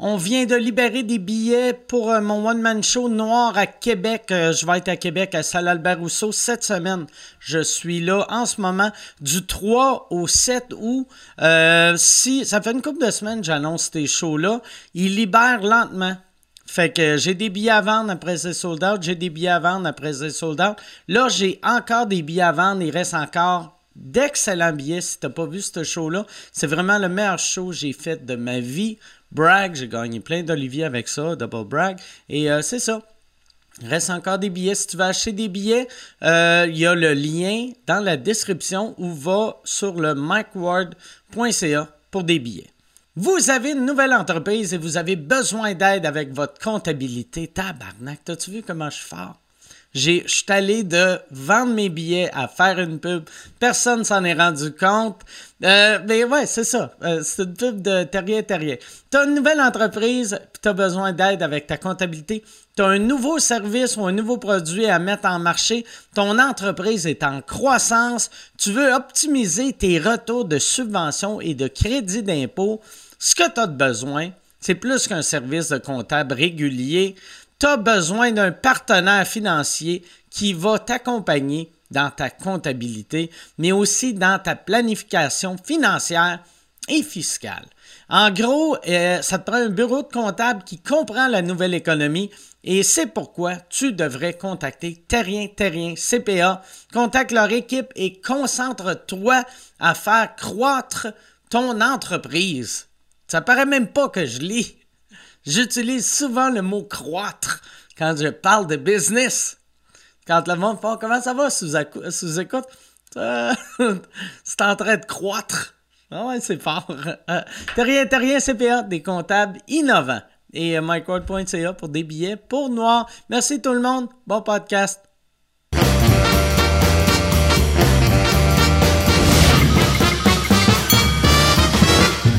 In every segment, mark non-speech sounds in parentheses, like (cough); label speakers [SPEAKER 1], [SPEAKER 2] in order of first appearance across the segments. [SPEAKER 1] On vient de libérer des billets pour euh, mon one-man show noir à Québec. Euh, je vais être à Québec à Salle Albert Rousseau cette semaine. Je suis là en ce moment du 3 au 7 août. Euh, si ça fait une couple de semaines j'annonce ces shows-là, ils libèrent lentement. Fait que j'ai des billets à vendre après ces sold out, j'ai des billets à vendre après ces sold out. Là, j'ai encore des billets à vendre, il reste encore d'excellents billets. Si t'as pas vu ce show-là, c'est vraiment le meilleur show que j'ai fait de ma vie. Bragg, j'ai gagné plein d'olivier avec ça, Double Bragg. Et euh, c'est ça. Il reste encore des billets. Si tu veux acheter des billets, euh, il y a le lien dans la description ou va sur le micward.ca pour des billets. Vous avez une nouvelle entreprise et vous avez besoin d'aide avec votre comptabilité. Tabarnak, t'as-tu vu comment je suis fort? J'ai, je suis allé de vendre mes billets à faire une pub. Personne s'en est rendu compte. Euh, mais ouais, c'est ça. Euh, c'est une pub de Terrier Terrier. T'as une nouvelle entreprise, puis t'as besoin d'aide avec ta comptabilité. T'as un nouveau service ou un nouveau produit à mettre en marché. Ton entreprise est en croissance. Tu veux optimiser tes retours de subvention et de crédit d'impôt. Ce que t'as de besoin, c'est plus qu'un service de comptable régulier tu as besoin d'un partenaire financier qui va t'accompagner dans ta comptabilité, mais aussi dans ta planification financière et fiscale. En gros, euh, ça te prend un bureau de comptable qui comprend la nouvelle économie et c'est pourquoi tu devrais contacter Terrien Terrien CPA. Contacte leur équipe et concentre-toi à faire croître ton entreprise. Ça paraît même pas que je lis. J'utilise souvent le mot croître quand je parle de business. Quand le monde parle comment ça va sous, sous écoute, euh, (laughs) c'est en train de croître. Ah ouais, c'est fort. (laughs) Euh, t'as rien, t'as rien, CPA, des comptables innovants. Et euh, micword.ca pour des billets pour noir. Merci tout le monde. Bon podcast.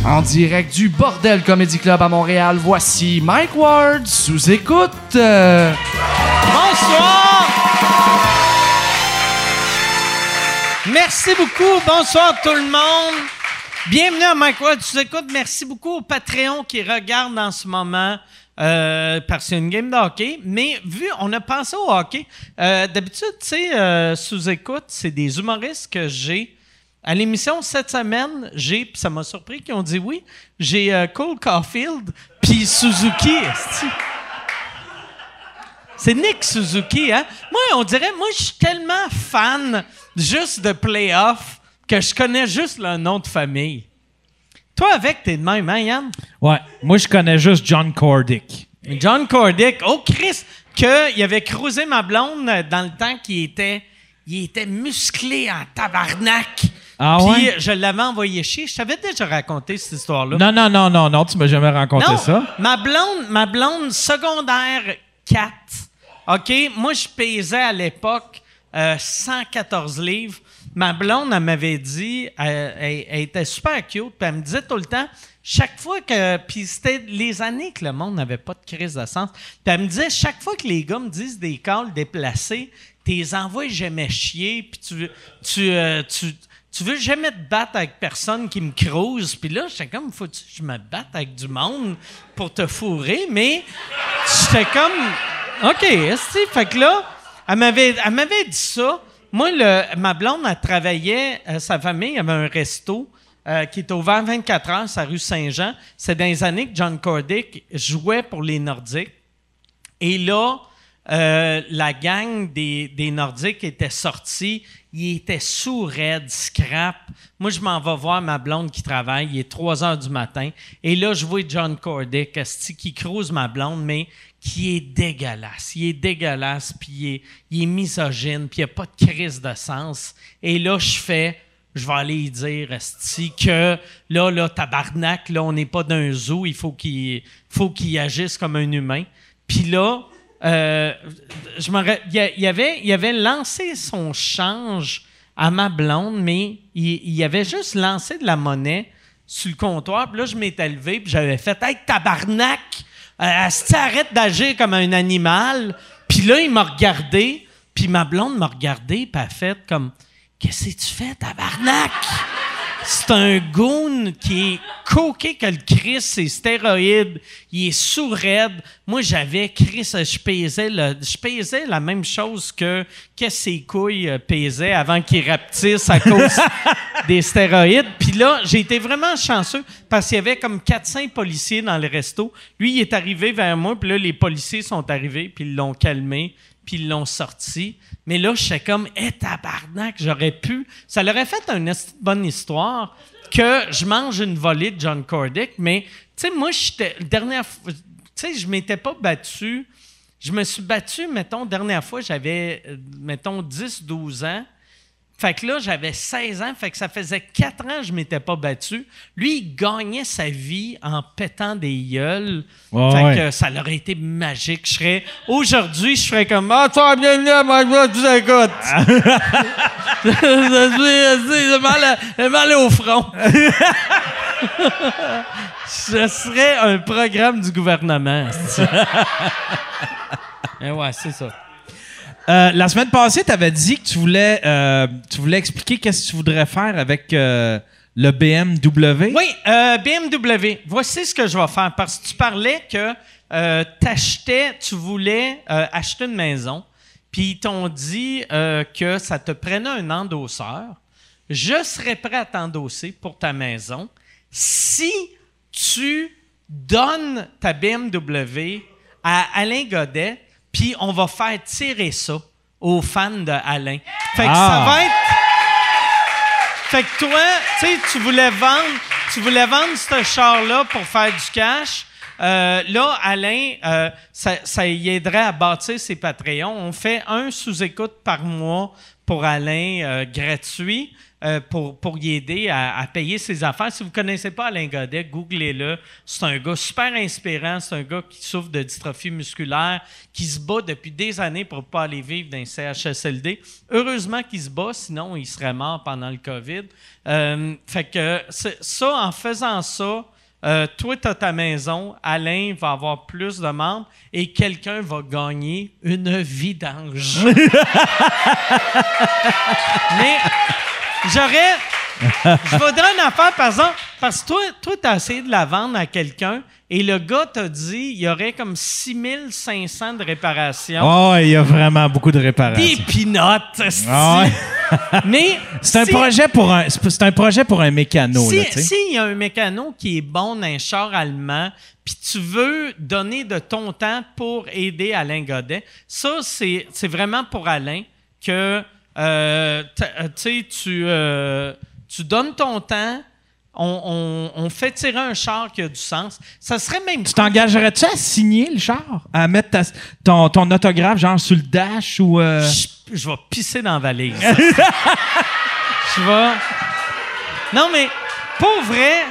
[SPEAKER 2] En direct du Bordel Comedy Club à Montréal, voici Mike Ward sous écoute. Euh,
[SPEAKER 1] Bonsoir! Merci beaucoup. Bonsoir tout le monde. Bienvenue à Mike Ward. Tu écoutes. Merci beaucoup aux Patreons qui regardent en ce moment. euh, parce que c'est une game de hockey. Mais vu, on a pensé au hockey. Euh, D'habitude, tu sais, euh, sous écoute, c'est des humoristes que j'ai. À l'émission cette semaine, j'ai, puis ça m'a surpris qu'ils ont dit oui, j'ai euh, Cole Caulfield, puis Suzuki. esti. C'est Nick Suzuki, hein? Moi, on dirait, moi, je suis tellement fan juste de playoff que je connais juste le nom de famille. Toi, avec, t'es de même, hein, Yann?
[SPEAKER 3] Ouais. Moi, je connais juste John Cordick.
[SPEAKER 1] John Cordick. Oh, Chris, qu'il avait creusé ma blonde euh, dans le temps qu'il était, il était musclé en tabarnak.
[SPEAKER 3] Ah
[SPEAKER 1] Puis
[SPEAKER 3] ouais?
[SPEAKER 1] je l'avais envoyé chier. Je t'avais déjà raconté cette histoire-là.
[SPEAKER 3] Non, non, non, non, non, tu m'as jamais rencontré
[SPEAKER 1] Non,
[SPEAKER 3] ça.
[SPEAKER 1] Ma blonde, ma blonde secondaire 4. OK? Moi, je pesais à l'époque euh, 114 livres. Ma blonde, elle m'avait dit, elle, elle- elle était super cute, puis elle me disait tout le temps, chaque fois que. Puis c'était les années que le monde n'avait pas de crise de sens. Puis elle me disait, chaque fois que les gars me disent des calls déplacés, tes envois jamais chier, puis tu, tu, euh, tu, tu veux jamais te battre avec personne qui me crouse. Puis là, j'étais comme, faut-tu que je me batte avec du monde pour te fourrer? Mais j'étais comme, OK, esti. Fait que là, elle m'avait, elle m'avait dit ça. Moi, le- ma blonde, elle travaillait, euh, sa famille avait un resto euh, qui était ouvert 24 heures, sur la rue Saint-Jean. C'est dans les années que John Cordick jouait pour les Nordiques. Et là, euh, la gang des, des Nordiques était sortie. Il était sous raide, scrap. Moi, je m'en vais voir ma blonde qui travaille. Il est 3 heures du matin. Et là, je vois John Cordick, esti, qui crouse ma blonde, mais qui est dégueulasse. Il est dégueulasse, puis il est, il est misogyne, puis il n'y a pas de crise de sens. Et là, je fais je vais aller y dire esti, que là là tabarnak là on n'est pas d'un zoo il faut qu'il faut qu'il agisse comme un humain puis là euh, je me ra- il y a- il y avait il avait lancé son change à ma blonde mais il, il avait juste lancé de la monnaie sur le comptoir puis là je m'étais levé puis j'avais fait hey tabarnak euh, esti, arrête d'agir comme un animal puis là il m'a regardé puis ma blonde m'a regardé puis elle a fait comme Qu'est-ce que tu fais, tabarnak? C'est un goon qui est coqué que le Chris, c'est stéroïde. Il est sourd raide. Moi, j'avais Chris, je pesais, le- je pesais la même chose que, que ses couilles euh, pesaient avant qu'il rapetisse à cause des stéroïdes. Puis là, j'ai été vraiment chanceux parce qu'il y avait comme 4-5 policiers dans le resto. Lui, il est arrivé vers moi, puis là, les policiers sont arrivés, puis ils l'ont calmé puis ils l'ont sorti. Mais là, j'étais comme, hé, tabarnak, j'aurais pu. Ça leur aurait fait une esti de bonne histoire que je mange une volée de John Cordick, mais, tu sais, moi, j'étais. Dernière fois. Tu sais, je m'étais pas battu. Je me suis battu, mettons, dernière fois, j'avais, euh, mettons, 10, 12 ans. Fait que là, j'avais 16 ans, fait que ça faisait 4 ans que je m'étais pas battu. Lui, il gagnait sa vie en pétant des gueules.
[SPEAKER 3] Ouais,
[SPEAKER 1] fait
[SPEAKER 3] ouais.
[SPEAKER 1] que ça aurait été magique. Je serais aujourd'hui, je ferais comme Ah, toi, bienvenue à moi, je vous écoute.
[SPEAKER 3] Ah.
[SPEAKER 1] (laughs) Je suis- je suis- j'ai mal, à- j'ai mal au
[SPEAKER 3] (laughs)
[SPEAKER 1] front. Ce serait un programme du gouvernement.
[SPEAKER 3] (laughs)
[SPEAKER 1] c'est-tu. Mais ouais, c'est ça.
[SPEAKER 3] Euh, la semaine passée, tu avais dit que tu voulais, euh, tu voulais expliquer qu'est-ce que tu voudrais faire avec euh, le BMW.
[SPEAKER 1] Oui, euh, BMW, voici ce que je vais faire. Parce que tu parlais que euh, t'achetais, tu voulais euh, acheter une maison, puis ils t'ont dit euh, que ça te prenait un endosseur. Je serais prêt à t'endosser pour ta maison si tu donnes ta BMW à Alain Godet, puis on va faire tirer ça aux fans de Alain. Fait que
[SPEAKER 3] Ah.
[SPEAKER 1] ça va être... Fait que toi, tu sais, tu voulais vendre, tu voulais vendre ce char-là pour faire du cash. Euh, là, Alain, euh, ça, ça y aiderait à bâtir ses Patreons. On fait un sous-écoute par mois pour Alain euh, gratuit euh, pour, pour y aider à, à payer ses affaires. Si vous ne connaissez pas Alain Godet, googlez-le. C'est un gars super inspirant. C'est un gars qui souffre de dystrophie musculaire, qui se bat depuis des années pour ne pas aller vivre dans un CHSLD. Heureusement qu'il se bat, sinon il serait mort pendant le COVID. Euh, fait que c'est- ça, en faisant ça, euh, toi, tu as ta maison, Alain va avoir plus de membres et quelqu'un va gagner une vidange. Mais j'aurais. Je voudrais une affaire, par exemple, parce que toi, toi, t'as essayé de la vendre à quelqu'un et le gars t'a dit il y aurait comme 6500 de réparation.
[SPEAKER 3] Oh, il y a vraiment beaucoup de
[SPEAKER 1] Des
[SPEAKER 3] réparations.
[SPEAKER 1] pinottes, esti.
[SPEAKER 3] Ah ouais.
[SPEAKER 1] Mais.
[SPEAKER 3] C'est un
[SPEAKER 1] si-
[SPEAKER 3] projet pour un, c'est c'est un projet pour un mécano, là, tu
[SPEAKER 1] si
[SPEAKER 3] sais.
[SPEAKER 1] s'il y a un mécano qui est bon dans un char allemand, puis tu veux donner de ton temps pour aider Alain Godet, ça, c'est c'est vraiment pour Alain que euh, t- euh, tu sais, tu, euh, tu donnes ton temps, on, on- on fait tirer un char qui a du sens. Ça serait même
[SPEAKER 3] Tu t'engagerais-tu à signer le char? À mettre ta- ton, ton autographe, genre, sur le dash ou... euh,
[SPEAKER 1] Je, je vais pisser dans la valise. (laughs) je vais. Non, mais pour vrai,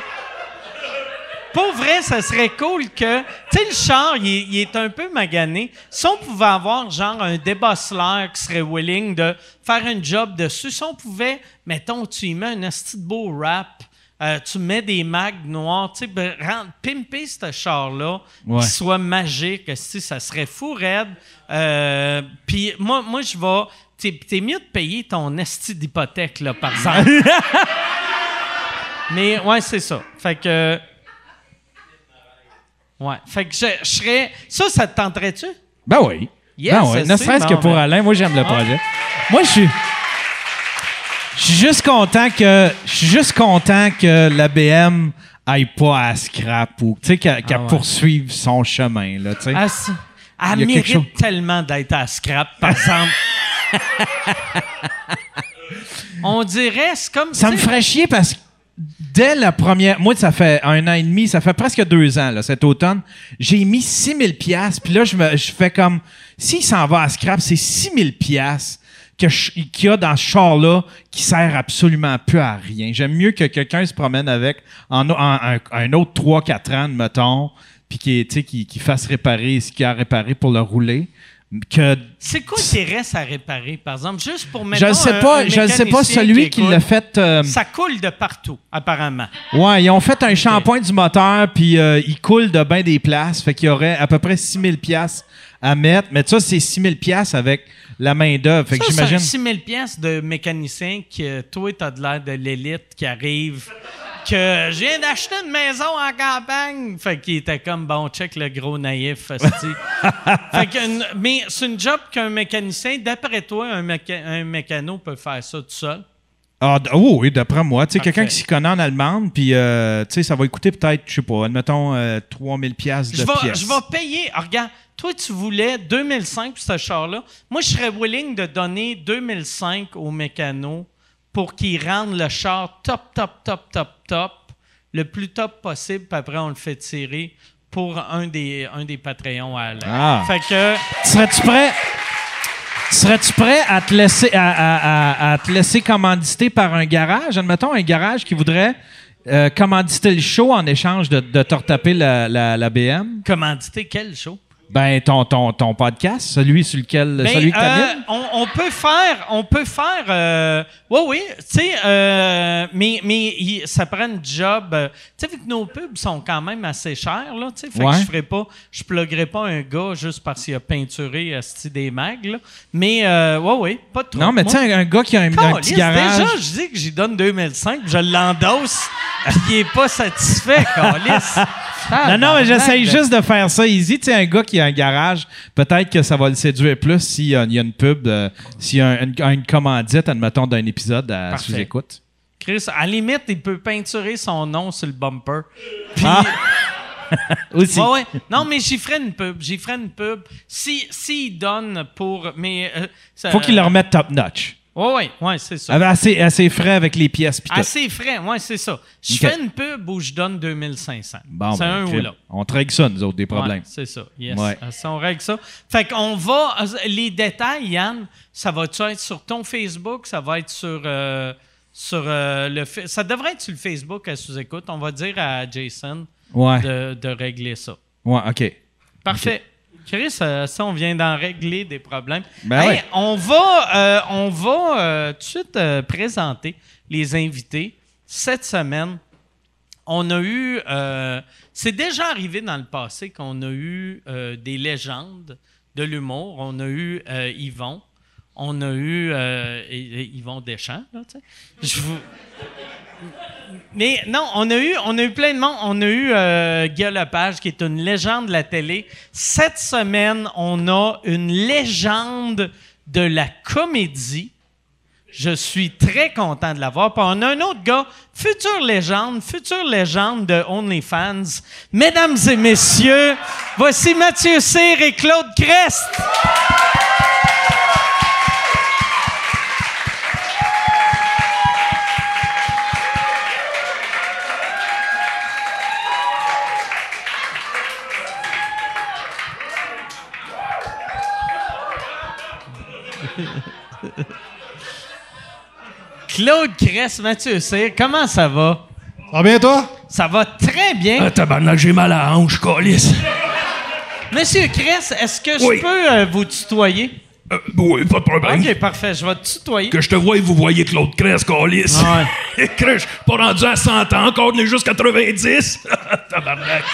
[SPEAKER 1] pour vrai, ça serait cool que. Tu sais, le char, il, est- il est un peu magané. Si on pouvait avoir, genre, un débosseleur qui serait willing de faire un job dessus, si on pouvait, mettons, tu y mets un esti de beau rap. euh, tu mets des mags noirs, tu sais, ben, rend- pimper ce char-là,
[SPEAKER 3] Ouais.
[SPEAKER 1] qu'il soit magique, si ça serait fou raide. Euh, Puis moi, moi je vais... T'es t'es mieux de payer ton esti d'hypothèque, là, par
[SPEAKER 3] (laughs)
[SPEAKER 1] exemple. Mais ouais, c'est ça. Fait que... Ouais. Fait que je, je serais. Ça, ça te tenterait-tu?
[SPEAKER 3] Ben oui.
[SPEAKER 1] Yes,
[SPEAKER 3] ben oui.
[SPEAKER 1] je
[SPEAKER 3] Ne
[SPEAKER 1] sais,
[SPEAKER 3] serait-ce que
[SPEAKER 1] bon,
[SPEAKER 3] pour
[SPEAKER 1] ben-
[SPEAKER 3] Alain, moi j'aime le projet. Moi je suis. Je suis juste content que. Je suis juste content que la BM aille pas à scrap ou tu sais, qu'elle qu'elle
[SPEAKER 1] Ah ouais.
[SPEAKER 3] poursuive son chemin. Là, tu sais.
[SPEAKER 1] Ah, si.
[SPEAKER 3] Il y
[SPEAKER 1] Elle
[SPEAKER 3] a quelque chose.
[SPEAKER 1] mérite tellement d'être à scrap,
[SPEAKER 3] (laughs)
[SPEAKER 1] par exemple. On dirait, c'est comme
[SPEAKER 3] Ça
[SPEAKER 1] tu
[SPEAKER 3] me
[SPEAKER 1] sais,
[SPEAKER 3] ferait chier parce que dès la première. Moi, ça fait un an et demi, ça fait presque deux ans, là, cet automne. J'ai mis 6000 pièces Puis là, je, me, je fais comme. S'il s'en va à scrap, c'est 6000 pièces que je- qu'il y a dans ce char-là qui sert absolument peu à rien. J'aime mieux que quelqu'un se promène avec en, en- un, un autre 3-4 ans, mettons, puis qui, tu sais, qui, qui fasse réparer ce qu'il y a à réparer pour le rouler. Que
[SPEAKER 1] C'est quoi qui reste à réparer, par exemple? Juste pour
[SPEAKER 3] je
[SPEAKER 1] mettre.
[SPEAKER 3] ne sais pas, je ne sais pas celui qui l'a fait. euh,
[SPEAKER 1] Ça coule de partout, apparemment.
[SPEAKER 3] Ouais, ils ont fait un ben shampoing du moteur, puis euh, il coule de bien des places. Fait qu'il y aurait à peu près 6000 pièces à mettre. Mais ça, c'est 6 000 piastres avec la main-d'œuvre. Fait que
[SPEAKER 1] Ça, c'est un
[SPEAKER 3] j'imagine.
[SPEAKER 1] 6 000 piastres de mécanicien que toi, t'as de l'air de l'élite qui arrive. Que je viens d'acheter une maison en campagne. Fait qu'il était comme, bon, check le gros naïf.
[SPEAKER 3] (laughs)
[SPEAKER 1] esti. fait qu'une- mais c'est une job qu'un mécanicien, d'après toi, un, méca- un mécano peut faire ça tout seul.
[SPEAKER 3] Ah, d- oh, oui, d'après moi. Tu sais,
[SPEAKER 1] Parfait.
[SPEAKER 3] quelqu'un qui s'y connaît en allemande, puis euh, tu sais, ça va écouter peut-être, je sais pas, admettons, euh, 3 000 piastres de
[SPEAKER 1] Je vais,
[SPEAKER 3] pièces.
[SPEAKER 1] je vais payer. Ah, regarde, toi, tu voulais 2005 pour ce char-là. Moi, je serais willing de donner 2005 au mécano pour qu'ils rendent le char top, top, top, top, top, le plus top possible, puis après, on le fait tirer pour un des, un des Patreons à Alain.
[SPEAKER 3] Ah.
[SPEAKER 1] Fait que,
[SPEAKER 3] Serais-tu prêt?
[SPEAKER 2] Serais-tu prêt à te laisser à, à- à- à te laisser commanditer par un garage? Admettons un garage qui voudrait euh, commanditer le show en échange de, de te retaper la, la- la BM?
[SPEAKER 1] commandité, quel show?
[SPEAKER 2] Ben, ton, ton, ton podcast, celui sur lequel.
[SPEAKER 1] Ben,
[SPEAKER 2] celui que
[SPEAKER 1] euh,
[SPEAKER 2] t'animes?
[SPEAKER 1] on, on peut faire, on peut faire. euh, ouais, oui, tu sais, euh, mais mais il- ça prend une job. euh, tu sais, vu que nos pubs sont quand même assez chères là, tu sais, fait
[SPEAKER 2] Ouais.
[SPEAKER 1] que je ferai pas, je pluguerai pas un gars juste parce qu'il a peinturé esti, des mags là. Mais euh, ouais, oui, pas trop.
[SPEAKER 3] Non, mais tu
[SPEAKER 1] Moi,
[SPEAKER 3] sais, un, un gars qui a un, un
[SPEAKER 1] caliste,
[SPEAKER 3] petit garage.
[SPEAKER 1] Déjà, je dis que j'y donne 2005, je l'endosse, puis il est pas satisfait,
[SPEAKER 3] (laughs)
[SPEAKER 1] Calice.
[SPEAKER 3] Non, non, mais j'essaye juste de faire ça easy. Tu sais, un gars qui a un garage, peut-être que ça va le séduire plus s'il y a, il y a une pub, euh, s'il y a un- une, une commandite, admettons, d'un épisode à
[SPEAKER 1] Parfait.
[SPEAKER 3] sous-écoute.
[SPEAKER 1] Chris, à la limite, il peut peinturer son nom sur le bumper. Puis,
[SPEAKER 3] Ah. (laughs) Aussi.
[SPEAKER 1] Ouais, ouais. Non, mais j'y ferai une pub. J'y ferai une pub. Si, si il donne pour. Mais. euh, ça-
[SPEAKER 3] Faut qu'il Ah, le remette top-notch.
[SPEAKER 1] Ouais, ouais, ouais, c'est ça.
[SPEAKER 3] Assez, assez frais avec les pièces. pis tout.
[SPEAKER 1] Assez frais, ouais, c'est ça. Je
[SPEAKER 3] Ok.
[SPEAKER 1] fais une pub où je donne 2500.
[SPEAKER 3] Bon,
[SPEAKER 1] c'est
[SPEAKER 3] ben,
[SPEAKER 1] un ou
[SPEAKER 3] crime.
[SPEAKER 1] l'autre.
[SPEAKER 3] On traite ça, nous autres, des problèmes.
[SPEAKER 1] Ouais, c'est ça. Yes.
[SPEAKER 3] Ouais.
[SPEAKER 1] Euh, Ça, on règle ça. Fait qu'on va. euh, Les détails, Yann, ça va-tu être sur ton Facebook? Ça va être sur. euh, sur euh, le fa- ça devrait être sur le Facebook à sous-écoute. On va dire à Jason
[SPEAKER 3] Ouais.
[SPEAKER 1] de, de régler ça.
[SPEAKER 3] Ouais, OK.
[SPEAKER 1] Parfait. Chris, euh, ça, on vient d'en régler des problèmes.
[SPEAKER 3] Ben ouais.
[SPEAKER 1] On va, euh, on va euh, tout de suite euh, présenter les invités. Cette semaine, on a eu... euh, C'est déjà arrivé dans le passé qu'on a eu euh, des légendes de l'humour. On a eu euh, Yvon. On a eu euh, et- et Yvon Deschamps, là, tu sais. Je vous... Mais non, on a eu, on a eu plein de monde. On a eu euh, Guy Lepage, qui est une légende de la télé. Cette semaine, on a une légende de la comédie. Je suis très content de l'avoir. Puis on a un autre gars, future légende, future légende de OnlyFans. Mesdames et messieurs, voici Mathieu Cyr et Claude Crest. Claude Crest, Mathieu Cyr, comment ça va?
[SPEAKER 4] Ça va bien, toi?
[SPEAKER 1] Ça va très bien.
[SPEAKER 5] Euh, Ah, tabarnak, j'ai mal à la hanche, calice.
[SPEAKER 1] Monsieur Cress, est-ce que
[SPEAKER 5] Oui.
[SPEAKER 1] je peux euh, vous tutoyer?
[SPEAKER 5] Euh, oui, pas de problème.
[SPEAKER 1] Ok, parfait, je vais te tutoyer.
[SPEAKER 5] Que je te voie, vous voyez Claude Cresse, calice.
[SPEAKER 1] Ouais.
[SPEAKER 5] (laughs) Et Chris, je suis pas rendu à 100 ans, encore, on est juste 90. (laughs) tabarnak.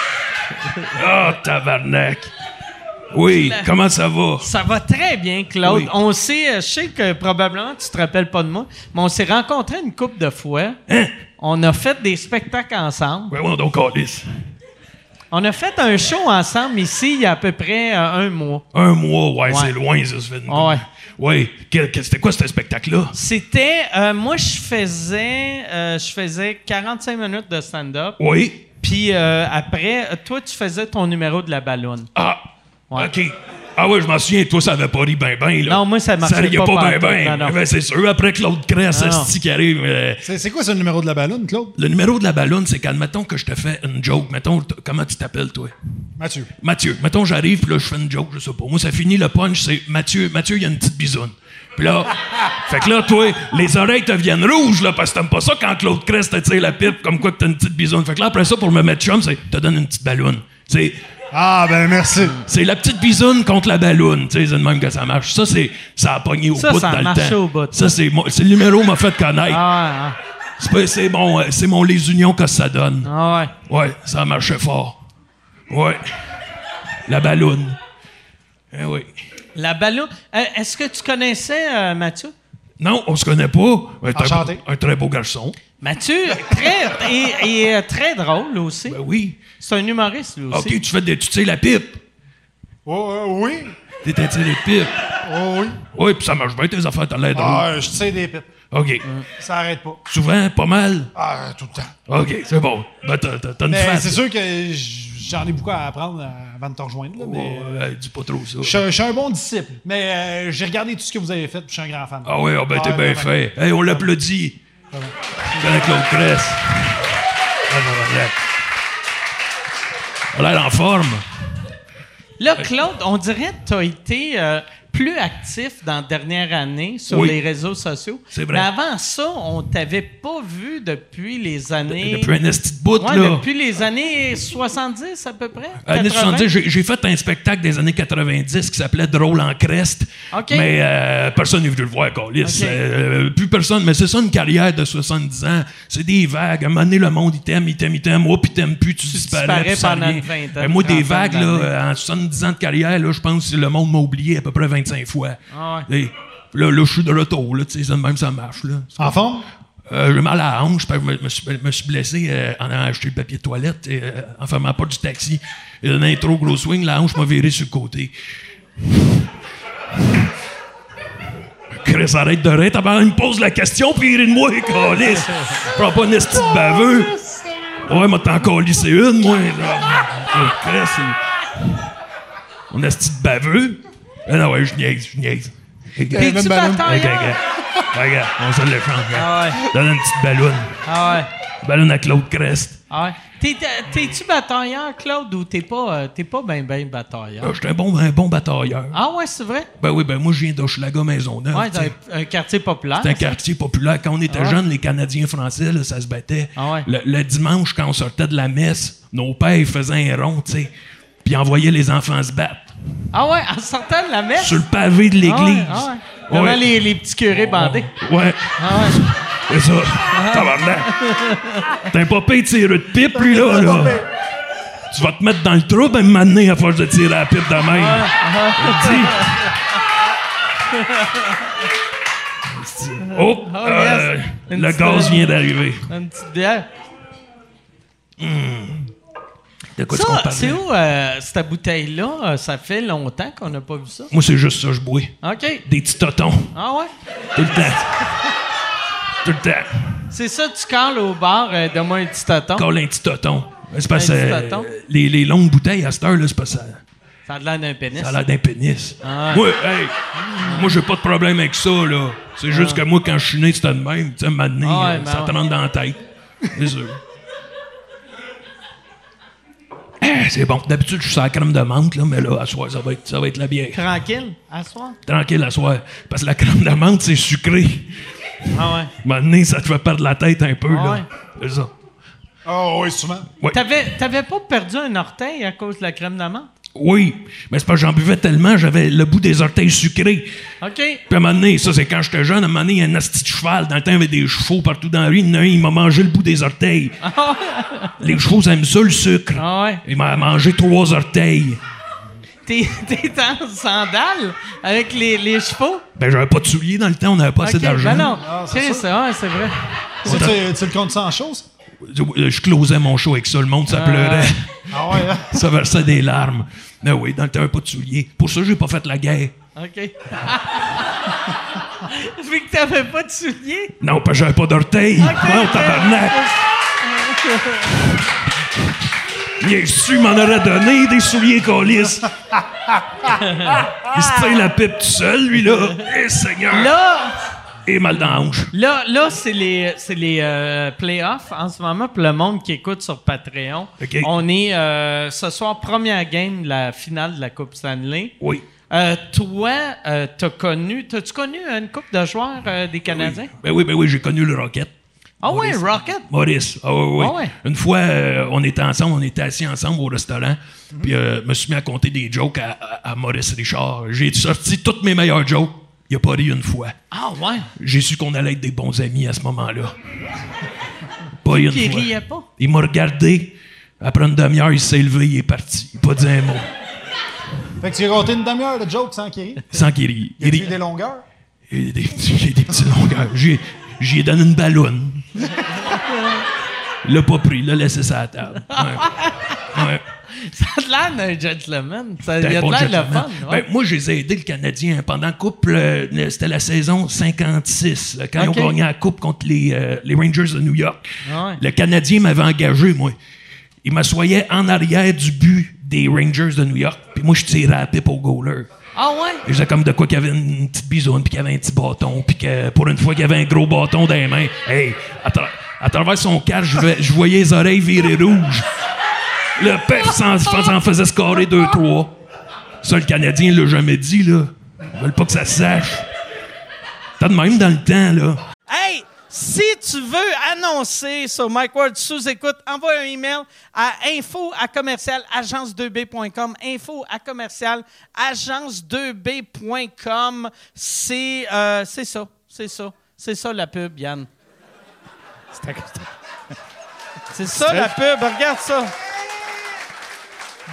[SPEAKER 5] Oh, tabarnak. Oui, comment ça va?
[SPEAKER 1] Ça va très bien, Claude.
[SPEAKER 5] Oui.
[SPEAKER 1] On sait, euh, je sais que probablement tu te rappelles pas de moi, mais on s'est rencontrés une couple de fois.
[SPEAKER 5] Hein?
[SPEAKER 1] On a fait des spectacles ensemble.
[SPEAKER 5] Ouais, ouais, donc, calice.
[SPEAKER 1] On a fait un show ensemble ici il y a à peu près euh, un mois.
[SPEAKER 5] Un mois, ouais,
[SPEAKER 1] Ouais.
[SPEAKER 5] c'est loin, ça se fait. une-
[SPEAKER 1] Ah ouais.
[SPEAKER 5] Ouais. Quel- quel- C'était quoi, ce spectacle-là?
[SPEAKER 1] C'était, euh, moi je faisais, euh, je faisais 45 minutes de stand-up.
[SPEAKER 5] Oui.
[SPEAKER 1] Puis euh, après, euh, toi tu faisais ton numéro de la ballonne.
[SPEAKER 5] Ah.
[SPEAKER 1] Ouais.
[SPEAKER 5] OK. Ah ouais, je m'en souviens, toi, ça avait pas ri ben ben, là.
[SPEAKER 1] Non, moi, ça marchait
[SPEAKER 5] Ça riait
[SPEAKER 1] pas
[SPEAKER 5] pas,
[SPEAKER 1] pantoute,
[SPEAKER 5] ben ben.
[SPEAKER 1] non, non.
[SPEAKER 5] Ben, c'est sûr, après que l'autre Cresse,
[SPEAKER 1] Non, non.
[SPEAKER 5] esti, qui arrive... euh,
[SPEAKER 4] C'est c'est quoi ce numéro de la ballonne, Claude?
[SPEAKER 5] Le numéro de la ballonne, c'est quand, mettons que je te fais une joke, mettons, t- comment tu t'appelles, toi?
[SPEAKER 4] Mathieu.
[SPEAKER 5] Mathieu. Mettons, j'arrive, puis là, je fais une joke, je sais pas. Moi, ça finit, le punch, c'est Mathieu, Mathieu, il y a une petite bisoune. Puis
[SPEAKER 4] (laughs)
[SPEAKER 5] là, fait que là, toi, les oreilles te viennent rouges, là, parce que t'aimes pas ça quand Claude Crest te tire la pipe, comme quoi que t'as une petite bisoune. Fait que là, après ça, pour me mettre chum, c'est, te donne une petite ballonne. C'est,
[SPEAKER 4] Ah, ben merci.
[SPEAKER 5] c'est la petite bisoune contre la balloune. Tu sais, c'est de même que ça marche. Ça, c'est, ça a pogné au
[SPEAKER 1] Ça,
[SPEAKER 5] bout
[SPEAKER 1] ça a
[SPEAKER 5] dans le
[SPEAKER 1] marché
[SPEAKER 5] temps.
[SPEAKER 1] au bout.
[SPEAKER 5] Ça, c'est, mon- c'est le numéro m'a fait connaître.
[SPEAKER 1] Ah, ouais,
[SPEAKER 5] C'est, pas- c'est mon, euh, c'est mon Les Unions que ça donne.
[SPEAKER 1] ah ouais.
[SPEAKER 5] Ouais, ça marchait fort. Ouais. La balloune. Eh oui.
[SPEAKER 1] La ballon. Euh, Est-ce que tu connaissais euh, Mathieu?
[SPEAKER 5] Non, on se connaît pas. Un, très-
[SPEAKER 4] Enchanté.
[SPEAKER 5] un très beau garçon.
[SPEAKER 1] Mathieu, très, et, et, euh, très drôle aussi.
[SPEAKER 5] Ben oui.
[SPEAKER 1] C'est un humoriste, lui aussi.
[SPEAKER 5] Ok, tu fais des, tu tires la pipe.
[SPEAKER 4] Oh, euh, oui.
[SPEAKER 5] T'es tiré les pipes.
[SPEAKER 4] Oh, oui.
[SPEAKER 5] Oui, puis ça marche bien tes affaires, t'as l'air drôle.
[SPEAKER 4] Ah, euh, je sais des pipes.
[SPEAKER 5] Ok.
[SPEAKER 4] Ça arrête pas.
[SPEAKER 5] Souvent, pas mal.
[SPEAKER 4] Ah, tout le temps.
[SPEAKER 5] Ok, c'est bon. Ben, t'as t'as- t'as une
[SPEAKER 4] Mais
[SPEAKER 5] face.
[SPEAKER 4] c'est sûr que j- j'en ai beaucoup à apprendre euh, avant de te rejoindre. là, mais...
[SPEAKER 5] Ouais, euh, dis pas trop ça.
[SPEAKER 4] Je suis un- je suis un bon disciple, mais euh, j'ai regardé tout ce que vous avez fait, puis je suis un grand fan.
[SPEAKER 5] Ah oui, ah ben t'es bien
[SPEAKER 4] vraiment.
[SPEAKER 5] fait. Hey, on l'applaudit. Jean Claude Cress. Ah, tabarnak. Il a l'air en forme.
[SPEAKER 1] Là, Claude, on dirait que tu as été euh, plus actif dans la dernière année sur
[SPEAKER 5] Oui.
[SPEAKER 1] les réseaux sociaux.
[SPEAKER 5] C'est vrai.
[SPEAKER 1] Mais avant ça, on t'avait pas vu depuis les années.
[SPEAKER 5] Depuis un esti de bout,
[SPEAKER 1] Ouais,
[SPEAKER 5] là.
[SPEAKER 1] depuis les années 70 à peu près.
[SPEAKER 5] Années
[SPEAKER 1] 80.
[SPEAKER 5] 70, j'ai j'ai fait un spectacle des années 90 qui s'appelait Drôle en Crest.
[SPEAKER 1] OK.
[SPEAKER 5] Mais euh, personne n'est venu le voir, Colis.
[SPEAKER 1] OK.
[SPEAKER 5] plus personne. Mais c'est ça une carrière de 70 ans. C'est des vagues. À un moment donné, le monde, il t'aime, il t'aime, il t'aime. Oh, puis t'aimes plus, tu, disparais.
[SPEAKER 1] disparais
[SPEAKER 5] puis ça
[SPEAKER 1] pendant
[SPEAKER 5] revient.
[SPEAKER 1] une vingtaine,
[SPEAKER 5] Ben, moi, des
[SPEAKER 1] trentaine
[SPEAKER 5] vagues, là,
[SPEAKER 1] d'années.
[SPEAKER 5] euh, en 70 ans de carrière, là, je pense que le monde m'a oublié à peu près 25 fois.
[SPEAKER 1] Ah
[SPEAKER 5] Et là, là, je suis de retour. Là, tu sais, ça de même, ça marche. Là.
[SPEAKER 4] En forme?
[SPEAKER 5] Euh, j'ai mal à la hanche, parce que je me, me suis, me suis blessé euh, en allant acheter le papier de toilette, et, euh, en fermant pas du taxi. Il a donné un trop gros swing, la hanche m'a viré sur le côté. Chris, arrête de rire, t'as il me pose la question, puis il rit de moi, calice. Prends pas une esti de baveux. Ouais, m'a t'en calissé une, moi. là. Euh, Chris, il- on esti de baveux. Ah non, ouais, je niaise, je niaise.
[SPEAKER 1] ouais.
[SPEAKER 4] Même
[SPEAKER 1] tu
[SPEAKER 4] ballon.
[SPEAKER 5] Ok, regarde. Regarde, on se le hein. chante.
[SPEAKER 1] Ah ouais.
[SPEAKER 5] Donne une petite ballonne.
[SPEAKER 1] Ah ouais.
[SPEAKER 5] Ballonne à Claude Crest.
[SPEAKER 1] Ah ouais. T'es- T'es-tu batailleur, Claude, ou t'es pas, euh, t'es pas ben ben batailleur?
[SPEAKER 5] Ah, J'étais un bon, un bon batailleur.
[SPEAKER 1] Ah ouais, c'est vrai?
[SPEAKER 5] Ben oui, ben moi, je viens d'Hochelaga Maisonneuve.
[SPEAKER 1] Ouais,
[SPEAKER 5] tu sais.
[SPEAKER 1] t'as un, un quartier populaire.
[SPEAKER 5] C'est un quartier populaire. Quand on était jeunes, les Canadiens français, là, ça se battait.
[SPEAKER 1] Ah ouais.
[SPEAKER 5] le, le dimanche, quand on sortait de la messe, nos pères ils faisaient un rond, tu sais, puis ils envoyaient les enfants se battre
[SPEAKER 1] Ah ouais, en sortant de la messe?
[SPEAKER 5] sur le pavé de l'église.
[SPEAKER 1] Ah ouais, ah ouais. Devant
[SPEAKER 5] Ouais. Oh.
[SPEAKER 1] les, les petits curés bandés.
[SPEAKER 5] Ouais.
[SPEAKER 1] Ah ouais.
[SPEAKER 5] C'est ça. Tabarnak. T'es un popé tireux de pipe, lui, là, là. Tu vas te mettre dans le trou, ben, m'amener à force de tirer à la pipe de même.
[SPEAKER 1] Ah,
[SPEAKER 5] Je te dis. Oh, euh,
[SPEAKER 1] Ah, yes. Une
[SPEAKER 5] le
[SPEAKER 1] petite-
[SPEAKER 5] gaz vient d'arriver.
[SPEAKER 1] Une petite bière.
[SPEAKER 5] De quoi tu
[SPEAKER 1] Ça,
[SPEAKER 5] parles?
[SPEAKER 1] c'est où euh, cette bouteille-là? Euh, Ça fait longtemps qu'on n'a pas vu ça.
[SPEAKER 5] Moi, c'est juste ça, je bois.
[SPEAKER 1] OK.
[SPEAKER 5] Des petits totons.
[SPEAKER 1] Ah ouais?
[SPEAKER 5] Tout le temps. Tout le temps.
[SPEAKER 1] C'est ça, tu cales au bar, euh, donne-moi un petit tonton.
[SPEAKER 5] Colle un petit toton. C'est parce que
[SPEAKER 1] Un petit
[SPEAKER 5] euh,
[SPEAKER 1] toton?
[SPEAKER 5] les, les longues bouteilles à cette heure, là, c'est pas ça.
[SPEAKER 1] Ça a l'air d'un pénis.
[SPEAKER 5] Ça a l'air d'un pénis.
[SPEAKER 1] Ah.
[SPEAKER 5] Moi, hey, moi j'ai pas de problème avec ça, là. C'est juste que moi, quand je suis né, c'était de même. Tu sais, maintenant,
[SPEAKER 1] Ah ouais, ben
[SPEAKER 5] ça te
[SPEAKER 1] ouais.
[SPEAKER 5] rentre dans la tête. C'est sûr. Eh, C'est bon. D'habitude, je suis sur la crème de menthe, là, mais là, à soir, ça va être, ça va être la bière.
[SPEAKER 1] Tranquille, à soir.
[SPEAKER 5] Tranquille, à soir. Parce que la crème de menthe, c'est sucré.
[SPEAKER 1] Ah ouais.
[SPEAKER 5] Maintenant, ça te fait perdre la tête un peu,
[SPEAKER 1] Ah
[SPEAKER 5] là.
[SPEAKER 1] ouais.
[SPEAKER 5] C'est ça.
[SPEAKER 4] Ah oui, souvent.
[SPEAKER 1] T'avais, t'avais pas perdu un orteil à cause de la crème d'amande?
[SPEAKER 5] Oui, mais c'est parce que j'en buvais tellement, j'avais le bout des orteils sucrés.
[SPEAKER 1] OK.
[SPEAKER 5] Puis à un moment donné, ça c'est quand j'étais jeune, à un moment donné, il y a un asti de cheval. Dans le temps, il y avait des chevaux partout dans la rue. Il y en a un, il m'a mangé le bout
[SPEAKER 1] (laughs)
[SPEAKER 5] des orteils. Les chevaux aiment ça, le sucre.
[SPEAKER 1] Ah ouais.
[SPEAKER 5] Il m'a mangé trois orteils.
[SPEAKER 1] T'es, (laughs) t'es en sandales avec les, les chevaux?
[SPEAKER 5] Ben, j'avais pas de souliers dans le temps, on n'avait pas assez
[SPEAKER 1] OK,
[SPEAKER 5] d'argent.
[SPEAKER 1] Ben non,
[SPEAKER 4] Ah, c'est
[SPEAKER 1] c'est
[SPEAKER 4] ça.
[SPEAKER 1] ça, ouais, c'est vrai.
[SPEAKER 4] Ça, tu, tu le comptes ça en choses?
[SPEAKER 5] Euh, Je je closais mon show avec ça, le monde, ça pleurait. (laughs)
[SPEAKER 4] Ah ouais, hein?
[SPEAKER 5] ça versait des larmes. Mais oui, dans le temps, pas de souliers. Pour ça, j'ai pas fait la guerre.
[SPEAKER 1] OK. (laughs) Vu que t'avais pas de souliers.
[SPEAKER 5] Non, parce que j'avais pas d'orteils. Wow, Oh, tabarnak! Bien sûr, il m'en aurait donné des
[SPEAKER 1] (laughs)
[SPEAKER 5] souliers colis. il se tient la pipe tout seul, lui, là. Eh, Seigneur!
[SPEAKER 1] Là,
[SPEAKER 5] Et mal dans la hanche.
[SPEAKER 1] là, là, c'est les, c'est les euh, playoffs en ce moment pour le monde qui écoute sur Patreon.
[SPEAKER 5] OK.
[SPEAKER 1] On est euh, ce soir première game de la finale de la Coupe Stanley.
[SPEAKER 5] Oui.
[SPEAKER 1] Euh, toi, euh, t'as connu, t'as-tu connu une coupe de joueurs euh, des Canadiens?
[SPEAKER 5] Ben oui, ben oui, j'ai connu le Rocket.
[SPEAKER 1] Ah ouais, Rocket!
[SPEAKER 5] Maurice. Ah oui, oui.
[SPEAKER 1] Ah ouais.
[SPEAKER 5] Une fois, euh, on était ensemble, on était assis ensemble au restaurant.
[SPEAKER 1] Mhm.
[SPEAKER 5] Puis, euh, je me suis mis à compter des jokes à, à- à Maurice Richard. J'ai sorti toutes mes meilleures jokes. Il a pas ri une fois.
[SPEAKER 1] Ah ouais!
[SPEAKER 5] J'ai su qu'on allait être des bons amis à
[SPEAKER 1] (laughs)
[SPEAKER 5] ce moment-là. Pas une
[SPEAKER 1] Qui
[SPEAKER 5] fois.
[SPEAKER 1] riait pas. (laughs)
[SPEAKER 5] Il m'a regardé. Après une demi-heure, il s'est levé, il est parti. Il n'a pas dit un mot.
[SPEAKER 4] Fait que tu as compté une demi-heure de jokes sans qu'il rie.
[SPEAKER 5] Sans qu'il rie.
[SPEAKER 4] Il y a
[SPEAKER 5] Il
[SPEAKER 4] eu
[SPEAKER 5] rit.
[SPEAKER 4] des longueurs.
[SPEAKER 5] Et des, petits- j'ai des petits longueurs. J'ai, j'y ai donné une ballonne. l'a pas pris, l'a laissé ça à
[SPEAKER 1] (laughs)
[SPEAKER 5] table. Ouais. Ouais.
[SPEAKER 1] Ça a de l'air d'un gentleman. Ça, il
[SPEAKER 5] T'as
[SPEAKER 1] a
[SPEAKER 5] un
[SPEAKER 1] de
[SPEAKER 5] bon
[SPEAKER 1] l'air le fun.
[SPEAKER 5] gentleman.
[SPEAKER 1] ouais.
[SPEAKER 5] Ben, moi, je les ai aidés, le Canadien, pendant la Coupe. euh, c'était la saison 56, là, quand ils
[SPEAKER 1] Ok.
[SPEAKER 5] ont gagné la Coupe contre les, euh, les Rangers de New York.
[SPEAKER 1] Ah ouais.
[SPEAKER 5] Le Canadien m'avait engagé, moi. Il m'assoyait en arrière du but des Rangers de New York. Puis moi, je tirais à la pipe au goaler.
[SPEAKER 1] Ah ouais?
[SPEAKER 5] Et J'étais comme de quoi qu'il y avait une petite bisoune, puis qu'il y avait un petit bâton, puis que pour une fois qu'il y avait un gros bâton dans les mains. Hey, à, tra- à travers son casque, je vais- je voyais les oreilles virer rouges. Le pef s'en s'en faisait scorer 2-3. Ça, le Canadien l'a jamais dit, là. Ils veulent pas que ça se sache. T'as de même dans le temps, là.
[SPEAKER 1] Hey, si tu veux annoncer sur Mike Ward sous écoute, envoie un email à info à commercial agence2b.com. Info à commercial agence2b.com. C'est euh, c'est ça, c'est ça, c'est ça la pub, Yann. C'est ça la pub, regarde ça.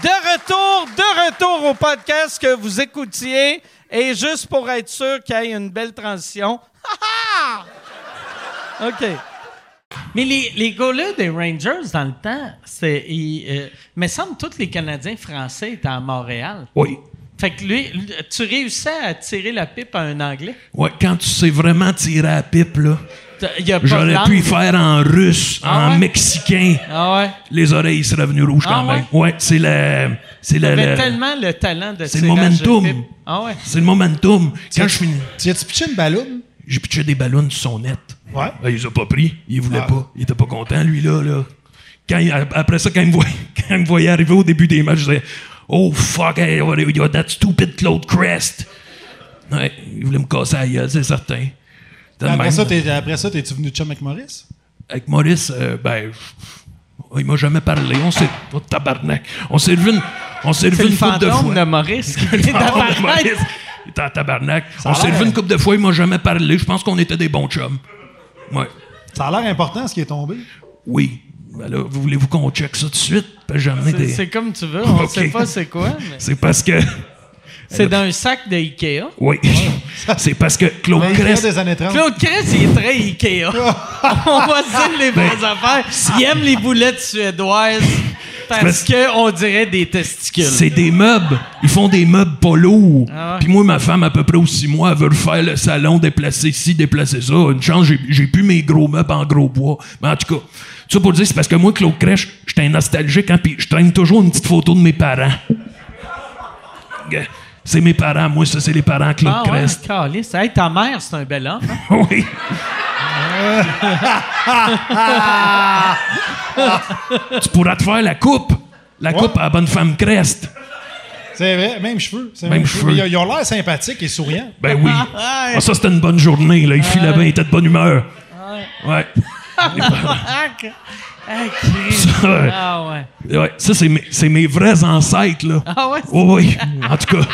[SPEAKER 1] De retour, de retour au podcast que vous écoutiez. Et juste pour être sûr qu'il y ait une belle transition. (laughs) Ha, ha! OK. Mais les, les gars-là des Rangers, dans le temps, c'est. ils, euh, me semble que tous les Canadiens français étaient à Montréal.
[SPEAKER 5] Oui.
[SPEAKER 1] Fait que lui, lui, tu réussissais à tirer la pipe à un Anglais.
[SPEAKER 5] Ouais, quand tu sais vraiment tirer à la pipe, là,
[SPEAKER 1] T'as- Il y a pas de
[SPEAKER 5] j'aurais
[SPEAKER 1] langue.
[SPEAKER 5] pu y faire en russe,
[SPEAKER 1] Ah
[SPEAKER 5] en
[SPEAKER 1] ouais?
[SPEAKER 5] mexicain.
[SPEAKER 1] Ah ouais.
[SPEAKER 5] Les oreilles seraient venues rouges
[SPEAKER 1] Ah
[SPEAKER 5] quand même. Ouais, c'est le. C'est le.
[SPEAKER 1] T'avais
[SPEAKER 5] le-
[SPEAKER 1] tellement le talent de
[SPEAKER 5] C'est le
[SPEAKER 1] tirage de
[SPEAKER 5] momentum.
[SPEAKER 1] pipe. Ah ouais.
[SPEAKER 5] C'est le momentum. Quand je finis,
[SPEAKER 4] Tu as-tu pitché une balloune?
[SPEAKER 5] j'ai pitché des ballons sur son net.
[SPEAKER 4] Ouais.
[SPEAKER 5] Là, il les a pas pris. Il voulait
[SPEAKER 4] Ah.
[SPEAKER 5] pas. Il était pas content, lui, là. là. Quand il- après ça, quand il, me voyait, (laughs) quand il me voyait arriver au début des matchs, je disais Oh fuck, hey, what- you got that stupid Claude Crest. Ouais, il voulait me casser la gueule, c'est certain. Dans le
[SPEAKER 4] Après
[SPEAKER 5] même-
[SPEAKER 4] ça, t'es, après ça, t'es-tu venu chum avec Maurice?
[SPEAKER 5] avec Maurice, euh, ben, je- il m'a jamais parlé. On s'est. Oh, tabarnak. On s'est revu une, on
[SPEAKER 1] C'est
[SPEAKER 5] s'est revu
[SPEAKER 1] le
[SPEAKER 5] une couple de
[SPEAKER 1] fantôme
[SPEAKER 5] fois.
[SPEAKER 1] de Maurice (laughs)
[SPEAKER 5] (laughs)
[SPEAKER 1] qui est
[SPEAKER 5] Il
[SPEAKER 1] dans ma tête.
[SPEAKER 5] Ah, Il était en tabarnak. On s'est revu une couple de fois, il m'a jamais parlé. Je pense qu'on était des bons chums. Ouais.
[SPEAKER 4] Ça a l'air important ce qui est tombé.
[SPEAKER 5] Oui. Ben là, vous voulez-vous qu'on check ça tout de suite? Parce que j'ai amené
[SPEAKER 1] C'est-
[SPEAKER 5] des-
[SPEAKER 1] C'est comme tu veux, on
[SPEAKER 5] (laughs) Ok.
[SPEAKER 1] sait pas c'est quoi.
[SPEAKER 5] (laughs)
[SPEAKER 1] mais
[SPEAKER 5] C'est parce que.
[SPEAKER 1] C'est dans un sac de Ikea.
[SPEAKER 5] Oui. (laughs) C'est parce que Claude
[SPEAKER 4] Mais il y a
[SPEAKER 5] Crest.
[SPEAKER 4] des années 30.
[SPEAKER 1] Claude Crest, il est très
[SPEAKER 5] (laughs)
[SPEAKER 1] Ikea. on va se dire
[SPEAKER 5] Ben,
[SPEAKER 1] les vraies affaires. Il aime les boulettes suédoises parce
[SPEAKER 5] parce-
[SPEAKER 1] qu'on dirait des testicules.
[SPEAKER 5] C'est des meubles. Ils font des meubles pas lourds.
[SPEAKER 1] Ah ouais.
[SPEAKER 5] Puis moi, ma femme, à peu près aussi moi, elle veut refaire le salon, déplacer ci, déplacer ça. Une chance, j'ai- j'ai plus mes gros meubles en gros bois. Mais en tout cas, ça pour dire, c'est parce que moi, Claude Crèche, j'étais un nostalgique, hein, puis je traîne toujours une petite photo de mes parents. Yeah. C'est mes parents, moi, ça, c'est les parents de Claude
[SPEAKER 1] Ah ouais,
[SPEAKER 5] Crest.
[SPEAKER 1] calisse. Hey, ta mère, c'est un bel homme. hein?
[SPEAKER 5] (laughs)
[SPEAKER 1] (laughs)
[SPEAKER 5] oui. tu pourras te faire la coupe. La coupe à la bonne femme Crest.
[SPEAKER 4] C'est vrai, même cheveux. c'est
[SPEAKER 5] Même cheveux.
[SPEAKER 4] Mais Ils ont- ils ont l'air sympathiques et souriants.
[SPEAKER 5] Ben oui. Ah, ça, c'était une bonne journée. Là. Il filait bien, il était de bonne humeur. Ouais. (laughs)
[SPEAKER 1] Ah, que- ah, Christ.
[SPEAKER 5] Ça,
[SPEAKER 1] Ah ouais.
[SPEAKER 5] ouais. Ouais, ça, c'est mes, c'est mes vrais ancêtres. Là.
[SPEAKER 1] Ah ouais?
[SPEAKER 5] Oui, oui. En tout cas. (laughs)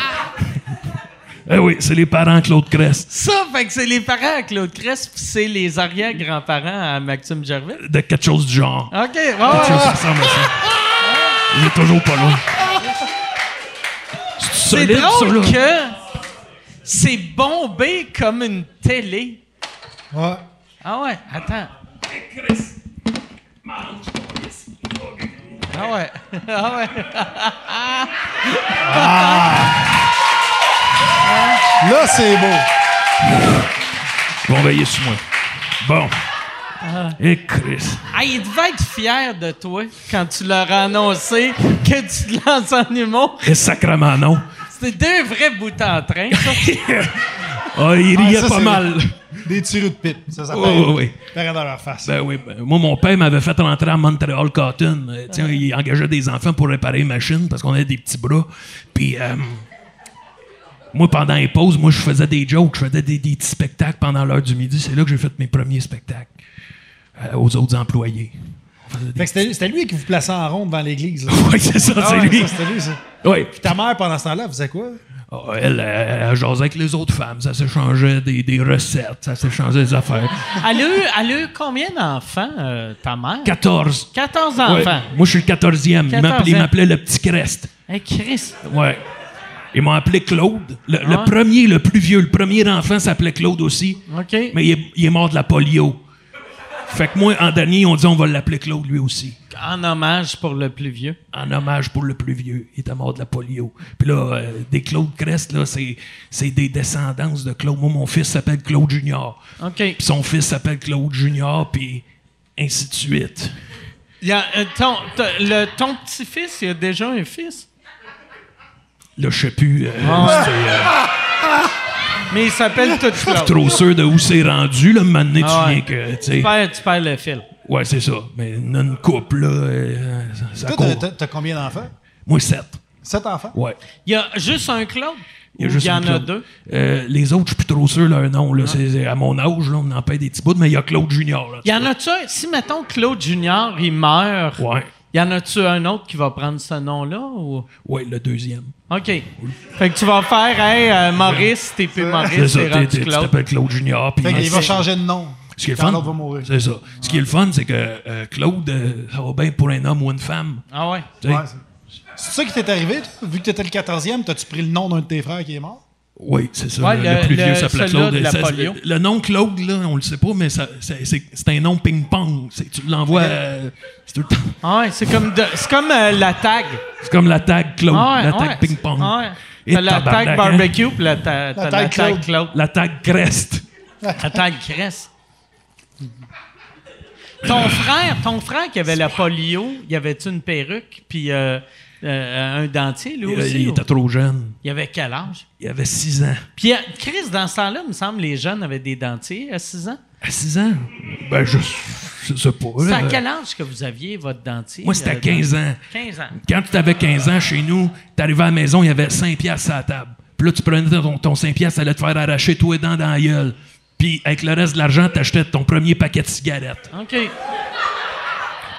[SPEAKER 5] Eh oui, c'est les parents de Claude Crest.
[SPEAKER 1] Ça, fait que c'est les parents à Claude Crest, puis c'est les arrière-grands-parents à Maxime Gervais.
[SPEAKER 5] De quelque chose du genre.
[SPEAKER 1] OK, ouais,
[SPEAKER 5] Quelque
[SPEAKER 1] ouais,
[SPEAKER 5] chose
[SPEAKER 1] ouais.
[SPEAKER 5] qui ressemble à ça. Il est toujours pas loin.
[SPEAKER 1] C'est
[SPEAKER 5] solide,
[SPEAKER 1] drôle
[SPEAKER 5] ça, là.
[SPEAKER 1] que c'est bombé comme une télé.
[SPEAKER 4] Ouais.
[SPEAKER 1] Ah ouais, attends. Ah ouais, ah ouais.
[SPEAKER 4] Là, c'est beau.
[SPEAKER 5] Bon, veillez sur moi. Bon. Et Chris.
[SPEAKER 1] Hey, il devait être fier de toi quand tu leur as annoncé que tu te lances en humour.
[SPEAKER 5] Et sacrement non.
[SPEAKER 1] C'était deux vrais bouts en train, ça.
[SPEAKER 5] Ah, il riait
[SPEAKER 4] Ah, ça,
[SPEAKER 5] pas
[SPEAKER 4] c'est-
[SPEAKER 5] mal.
[SPEAKER 4] Des tireux de pipe. Ça, ça
[SPEAKER 5] Oui,
[SPEAKER 4] paraît-
[SPEAKER 5] oui, oui.
[SPEAKER 4] paraît dans leur face.
[SPEAKER 5] Ben oui, ben, moi, mon père m'avait fait rentrer à Montreal Cotton. Euh, tiens, Il engageait des enfants pour réparer les machines parce qu'on avait des petits bras. Puis, euh, moi, pendant les pauses, moi, je faisais des jokes, je faisais des, des petits spectacles pendant l'heure du midi. C'est là que j'ai fait mes premiers spectacles euh, aux autres employés. On faisait des-
[SPEAKER 4] Fait que c'était, c'était lui qui vous plaçait en ronde dans l'église. là.
[SPEAKER 5] (laughs) Ouais, (laughs) c'est ça,
[SPEAKER 4] Ah
[SPEAKER 5] c'est
[SPEAKER 4] ouais,
[SPEAKER 5] lui.
[SPEAKER 4] ça, C'était lui, ça.
[SPEAKER 5] Ouais.
[SPEAKER 4] Puis ta mère, pendant ce temps-là, elle faisait quoi?
[SPEAKER 5] Ah, elle, euh, elle jasait avec les autres femmes, ça s'échangeait des, des recettes, ça s'échangeait des affaires.
[SPEAKER 4] (laughs)
[SPEAKER 1] Elle a eu, elle a eu combien d'enfants, euh, ta mère?
[SPEAKER 5] 14.
[SPEAKER 1] 14
[SPEAKER 5] Ouais.
[SPEAKER 1] enfants.
[SPEAKER 5] Moi, je suis le 14e. Il m'appelait-
[SPEAKER 1] 14e.
[SPEAKER 5] Il m'appelait le petit Crest.
[SPEAKER 1] Hey, Chris.
[SPEAKER 5] Ouais. Ils m'ont appelé Claude. Le,
[SPEAKER 1] Ah.
[SPEAKER 5] le premier, le plus vieux, le premier enfant s'appelait Claude aussi.
[SPEAKER 1] OK.
[SPEAKER 5] Mais il est, il est mort de la polio. Fait que moi, en dernier, on dit on va l'appeler Claude lui aussi.
[SPEAKER 1] En hommage pour le plus vieux.
[SPEAKER 5] En hommage pour le plus vieux. Il était mort de la polio. Puis là, euh, des Claude Crest, là, c'est, c'est des descendances de Claude. Moi, mon fils s'appelle Claude Junior.
[SPEAKER 1] OK.
[SPEAKER 5] Puis son fils s'appelle Claude Junior, puis ainsi de suite.
[SPEAKER 1] Il y a, euh, ton, t- le- ton petit-fils, il a déjà un fils.
[SPEAKER 5] Là, je sais plus. euh,
[SPEAKER 1] Ah.
[SPEAKER 5] c'est, euh,
[SPEAKER 1] Mais il s'appelle
[SPEAKER 5] (laughs)
[SPEAKER 1] tout Claude.
[SPEAKER 5] trop sûr de où c'est rendu, là, maintenant,
[SPEAKER 1] Ah
[SPEAKER 5] tu
[SPEAKER 1] ouais.
[SPEAKER 5] viens que, tu sais.
[SPEAKER 1] Tu perds, tu perds le fil.
[SPEAKER 5] Ouais, c'est ça. Mais on a une couple, là, euh, ça- ça
[SPEAKER 4] Toi,
[SPEAKER 5] court.
[SPEAKER 4] t'as- t'as- t'as combien d'enfants?
[SPEAKER 5] Moi, sept.
[SPEAKER 4] Sept enfants?
[SPEAKER 5] Ouais.
[SPEAKER 1] Il y a juste un Claude?
[SPEAKER 5] Il y, a
[SPEAKER 1] Ou
[SPEAKER 5] juste
[SPEAKER 1] il y
[SPEAKER 5] une
[SPEAKER 1] en a
[SPEAKER 5] Claude.
[SPEAKER 1] deux? Ah.
[SPEAKER 5] Euh, les autres, je suis plus trop sûr leur nom. Là. C'est- c'est- à mon âge, là, on en paye des petits bouts, mais il y a Claude Junior. Là,
[SPEAKER 1] Il y en a-tu un? Si, mettons, Claude Junior, il meurt,
[SPEAKER 5] Ouais.
[SPEAKER 1] il y en a-tu un autre qui va prendre ce nom-là? Ou...
[SPEAKER 5] Ouais, le deuxième.
[SPEAKER 1] OK. Fait que tu vas faire, hey, euh, Maurice, t'es plus
[SPEAKER 5] C'est
[SPEAKER 1] Maurice,
[SPEAKER 5] ça,
[SPEAKER 1] t'es
[SPEAKER 5] t'es-
[SPEAKER 1] rendu
[SPEAKER 5] t'es- tu
[SPEAKER 1] Claude.
[SPEAKER 5] t'appelles Claude Junior. puis
[SPEAKER 4] Fait qu'il
[SPEAKER 5] il-
[SPEAKER 4] va changer de nom.
[SPEAKER 5] Ce qui est le
[SPEAKER 4] Quand
[SPEAKER 5] fun,
[SPEAKER 4] l'autre va mourir.
[SPEAKER 5] c'est ça. Ce qui est le fun, c'est que euh, Claude, euh, ça va bien pour un homme ou une femme.
[SPEAKER 1] Ah ouais.
[SPEAKER 5] tu sais.
[SPEAKER 4] Ouais, c'est- c'est ça qui t'est arrivé, toi? Vu que t'étais le 14e, t'as-tu pris le nom d'un de tes frères qui est mort?
[SPEAKER 5] Oui, c'est ça.
[SPEAKER 1] Ouais,
[SPEAKER 5] le,
[SPEAKER 1] le-
[SPEAKER 5] le plus
[SPEAKER 1] le-
[SPEAKER 5] vieux s'appelait
[SPEAKER 1] celui-là
[SPEAKER 5] Claude.
[SPEAKER 1] de la
[SPEAKER 5] Ça-
[SPEAKER 1] polio.
[SPEAKER 5] le nom Claude, là, on le sait pas, mais ça- c'est c'est- c'est un nom ping-pong. C'est- Tu l'envoies. euh, c'est tout le temps.
[SPEAKER 1] Ah ouais, c'est comme, de- c'est comme euh, la tag.
[SPEAKER 5] C'est comme la tag Claude,
[SPEAKER 1] Ah ouais,
[SPEAKER 5] Oh, la
[SPEAKER 1] ouais.
[SPEAKER 5] tag ping-pong.
[SPEAKER 1] Ah ouais.
[SPEAKER 5] Et
[SPEAKER 1] T'as la
[SPEAKER 5] tabarnak,
[SPEAKER 1] tag
[SPEAKER 5] hein.
[SPEAKER 1] barbecue, puis la, ta- t'as la tag
[SPEAKER 4] tag Claude.
[SPEAKER 1] Claude.
[SPEAKER 5] La tag Crest.
[SPEAKER 1] La tag Crest. Ton frère, ton frère qui avait la polio, il avait-tu une perruque, puis euh, euh, un dentier, lui
[SPEAKER 5] Il,
[SPEAKER 1] aussi?
[SPEAKER 5] il
[SPEAKER 1] ou-
[SPEAKER 5] était trop jeune.
[SPEAKER 1] il avait quel âge?
[SPEAKER 5] Il avait 6 ans.
[SPEAKER 1] Puis, euh, Chris, dans ce temps-là, il me semble, les jeunes avaient des dentiers à 6 ans.
[SPEAKER 5] À 6 ans? Ben, je, je sais pas.
[SPEAKER 1] C'est
[SPEAKER 5] là.
[SPEAKER 1] à quel âge que vous aviez votre dentier?
[SPEAKER 5] Moi, c'était à
[SPEAKER 1] euh,
[SPEAKER 5] 15 ans.
[SPEAKER 1] 15 ans.
[SPEAKER 5] Quand tu avais 15 ans chez nous, tu arrivais à la maison, il y avait 5 piastres à la table. Puis là, tu prenais ton, ton 5 piastres, ça allait te faire arracher tous les dents dans la gueule. Puis avec le reste de l'argent, t'achetais ton premier paquet de cigarettes.
[SPEAKER 1] OK.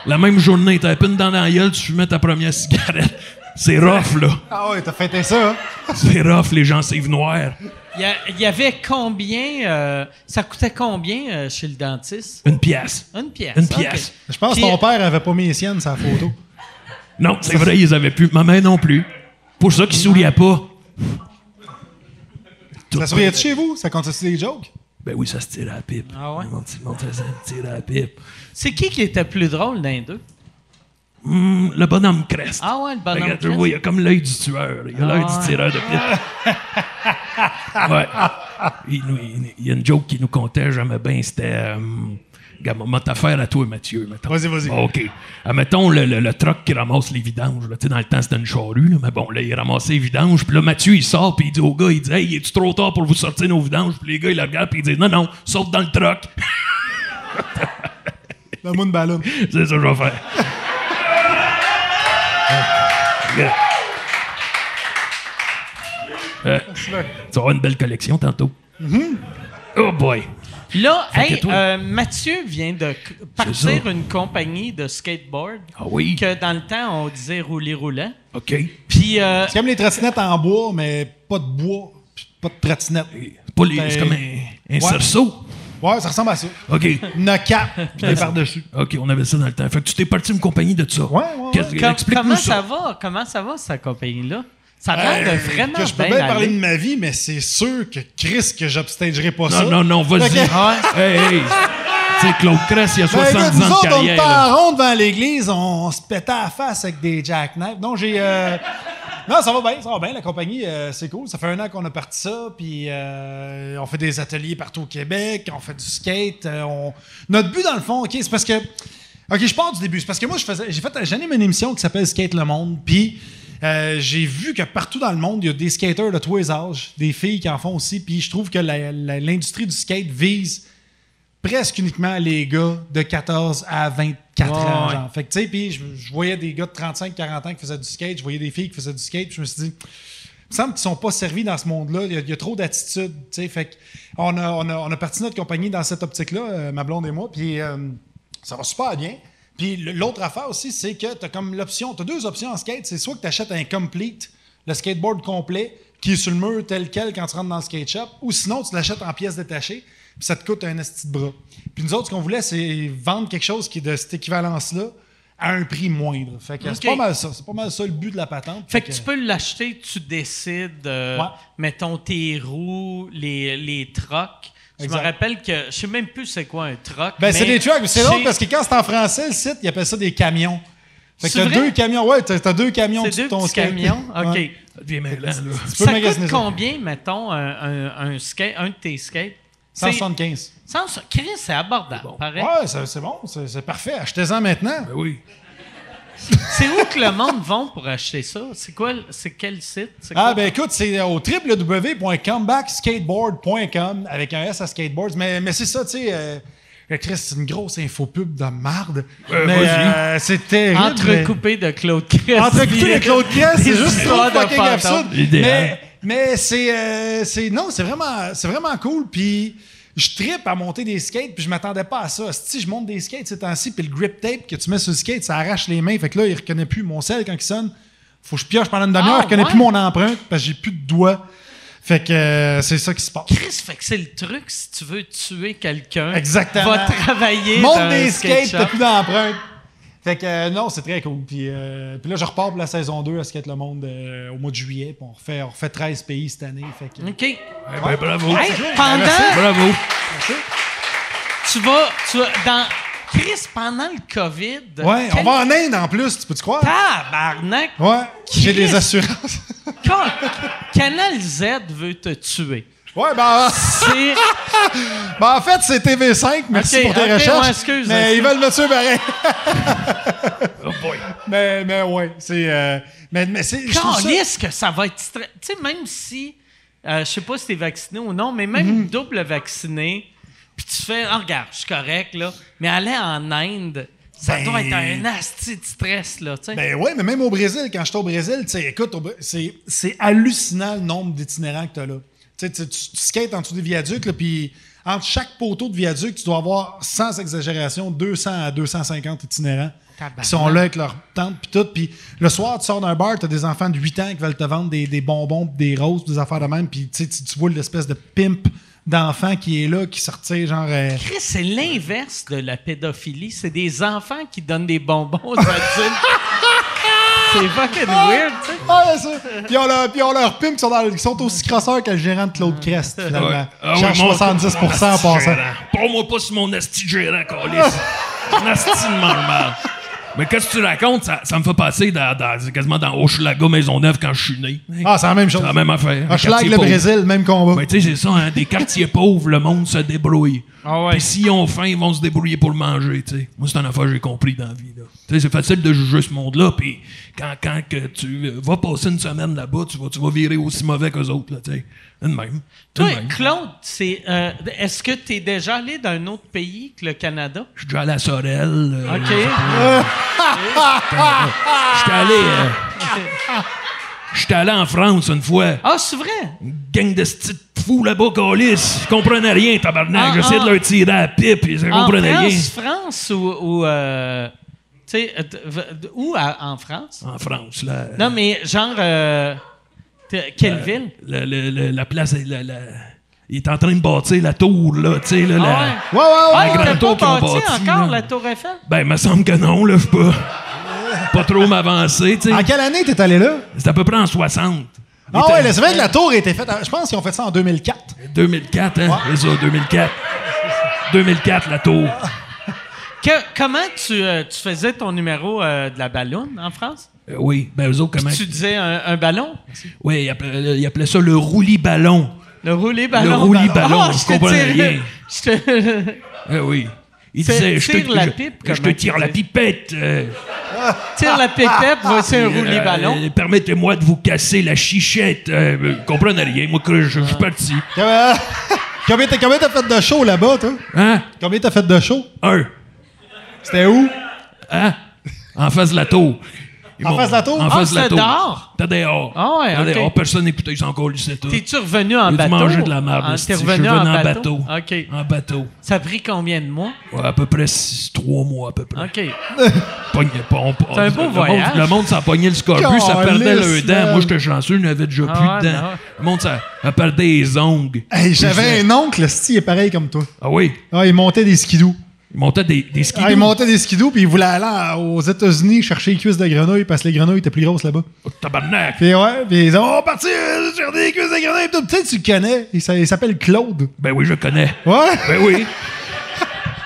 [SPEAKER 5] La même journée, t'avais plus une dent dans la gueule, tu fumais ta première cigarette. C'est rough, là.
[SPEAKER 4] Ah ouais, t'as fêté ça, hein?
[SPEAKER 5] C'est rough, les gencives noires.
[SPEAKER 1] Il y, a- il y avait combien... euh, ça coûtait combien euh, chez le dentiste?
[SPEAKER 5] Une pièce.
[SPEAKER 1] Une pièce.
[SPEAKER 5] Une
[SPEAKER 1] OK.
[SPEAKER 5] pièce.
[SPEAKER 4] Je pense que
[SPEAKER 1] Puis-
[SPEAKER 4] ton père avait pas mis les siennes sa photo.
[SPEAKER 5] Non, c'est vrai, ils avaient plus. Ma mère non plus. Pour ça qu'ils souriaient pas.
[SPEAKER 4] Ça se voyait chez vous? Ça comptait-tu des jokes?
[SPEAKER 5] Ben oui, ça se tire à la pipe.
[SPEAKER 1] Ah ouais?
[SPEAKER 5] Mon petit, mon petit- ça se tire à la pipe.
[SPEAKER 1] C'est qui qui était plus drôle d'un d'eux?
[SPEAKER 5] Hum, le bonhomme Crest.
[SPEAKER 1] Ah ouais, le bonhomme
[SPEAKER 5] Regarde,
[SPEAKER 1] Crest.
[SPEAKER 5] oui, il a comme l'œil du tueur. Il a l'œil du tireur de pipe.
[SPEAKER 1] (laughs)
[SPEAKER 5] ouais. Il, nous- il- il y a une joke qu'il nous contait, j'aimais bien, c'était... Euh, regarde, moment affaire à toi, Mathieu. mettons.
[SPEAKER 4] Vas-y, vas-y.
[SPEAKER 5] Bon, OK. Ah, mettons le, le, le truck qui ramasse les vidanges. là. Tu sais, dans le temps, c'était une charrue, là, mais bon, là, il ramassait les vidanges. Puis là, Mathieu, il sort, puis il dit au gars, il dit « Hey, est-tu trop tard pour vous sortir nos vidanges? » Puis les gars, ils le regardent, puis ils disent « Non, non, saute dans le truck.
[SPEAKER 4] Le moon ballon.
[SPEAKER 5] (laughs) C'est ça que je vais
[SPEAKER 4] (laughs)
[SPEAKER 5] faire. Yeah. Euh, tu vas avoir une belle collection tantôt.
[SPEAKER 4] Mm-hmm.
[SPEAKER 5] Oh boy!
[SPEAKER 1] Là, hey,
[SPEAKER 5] que toi-
[SPEAKER 1] euh, Mathieu vient de c-
[SPEAKER 5] C'est
[SPEAKER 1] partir
[SPEAKER 5] ça.
[SPEAKER 1] une compagnie de skateboard
[SPEAKER 5] Ah oui?
[SPEAKER 1] que dans le temps, on disait rouler roulant.
[SPEAKER 5] OK.
[SPEAKER 1] Puis, euh,
[SPEAKER 4] C'est comme les trottinettes en bois, mais pas de bois, puis pas de trottinette.
[SPEAKER 5] Pas les-
[SPEAKER 4] Ben,
[SPEAKER 5] C'est comme un, un
[SPEAKER 4] ouais.
[SPEAKER 5] cerceau.
[SPEAKER 4] Ouais, ça ressemble à ça.
[SPEAKER 5] OK.
[SPEAKER 4] Une
[SPEAKER 1] (laughs)
[SPEAKER 4] cape, puis des par-dessus.
[SPEAKER 5] OK, on avait ça dans le temps. Fait que tu t'es parti une compagnie de ça.
[SPEAKER 4] Ouais, ouais, ouais.
[SPEAKER 5] Qu'est-ce-
[SPEAKER 1] com-
[SPEAKER 5] Explique-nous
[SPEAKER 1] comment
[SPEAKER 5] ça.
[SPEAKER 1] ça va? Comment ça va, cette compagnie-là? Ça a l'air de vraiment
[SPEAKER 4] Euh, que je peux
[SPEAKER 1] bien
[SPEAKER 4] bien parler
[SPEAKER 1] aller.
[SPEAKER 4] de ma vie, mais c'est sûr que Chris, que j'obstagerai pas ça.
[SPEAKER 5] Non, non, non, vas-y.
[SPEAKER 4] Ok.
[SPEAKER 5] Hey, hey. tu sais, Claude Cress, il a
[SPEAKER 4] Ben,
[SPEAKER 5] 70
[SPEAKER 4] là, nous
[SPEAKER 5] ans de
[SPEAKER 4] autres, on
[SPEAKER 5] carrière.
[SPEAKER 4] était
[SPEAKER 5] là.
[SPEAKER 4] en rond devant l'église, on se pétait à la face avec des jackknives. Non, j'ai. euh, Non, ça va bien, ça va bien. La compagnie, euh, c'est cool. Ça fait un an qu'on a parti ça, puis euh, on fait des ateliers partout au Québec, on fait du skate. euh, on... Notre but, dans le fond, OK, c'est parce que. OK, je pars du début. C'est parce que moi, je faisais, j'ai fait, j'anime une émission qui s'appelle Skate le Monde, puis euh, j'ai vu que partout dans le monde, il y a des skateurs de tous les âges, des filles qui en font aussi, puis je trouve que la- la- l'industrie du skate vise presque uniquement les gars de 14 à 24 ans.
[SPEAKER 1] Ouais.
[SPEAKER 4] genre. Fait que, tu sais, puis je, je voyais des gars de 35, 40 ans qui faisaient du skate, je voyais des filles qui faisaient du skate, puis je me suis dit, il me semble qu'ils sont pas servis dans ce monde-là. Il y a- il y, a trop d'attitudes, tu sais. Fait que on a, on, a, on a parti notre compagnie dans cette optique-là, euh, ma blonde et moi, puis euh, ça va super bien. Puis le- l'autre affaire aussi, c'est que tu as comme l'option, tu deux options en skate. C'est soit que tu achètes un complete, le skateboard complet, qui est sur le mur tel quel quand tu rentres dans le skate shop, ou sinon tu l'achètes en pièces détachées, puis ça te coûte un esti de bras. Puis nous autres, ce qu'on voulait, c'est vendre quelque chose qui est de cette équivalence-là à un prix moindre. Fait que c'est
[SPEAKER 1] Ok.
[SPEAKER 4] pas mal ça. C'est pas mal ça le but de la patente.
[SPEAKER 1] Fait que tu peux l'acheter, tu décides, euh,
[SPEAKER 4] Ouais.
[SPEAKER 1] mettons tes roues, les, les trocs. Je me
[SPEAKER 4] Exact.
[SPEAKER 1] rappelle que je sais même plus c'est quoi un troc.
[SPEAKER 4] Ben, c'est
[SPEAKER 1] mais
[SPEAKER 4] des trucks. mais C'est drôle
[SPEAKER 1] j'ai-
[SPEAKER 4] parce que quand c'est en français, le site, il appelle ça des camions. Fait que
[SPEAKER 1] C'est
[SPEAKER 4] t'as
[SPEAKER 1] vrai?
[SPEAKER 4] deux camions. Ouais, t'as t'as deux camions
[SPEAKER 1] C'est
[SPEAKER 4] sur
[SPEAKER 1] deux
[SPEAKER 4] ton
[SPEAKER 1] petits
[SPEAKER 4] skate.
[SPEAKER 1] camions. OK.
[SPEAKER 4] Ouais.
[SPEAKER 5] Ça devient mêlant, là.
[SPEAKER 4] peux
[SPEAKER 1] ça
[SPEAKER 4] magasiner
[SPEAKER 1] coûte
[SPEAKER 4] ça.
[SPEAKER 1] combien, mettons, un, un, un skate, un de tes skates? C'est-
[SPEAKER 4] 175.
[SPEAKER 1] 100 Chris, c'est abordable, pareil.
[SPEAKER 4] Ouais, ça- c'est bon, c'est c'est parfait. Achetez-en maintenant.
[SPEAKER 5] Ben oui.
[SPEAKER 1] C'est où que le monde va pour acheter ça? C'est quoi, le- c'est quel site? C'est
[SPEAKER 4] Ah
[SPEAKER 1] quoi?
[SPEAKER 4] ben écoute, c'est au www.comebackskateboard.com avec un S à skateboards. Mais, mais c'est ça, tu sais. euh, Chris, c'est une grosse infopub de marde.
[SPEAKER 5] Euh,
[SPEAKER 4] mais
[SPEAKER 5] vas-y.
[SPEAKER 4] euh, c'est terrible. mais-
[SPEAKER 1] Entrecoupé de Claude Chris.
[SPEAKER 4] ben, Entrecoupé de
[SPEAKER 1] (laughs)
[SPEAKER 4] Claude Crest, c'est
[SPEAKER 1] Des
[SPEAKER 4] juste trop
[SPEAKER 1] histoires de
[SPEAKER 4] fucking
[SPEAKER 1] fantômes.
[SPEAKER 4] absurde.
[SPEAKER 5] Idéal.
[SPEAKER 4] Mais, mais c'est, euh, c'est- non, c'est vraiment, c'est vraiment cool. Puis je trippe à monter des skates, puis je m'attendais pas à ça. Si je monte des skates ces temps-ci, puis le grip tape que tu mets sur le skate, ça arrache les mains. Fait que là, il reconnaît plus mon sel quand il sonne. Faut que je pioche pendant une demi-heure,
[SPEAKER 1] Ah,
[SPEAKER 4] il reconnaît
[SPEAKER 1] ouais?
[SPEAKER 4] plus mon empreinte parce que j'ai plus de doigts. Fait que euh, c'est ça qui se passe.
[SPEAKER 1] Chris, fait que c'est le truc si tu veux tuer quelqu'un.
[SPEAKER 4] Exactement.
[SPEAKER 1] Va travailler. dans
[SPEAKER 4] Monte
[SPEAKER 1] un
[SPEAKER 4] des
[SPEAKER 1] skate
[SPEAKER 4] skates, t'as
[SPEAKER 1] shop.
[SPEAKER 4] plus d'empreinte. Fait que euh, non, c'est très cool. Puis, euh, puis là, je repars pour la saison 2 à Skate le Monde euh, au mois de juillet. Puis on refait, on refait 13 pays cette année. Fait que,
[SPEAKER 1] OK.
[SPEAKER 5] Eh ben, bravo.
[SPEAKER 1] Hey, pendant,
[SPEAKER 5] Bravo.
[SPEAKER 1] tu vas, tu vas dans Chris pendant le COVID.
[SPEAKER 4] ouais, on
[SPEAKER 1] quel-
[SPEAKER 4] va en Inde en plus, tu peux-tu croire?
[SPEAKER 1] Tabarnak.
[SPEAKER 4] Ouais,
[SPEAKER 1] Christ.
[SPEAKER 4] j'ai des assurances. (laughs)
[SPEAKER 1] Quand- Canal Z veut te tuer.
[SPEAKER 4] ouais, ben,
[SPEAKER 1] C'est
[SPEAKER 4] ben, en fait, c'est TV5. Merci
[SPEAKER 1] Ok,
[SPEAKER 4] pour tes
[SPEAKER 1] ok,
[SPEAKER 4] recherches.
[SPEAKER 1] ouais, excuse,
[SPEAKER 4] mais
[SPEAKER 1] excuse.
[SPEAKER 4] ils veulent me tuer pareil.
[SPEAKER 5] Oh boy.
[SPEAKER 4] (laughs) mais, mais ouais, c'est. euh, mais mais c'est. je trouve ça-
[SPEAKER 1] calisse que ça va être... stra- Tu sais, même si... euh, je sais pas si t'es vacciné ou non, mais même
[SPEAKER 4] Mm-hmm.
[SPEAKER 1] double vacciné, puis tu fais... Ah, regarde, je suis correct, là. Mais aller en Inde, ça
[SPEAKER 4] Ben-
[SPEAKER 1] doit être un asti de stress, là, tu sais.
[SPEAKER 4] Ben ouais, mais même au Brésil, quand j'étais au Brésil, tu sais, écoute, au Br- c'est c'est hallucinant le nombre d'itinérants que t'as là. Tu sais, tu, tu- tu skates en dessous des viaducs, là, puis entre chaque poteau de viaduc, tu dois avoir, sans exagération, 200 à 250 itinérants
[SPEAKER 1] Tabarnak.
[SPEAKER 4] qui sont là avec leur tente, puis tout. Puis le soir, tu sors d'un bar, t'as des enfants de 8 ans qui veulent te vendre des, des bonbons, pis des roses, pis des affaires de même, puis tu sais, tu- tu vois l'espèce de pimp d'enfant qui est là, qui sortait genre... euh,
[SPEAKER 1] Chris, c'est l'inverse de la pédophilie. C'est des enfants qui donnent des bonbons aux
[SPEAKER 4] (laughs)
[SPEAKER 1] adultes. c'est fucking weird, tu sais.
[SPEAKER 4] Ah, bien sûr. Puis on leur, puis on leur pimpe, ils sont, dans- ils sont aussi crosseurs que le gérant de Claude Crest, finalement.
[SPEAKER 5] Ouais. Ah oui,
[SPEAKER 4] Charge
[SPEAKER 5] mon-
[SPEAKER 4] 70
[SPEAKER 5] mon
[SPEAKER 4] en
[SPEAKER 5] asti
[SPEAKER 4] passant.
[SPEAKER 5] gérant. Parle-moi pas sur mon asti gérant, câlisse. Mon asti de marmande. Mais qu'est-ce que tu racontes? Ça, ça me fait passer dans, dans- quasiment dans Hochelaga Maisonneuve quand je suis né.
[SPEAKER 4] Ah, c'est la même chose.
[SPEAKER 5] C'est la même affaire.
[SPEAKER 4] Hochelag,
[SPEAKER 5] Quartier
[SPEAKER 4] le
[SPEAKER 5] pauvre.
[SPEAKER 4] Brésil, même combat.
[SPEAKER 5] Ben, tu sais, c'est ça, hein, des quartiers pauvres, le monde se débrouille.
[SPEAKER 1] Ah ouais.
[SPEAKER 5] Puis s'ils ont faim, ils vont se débrouiller pour le manger, tu sais. Moi, c'est une affaire que j'ai compris dans la vie, là. Tu sais, c'est facile de juger ce monde-là, puis quand, quand que tu euh, vas passer une semaine là-bas, tu vas, tu vas virer aussi mauvais qu'eux autres, là, tu sais. C'est de même. C'est de
[SPEAKER 1] Toi,
[SPEAKER 5] même.
[SPEAKER 1] Claude, c'est, euh, est-ce que tu es déjà allé dans un autre pays que le Canada?
[SPEAKER 5] Je suis déjà allé à Sorel. euh,
[SPEAKER 1] OK.
[SPEAKER 5] J'étais allé. euh, J'étais allé en France une fois.
[SPEAKER 1] Ah, c'est vrai?
[SPEAKER 5] Une gang de petits fous là-bas, câlisse. Je comprenais rien, tabarnak.
[SPEAKER 1] Ah,
[SPEAKER 5] J'essayais
[SPEAKER 1] ah.
[SPEAKER 5] de leur tirer à la pipe, ils ne
[SPEAKER 1] En
[SPEAKER 5] comprenaient rien.
[SPEAKER 1] France, France ou... ou euh, tu sais, euh, t- v- où à- en France?
[SPEAKER 5] En France, là.
[SPEAKER 1] Non, mais genre... euh, t'es- quelle
[SPEAKER 5] Euh,
[SPEAKER 1] ville?
[SPEAKER 5] Le- le- le- la place, est- la- la- il est en train de bâtir la tour, là, tu sais, là,
[SPEAKER 1] Ah
[SPEAKER 5] la-
[SPEAKER 1] ouais?
[SPEAKER 4] Ouais, ouais, ouais.
[SPEAKER 1] Ah, il
[SPEAKER 5] grande
[SPEAKER 1] t'a
[SPEAKER 5] euh, tour qu'ils
[SPEAKER 1] pas
[SPEAKER 5] ont
[SPEAKER 1] bâti
[SPEAKER 5] bâtie,
[SPEAKER 1] encore,
[SPEAKER 5] là.
[SPEAKER 1] la Tour Eiffel?
[SPEAKER 5] Ben, il me semble que non, là, je suis pas... pas trop m'avancer, tu sais.
[SPEAKER 4] En quelle année t'es allé là?
[SPEAKER 5] C'est à peu près en 60. Il
[SPEAKER 4] Ah
[SPEAKER 5] était-
[SPEAKER 4] ouais, c'est vrai que la tour était faite. en- Je pense qu'ils ont fait ça en 2004.
[SPEAKER 5] 2004, hein? C'est ça, 2004. 2004, la tour.
[SPEAKER 1] Que- comment tu, euh, tu faisais ton numéro euh, de la ballonne en France?
[SPEAKER 5] Euh, oui, ben, eux autres, comment...
[SPEAKER 1] Tu disais un, un ballon?
[SPEAKER 5] Oui, ils appelaient, ils appelaient ça le roulis-ballon.
[SPEAKER 1] Le roulé ballon.
[SPEAKER 5] Le roulis-ballon,
[SPEAKER 1] (laughs) Ah,
[SPEAKER 5] je
[SPEAKER 1] je te
[SPEAKER 5] comprenais
[SPEAKER 1] tirais-
[SPEAKER 5] rien.
[SPEAKER 1] je te-
[SPEAKER 5] Eh oui. Il
[SPEAKER 1] Tire-
[SPEAKER 5] disait, je te,
[SPEAKER 1] tire la
[SPEAKER 5] je-
[SPEAKER 1] pipe,
[SPEAKER 5] je,
[SPEAKER 1] comme
[SPEAKER 5] te
[SPEAKER 1] on
[SPEAKER 5] tire
[SPEAKER 1] dit.
[SPEAKER 5] la pipette. euh,
[SPEAKER 1] Tire la
[SPEAKER 5] (laughs)
[SPEAKER 1] pépette, voici un
[SPEAKER 5] euh,
[SPEAKER 1] roulé ballon.
[SPEAKER 5] euh, Permettez-moi de vous casser la chichette. Euh, euh, comprenez rien, moi, que je je suis parti.
[SPEAKER 4] Euh, (laughs) Combien t'as combien t'as fait de show là-bas, toi?
[SPEAKER 5] Hein?
[SPEAKER 4] Combien t'as fait de show?
[SPEAKER 5] Un.
[SPEAKER 4] C'était où?
[SPEAKER 5] Hein? En face de la tour. Ils
[SPEAKER 4] En
[SPEAKER 5] m'ont-
[SPEAKER 4] face de la tour?
[SPEAKER 5] En
[SPEAKER 1] Ah,
[SPEAKER 5] face de la
[SPEAKER 1] c'était
[SPEAKER 5] tour.
[SPEAKER 1] dehors?
[SPEAKER 5] T'as dehors.
[SPEAKER 1] Ah ouais,
[SPEAKER 5] T'as
[SPEAKER 1] ok.
[SPEAKER 5] dehors. Personne n'écoutait, ils sont encore lycées, tout.
[SPEAKER 1] T'es-tu revenu en
[SPEAKER 5] J'ai dû
[SPEAKER 1] bateau?
[SPEAKER 5] manger de la merde.
[SPEAKER 1] Ah,
[SPEAKER 5] esti.
[SPEAKER 1] T'es
[SPEAKER 5] Je suis
[SPEAKER 1] revenu en,
[SPEAKER 5] revenu
[SPEAKER 1] bateau? OK.
[SPEAKER 5] En bateau.
[SPEAKER 1] Ça a pris combien de mois?
[SPEAKER 5] Ouais, à peu près six, trois mois, à peu près.
[SPEAKER 1] OK.
[SPEAKER 5] Pognait pas, on-
[SPEAKER 1] C'est un beau
[SPEAKER 5] le monde-
[SPEAKER 1] voyage.
[SPEAKER 5] le monde s'en pognait le scorpion, ça
[SPEAKER 4] Calisse,
[SPEAKER 5] perdait le dent.
[SPEAKER 4] man.
[SPEAKER 5] Moi, j'étais chanceux, il n'avait déjà
[SPEAKER 1] Ah
[SPEAKER 5] plus
[SPEAKER 1] ouais,
[SPEAKER 5] de dents.
[SPEAKER 1] non.
[SPEAKER 5] Le monde, ça, ça perdait les ongles.
[SPEAKER 4] Hey, J'avais un oncle, le style est pareil comme toi.
[SPEAKER 5] Ah oui?
[SPEAKER 4] Ah, il montait des skidoo.
[SPEAKER 5] Ils montaient des, des skidoo.
[SPEAKER 4] Ah, ils montaient des skidoo puis ils voulaient aller en- aux États-Unis chercher les cuisses de grenouilles parce que les grenouilles étaient plus grosses là-bas.
[SPEAKER 5] Oh, tabarnak.
[SPEAKER 4] Puis ouais, puis ils ont on va partir euh, sur des cuisses de grenouilles. Puis Peut-être tu le connais. Il s'a- il s'appelle Claude.
[SPEAKER 5] Ben oui, je connais.
[SPEAKER 4] Ouais.
[SPEAKER 5] Ben
[SPEAKER 4] (laughs)
[SPEAKER 5] oui.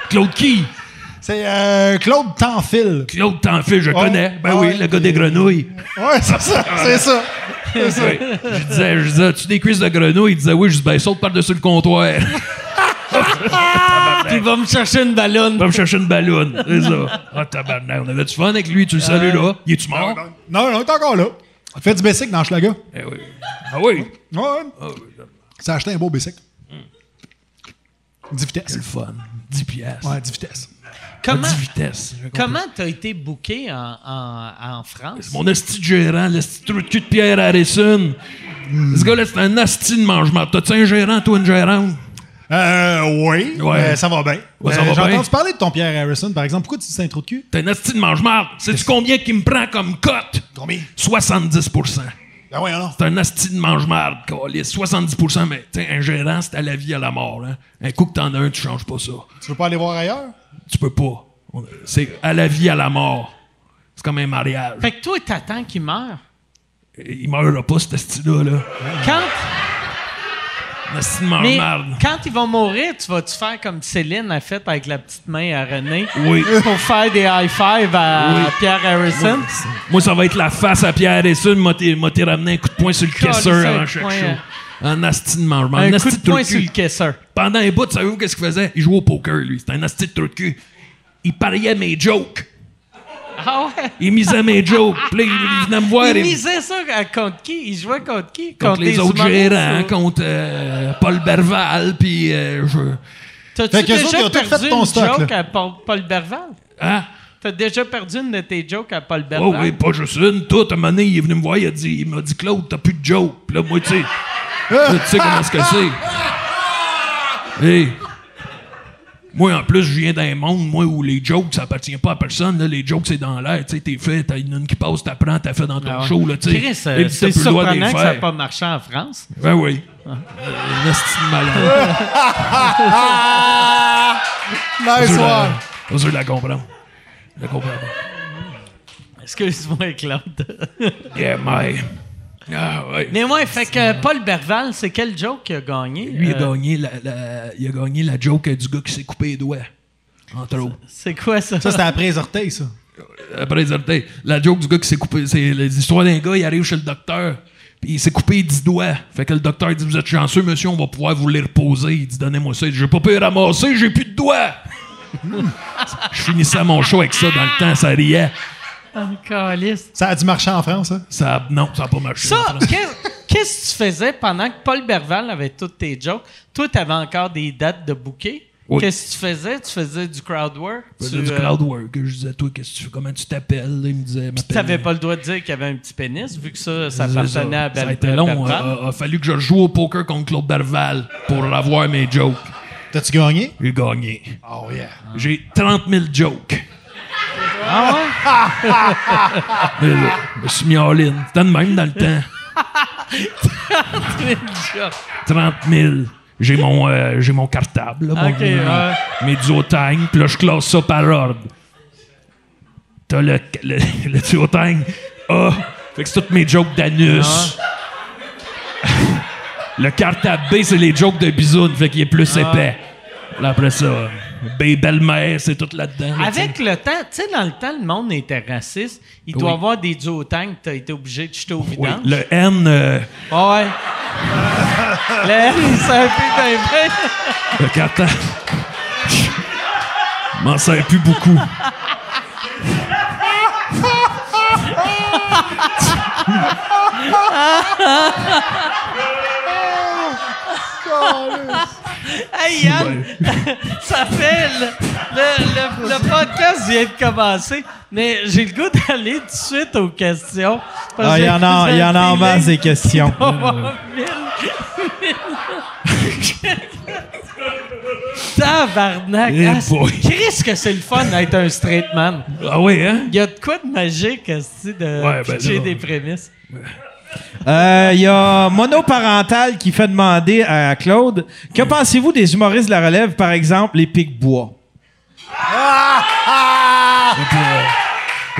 [SPEAKER 5] Claude qui?
[SPEAKER 4] C'est euh, Claude Tanfil.
[SPEAKER 5] Claude Tanfil, je
[SPEAKER 4] Ouais.
[SPEAKER 5] connais. Ben
[SPEAKER 4] Ah. Ouais.
[SPEAKER 5] oui, le gars des grenouilles.
[SPEAKER 4] Ouais, c'est ça. C'est ça. C'est ça.
[SPEAKER 5] Oui. Je disais, je disais, tu des cuisses de grenouille? Il disait, oui, je dis, ben saute par-dessus le comptoir.
[SPEAKER 1] Puis il va me chercher une ballonne.
[SPEAKER 5] Va me chercher une ballonne. C'est ça. Ah, tabarnak, on avait du fun avec lui, tu le
[SPEAKER 1] Ah.
[SPEAKER 5] salues là. Il est-tu mort?
[SPEAKER 4] Non, non, il est encore là. Il fait du basic dans Schlaga.
[SPEAKER 5] Ben oui. Ah oui.
[SPEAKER 4] Ouais, ouais. Ça a acheté un beau basic. 10 vitesses.
[SPEAKER 5] C'est le fun. 10 piastres.
[SPEAKER 4] Ouais, 10 vitesses.
[SPEAKER 1] Comment
[SPEAKER 5] 10 vitesses. Je comprends.
[SPEAKER 1] comment t'as été booké en, en- en France?
[SPEAKER 5] Mon asti de gérant, l'asti de trou de cul de Pierre Harrison.
[SPEAKER 1] Hmm.
[SPEAKER 5] Ce gars-là, c'est un asti de mangement. T'as-tu un gérant, toi, une gérante?
[SPEAKER 4] Euh, oui.
[SPEAKER 5] Ouais.
[SPEAKER 4] mais ça va bien.
[SPEAKER 5] Ouais, ça
[SPEAKER 4] Euh,
[SPEAKER 5] va
[SPEAKER 4] J'ai
[SPEAKER 5] bien.
[SPEAKER 4] entendu parler de ton Pierre Harrison, par exemple. Pourquoi tu dis c'est un trou de cul?
[SPEAKER 5] T'es un asti de mangement. Sais-tu combien qui me prend comme cote?
[SPEAKER 4] Combien?
[SPEAKER 5] 70
[SPEAKER 4] Ben ouais, non.
[SPEAKER 5] C'est un asti de mange-marde, câlisse. 70 mais t'sais, un gérant, c'est à la vie, à la mort. Hein? Un coup que t'en as un, tu changes pas ça.
[SPEAKER 4] Tu veux pas aller voir ailleurs?
[SPEAKER 5] Tu peux pas. On- C'est à la vie, à la mort. C'est comme un mariage.
[SPEAKER 1] Fait que toi, t'attends qu'il meure.
[SPEAKER 5] Il meurt pas, cet asti-là. Là.
[SPEAKER 1] Quand,
[SPEAKER 5] Ah, Un asti de
[SPEAKER 1] mais
[SPEAKER 5] mange-marde.
[SPEAKER 1] quand ils vont mourir, tu vas-tu faire comme Céline a fait avec la petite main à René
[SPEAKER 5] Oui.
[SPEAKER 1] pour faire des high five à
[SPEAKER 5] Oui.
[SPEAKER 1] Pierre Harrison?
[SPEAKER 5] Moi, ça va être la face à Pierre et Sun. Moi, t'es moi, t'es ramené un coup de poing sur le
[SPEAKER 1] Câlisse,
[SPEAKER 5] caisseur
[SPEAKER 1] un
[SPEAKER 5] avant
[SPEAKER 1] coup
[SPEAKER 5] chaque
[SPEAKER 1] de poing,
[SPEAKER 5] show.
[SPEAKER 1] euh,
[SPEAKER 5] Un asti de mange-marde.
[SPEAKER 1] Un
[SPEAKER 5] Un
[SPEAKER 1] coup
[SPEAKER 5] asti
[SPEAKER 1] de
[SPEAKER 5] de trou
[SPEAKER 1] poing
[SPEAKER 5] de
[SPEAKER 1] sur
[SPEAKER 5] cul.
[SPEAKER 1] le caisseur.
[SPEAKER 5] Pendant un bout, savez-vous qu'est-ce qu'il faisait? Il jouait au poker, lui. C'était un asti de trou de cul. Il pariait mes jokes.
[SPEAKER 1] Ah ouais?
[SPEAKER 5] Il misait mes jokes. Puis là, il, il venait me voir.
[SPEAKER 1] il
[SPEAKER 5] il-
[SPEAKER 1] misait ça à- contre qui? Il jouait contre qui?
[SPEAKER 5] contre les
[SPEAKER 1] des
[SPEAKER 5] autres
[SPEAKER 1] humoristes
[SPEAKER 5] gérants,
[SPEAKER 1] ou-
[SPEAKER 5] contre euh, Paul Berval, puis euh, je...
[SPEAKER 1] T'as-tu
[SPEAKER 4] Fait qu'eux
[SPEAKER 1] déjà
[SPEAKER 4] autres, ils ont tout
[SPEAKER 1] perdu
[SPEAKER 4] fait ton
[SPEAKER 1] une
[SPEAKER 4] stock,
[SPEAKER 1] joke
[SPEAKER 4] là.
[SPEAKER 1] à Paul, Paul Berval?
[SPEAKER 5] Hein?
[SPEAKER 1] T'as déjà perdu une de tes jokes à Paul Berval?
[SPEAKER 5] Oh oui, pas juste une, tout. À un moment donné, il est venu me voir, il a dit, il m'a dit, Claude, t'as plus de joke. Puis là, moi, tu sais,
[SPEAKER 1] Ah!
[SPEAKER 5] là, tu sais comment ce que c'est. Hey. Moi, en plus, je viens d'un monde, moi, où les jokes, ça appartient pas à personne. là. Les jokes, c'est dans l'air. Tu sais, t'es fait, t'as une, une qui passe, t'apprends, t'as fait dans ton show, là, tu sais.
[SPEAKER 1] Ah Chris,
[SPEAKER 5] Et
[SPEAKER 1] euh,
[SPEAKER 5] puis,
[SPEAKER 1] c'est
[SPEAKER 5] t'as plus le droit de
[SPEAKER 1] surprenant
[SPEAKER 5] les
[SPEAKER 1] que ça Ah. n'a
[SPEAKER 5] faire.
[SPEAKER 1] pas marché en France.
[SPEAKER 5] Ben oui. Un esti de malade.
[SPEAKER 4] Nice
[SPEAKER 5] Eux,
[SPEAKER 4] one.
[SPEAKER 5] la- eux, Je la comprends. Je la comprends pas.
[SPEAKER 1] Excuse-moi, (laughs) Claude.
[SPEAKER 5] Yeah, my. Ah, ouais.
[SPEAKER 1] Mais ouais, fait que euh, Paul Berval, c'est quel joke qu'il a gagné?
[SPEAKER 5] Lui, il, a
[SPEAKER 1] Euh,
[SPEAKER 5] gagné la, la- il a gagné la joke du gars qui s'est coupé les doigts. Entre autres.
[SPEAKER 1] C'est quoi ça?
[SPEAKER 4] Ça, c'était après les orteils, ça.
[SPEAKER 5] Après les orteils, la joke du gars qui s'est coupé. C'est l'histoire d'un gars, il arrive chez le docteur. Puis il s'est coupé 10 doigts. Fait que le docteur dit Vous êtes chanceux, monsieur, on va pouvoir vous les reposer. Il dit Donnez-moi ça. Il dit J'ai pas pu les ramasser, j'ai plus de (laughs) doigts. Je finissais mon show avec ça dans le temps, ça riait.
[SPEAKER 1] Ah, câlisse.
[SPEAKER 4] Ça a dû marcher en France, hein?
[SPEAKER 5] Ça, non, ça a pas marché. en
[SPEAKER 1] Ça,
[SPEAKER 5] France.
[SPEAKER 1] qu'est- qu'est-ce que tu faisais pendant que Paul Berval avait toutes tes jokes? Toi, tu avais encore des dates de bouquet.
[SPEAKER 5] Oui.
[SPEAKER 1] Qu'est-ce que tu faisais? Tu faisais du crowd work?
[SPEAKER 5] Je
[SPEAKER 1] Tu,
[SPEAKER 5] faisais du
[SPEAKER 1] euh,
[SPEAKER 5] crowd work. Je disais Toi, qu'est-ce que tu fais Comment tu t'appelles Il me disait
[SPEAKER 1] Tu n'avais pas le droit de dire qu'il y avait un petit pénis, vu que ça, ça
[SPEAKER 5] C'est ça.
[SPEAKER 1] appartenait à
[SPEAKER 5] Ça a
[SPEAKER 1] Belle
[SPEAKER 5] été long. hein. Il a, fallu que je joue au poker contre Claude Berval pour avoir mes jokes.
[SPEAKER 4] T'as-tu gagné?
[SPEAKER 5] J'ai gagné.
[SPEAKER 4] Oh yeah.
[SPEAKER 5] J'ai 30 000 jokes.
[SPEAKER 1] Ah ouais?
[SPEAKER 5] (laughs) Mais là, Je me suis mis en ligne. C'était de même dans
[SPEAKER 1] (laughs)
[SPEAKER 5] le temps. 30 000. J'ai mon, euh, j'ai mon cartable, là, mon-
[SPEAKER 1] Ok, euh, ouais.
[SPEAKER 5] mes duotangs, puis là, je classe ça par ordre. T'as le, le, (laughs) le duotang A, fait que c'est toutes mes jokes d'anus. le cartable B, c'est les jokes de bisoune, fait qu'il est plus épais. Là, après ça, B, belle-mère, c'est tout là-dedans. là,
[SPEAKER 1] Avec le temps, tu sais, dans le temps, le monde était raciste. Il doit
[SPEAKER 5] Oui.
[SPEAKER 1] y avoir des duotangs que t'as été obligé de jeter au
[SPEAKER 5] t'sais. Oui,
[SPEAKER 1] vidange.
[SPEAKER 5] le N, euh,
[SPEAKER 1] Ah ouais. le il s'est un peu d'un vrai.
[SPEAKER 5] le cartable. (laughs) Je m'en sers plus beaucoup.
[SPEAKER 1] Hey Yann, ça fait le, le- le- le podcast vient de commencer, mais j'ai le goût d'aller tout de suite aux questions. parce
[SPEAKER 3] Ah,
[SPEAKER 1] que
[SPEAKER 3] il y en a,
[SPEAKER 1] j'ai
[SPEAKER 3] il y en a en
[SPEAKER 1] feeling
[SPEAKER 3] masse
[SPEAKER 1] (laughs)
[SPEAKER 3] des questions.
[SPEAKER 1] qu'on va avoir mille- mille- Tabarnak!
[SPEAKER 5] Eh
[SPEAKER 1] ah, c'est-
[SPEAKER 5] boy.
[SPEAKER 1] Chris que c'est le fun d'être un straight man.
[SPEAKER 5] Ah oui, hein?
[SPEAKER 1] Il y a de quoi de magique esti, de
[SPEAKER 5] Ouais, ben
[SPEAKER 1] pitcher
[SPEAKER 5] là.
[SPEAKER 1] des prémices.
[SPEAKER 3] Euh, Il y a Monoparental qui fait demander à Claude Que pensez-vous des humoristes de la relève, par exemple, les Pic-Bois
[SPEAKER 5] Puis, euh, Je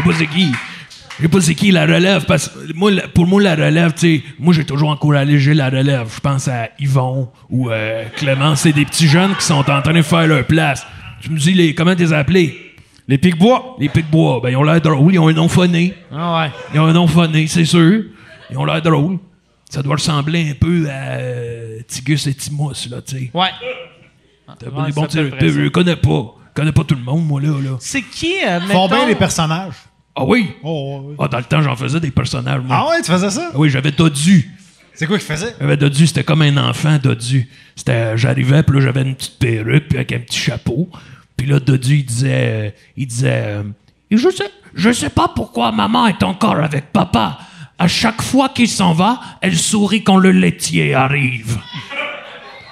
[SPEAKER 5] sais pas c'est qui. Je sais pas c'est qui la relève. Parce que moi, la- pour moi, la relève, tu sais, moi, j'ai toujours encouragé la relève. Je pense à Yvon ou euh, Clément. C'est des petits jeunes qui sont en train de faire leur place. Tu me dis, les, comment t'es appelé?
[SPEAKER 3] Les Picbois.
[SPEAKER 5] Les Pic-Bois. Ben, ils ont l'air drôles. Ils ont un nom phoné.
[SPEAKER 1] Ah ouais.
[SPEAKER 5] Ils ont un nom phoné, c'est sûr. Ils ont l'air drôles. Ça doit ressembler un peu à euh, Tigus et Timus, là, tu sais.
[SPEAKER 1] Ouais.
[SPEAKER 5] T'as
[SPEAKER 1] Ouais,
[SPEAKER 5] des bons
[SPEAKER 1] ça fait
[SPEAKER 5] petits-
[SPEAKER 1] vrai, ça.
[SPEAKER 5] Je connais pas. Je connais pas tout le monde, moi, là. là.
[SPEAKER 1] C'est qui, euh,
[SPEAKER 4] Font
[SPEAKER 1] mettons-
[SPEAKER 4] bien les personnages.
[SPEAKER 5] Ah oui?
[SPEAKER 4] Oh, ouais, ouais.
[SPEAKER 5] Ah, dans le temps, j'en faisais des personnages, moi.
[SPEAKER 4] Ah ouais, tu faisais ça?
[SPEAKER 5] Ah Oui, j'avais Dodu.
[SPEAKER 4] C'est quoi qu'ils faisaient?
[SPEAKER 5] J'avais Dodu, c'était comme un enfant, Dodu. C'était, j'arrivais, puis là, j'avais une petite perruque, puis avec un petit chapeau. Puis là, Dodu, il disait, euh, il disait, euh, je sais, je sais pas pourquoi maman est encore avec papa. À chaque fois qu'il s'en va, elle sourit quand le laitier arrive.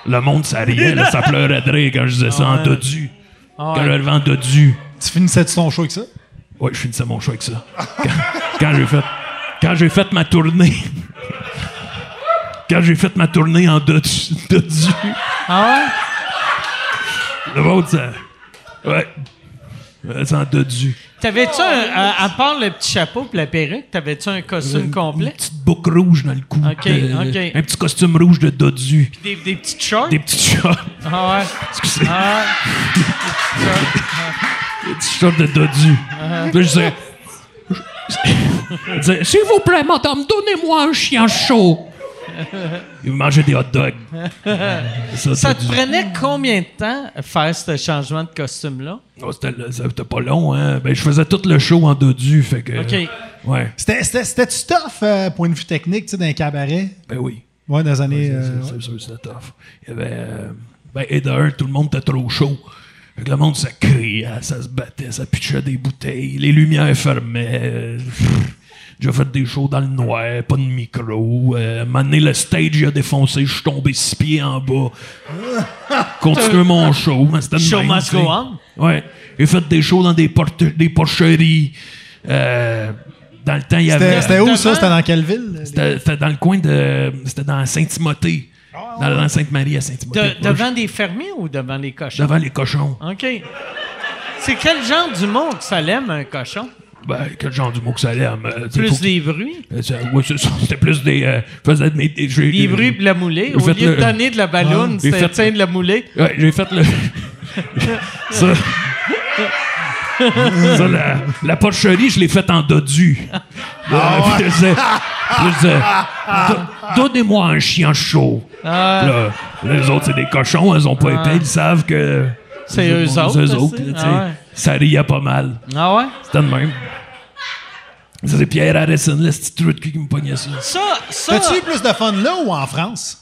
[SPEAKER 5] Le monde, ça riait, là, ça pleurait de rire quand je disais ça en Dodu. Quand j'arrivais en Dodu.
[SPEAKER 4] Tu finissais-tu ton show avec ça?
[SPEAKER 5] Ouais, je finissais mon show avec ça. Quand, quand j'ai fait, quand j'ai fait ma tournée, quand j'ai fait ma tournée en de, de Dieu,
[SPEAKER 1] Ah
[SPEAKER 5] le monde, ça, ouais, Euh, c'est en de Dieu.
[SPEAKER 1] ouais? T'avais-tu un. à- à part le petit chapeau et la perruque, t'avais-tu un costume complet?
[SPEAKER 5] Une petite boucle rouge dans le cou.
[SPEAKER 1] Ok,
[SPEAKER 5] Euh,
[SPEAKER 1] ok.
[SPEAKER 5] Un petit costume rouge de dodu.
[SPEAKER 1] Des, des petites shorts?
[SPEAKER 5] Des petits shorts.
[SPEAKER 1] Ah ouais.
[SPEAKER 5] Excusez. (laughs)
[SPEAKER 1] Ah ouais.
[SPEAKER 5] Des petits shorts de dodu. Puis là, je disais... je- je disais, S'il vous plaît, madame, donnez-moi un chien chaud. Il mangeait des hot dogs. ça,
[SPEAKER 1] Ça
[SPEAKER 5] Dodu.
[SPEAKER 1] te prenait combien de temps à faire ce changement de costume-là?
[SPEAKER 5] Oh, c'était, le- ça- c'était pas long, hein? Ben, je faisais tout le show en dodu, fait que...
[SPEAKER 1] OK.
[SPEAKER 5] Ouais,
[SPEAKER 4] C'était- C'était c'était tu tough, euh, point de vue technique, tu sais, d'un cabaret?
[SPEAKER 5] ben oui.
[SPEAKER 4] Ouais, dans les années. euh,
[SPEAKER 5] C'est- C'est sûr, c'était tough. Il y avait... euh, ben, et dehors, tout le monde était trop chaud. Fait que le monde, ça criait, ça se battait, ça pitchait des bouteilles, les lumières fermaient. euh, pff, J'ai fait des shows dans le noir, pas de micro. Euh, à un moment donné, le stage, il a défoncé, je suis tombé six pieds en
[SPEAKER 4] (laughs)
[SPEAKER 5] bas. Continue mon show. mais c'était de
[SPEAKER 1] Show
[SPEAKER 5] même,
[SPEAKER 1] must
[SPEAKER 5] tu sais.
[SPEAKER 1] go on.
[SPEAKER 5] Ouais. J'ai fait des shows dans des, porte- des porcheries. Euh, dans le temps, il y
[SPEAKER 4] C'était
[SPEAKER 5] avait.
[SPEAKER 4] c'était où ça?
[SPEAKER 1] Exactement.
[SPEAKER 4] C'était dans quelle ville?
[SPEAKER 5] C'était c'était dans le coin de. C'était dans Saint-Timothée. Dans, dans Sainte-Marie à Saint-Timothée.
[SPEAKER 1] De- devant des fermiers ou devant les cochons?
[SPEAKER 5] Devant les cochons.
[SPEAKER 1] OK. C'est quel genre d'humour que ça l'aime, un cochon?
[SPEAKER 5] Ben, quel genre d'humour que ça allait. euh, tu sais,
[SPEAKER 1] Plus
[SPEAKER 5] faut-
[SPEAKER 1] des bruits?
[SPEAKER 5] Euh, ça- ouais, c'est ça. C'était plus des. euh, faisais des, des- j'ai-
[SPEAKER 1] Des bruits de la moulée.
[SPEAKER 5] Vous
[SPEAKER 1] Au lieu
[SPEAKER 5] faites
[SPEAKER 1] de
[SPEAKER 5] le- Ah,
[SPEAKER 1] donner de la balloune,
[SPEAKER 5] Vous
[SPEAKER 1] c'était
[SPEAKER 5] faites-
[SPEAKER 1] tiens de la moulée.
[SPEAKER 5] Ouais, j'ai fait
[SPEAKER 1] (laughs)
[SPEAKER 5] le. ça. Ça, la, la porcherie, je l'ai faite en dodu.
[SPEAKER 1] Ah
[SPEAKER 5] Là, puis je disais- puis je disais, Do- Donnez-moi un chien chaud.
[SPEAKER 1] Ah
[SPEAKER 5] Là, les autres, c'est des cochons, ils ont pas épais, ils savent que.
[SPEAKER 1] C'est
[SPEAKER 5] ils-
[SPEAKER 1] eux
[SPEAKER 5] ils-
[SPEAKER 1] autres,
[SPEAKER 5] eux
[SPEAKER 1] tu sais.
[SPEAKER 5] là, tu sais.
[SPEAKER 1] Ah ouais.
[SPEAKER 5] Ça riait pas mal.
[SPEAKER 1] Ah ouais?
[SPEAKER 5] C'était de même. Ça, c'est Pierre Harrison, le petit trou de cul qui me pognait ça.
[SPEAKER 1] Ça, ça,
[SPEAKER 4] T'as-tu eu plus de fun là ou en France?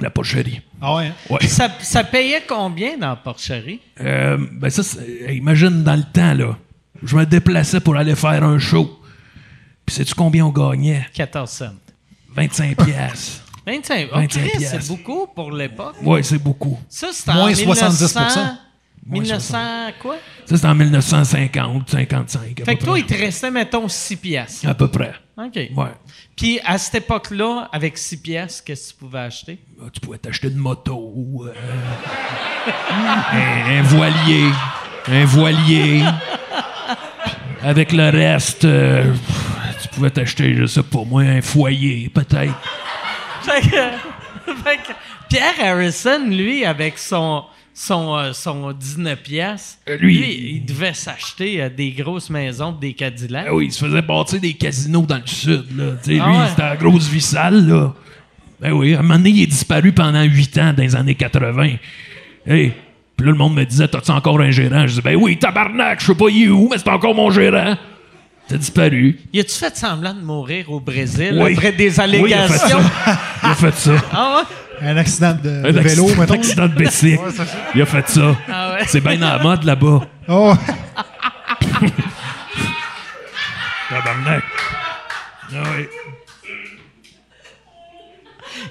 [SPEAKER 5] La porcherie.
[SPEAKER 4] Ah ouais. hein?
[SPEAKER 5] Ouais.
[SPEAKER 1] ça, ça payait combien dans la porcherie?
[SPEAKER 5] Euh, ben ça, c'est- imagine dans le temps, là. Je me déplaçais pour aller faire un show. Puis sais-tu combien on gagnait?
[SPEAKER 1] 14 cents.
[SPEAKER 5] 25
[SPEAKER 1] (laughs)
[SPEAKER 5] piastres.
[SPEAKER 1] 25. Ah,
[SPEAKER 5] 25
[SPEAKER 1] Chris,
[SPEAKER 5] piastres.
[SPEAKER 1] c'est beaucoup pour l'époque.
[SPEAKER 5] Ouais, c'est beaucoup.
[SPEAKER 1] Ça, c'était en
[SPEAKER 4] Moins
[SPEAKER 1] 1900,
[SPEAKER 4] 70%.
[SPEAKER 1] 1900 quoi?
[SPEAKER 5] Ça, c'était en 1950, 55. À
[SPEAKER 1] Fait
[SPEAKER 5] peu
[SPEAKER 1] que toi,
[SPEAKER 5] près.
[SPEAKER 1] il te restait, mettons, 6 piastres.
[SPEAKER 5] À peu près.
[SPEAKER 1] OK.
[SPEAKER 5] Ouais.
[SPEAKER 1] Puis à cette époque-là, avec 6 piastres, qu'est-ce que tu pouvais acheter?
[SPEAKER 5] Bah, Tu pouvais t'acheter une moto, euh, un, un voilier, un voilier. Puis, Avec le reste, euh, pff, tu pouvais t'acheter, je sais pas moi, un foyer, peut-être.
[SPEAKER 1] (laughs) Fait que, fait que Pierre Harrison, lui, avec son, son, euh, son 19 piastres,
[SPEAKER 5] Euh, lui-
[SPEAKER 1] il devait s'acheter euh, des grosses maisons, des Cadillacs.
[SPEAKER 5] Ah oui, il se faisait bâtir des casinos dans le sud, là. Tu sais,
[SPEAKER 1] Ah
[SPEAKER 5] lui,
[SPEAKER 1] ouais.
[SPEAKER 5] c'était la grosse vie sale, là. Ben oui, à un moment donné, il est disparu pendant 8 ans dans les années 80. Hey, puis là, le monde me disait, t'as-tu encore un gérant? Je dis, ben oui, tabarnak, je sais pas, il est où, mais c'est encore mon gérant. T'as disparu.
[SPEAKER 1] Y a-tu fait semblant de mourir au Brésil
[SPEAKER 5] Oui.
[SPEAKER 1] après des
[SPEAKER 5] Oui, il a fait ça.
[SPEAKER 1] allégations?
[SPEAKER 5] Il a fait ça.
[SPEAKER 1] ah ouais?
[SPEAKER 4] Un accident de, de
[SPEAKER 5] Un
[SPEAKER 4] vélo,
[SPEAKER 5] accident,
[SPEAKER 4] mettons.
[SPEAKER 5] accident de bicycle. Il a fait ça.
[SPEAKER 1] Ah ouais.
[SPEAKER 5] C'est bien à la mode là-bas.
[SPEAKER 4] Oh,
[SPEAKER 5] (laughs) Tabarnak. Ah oui.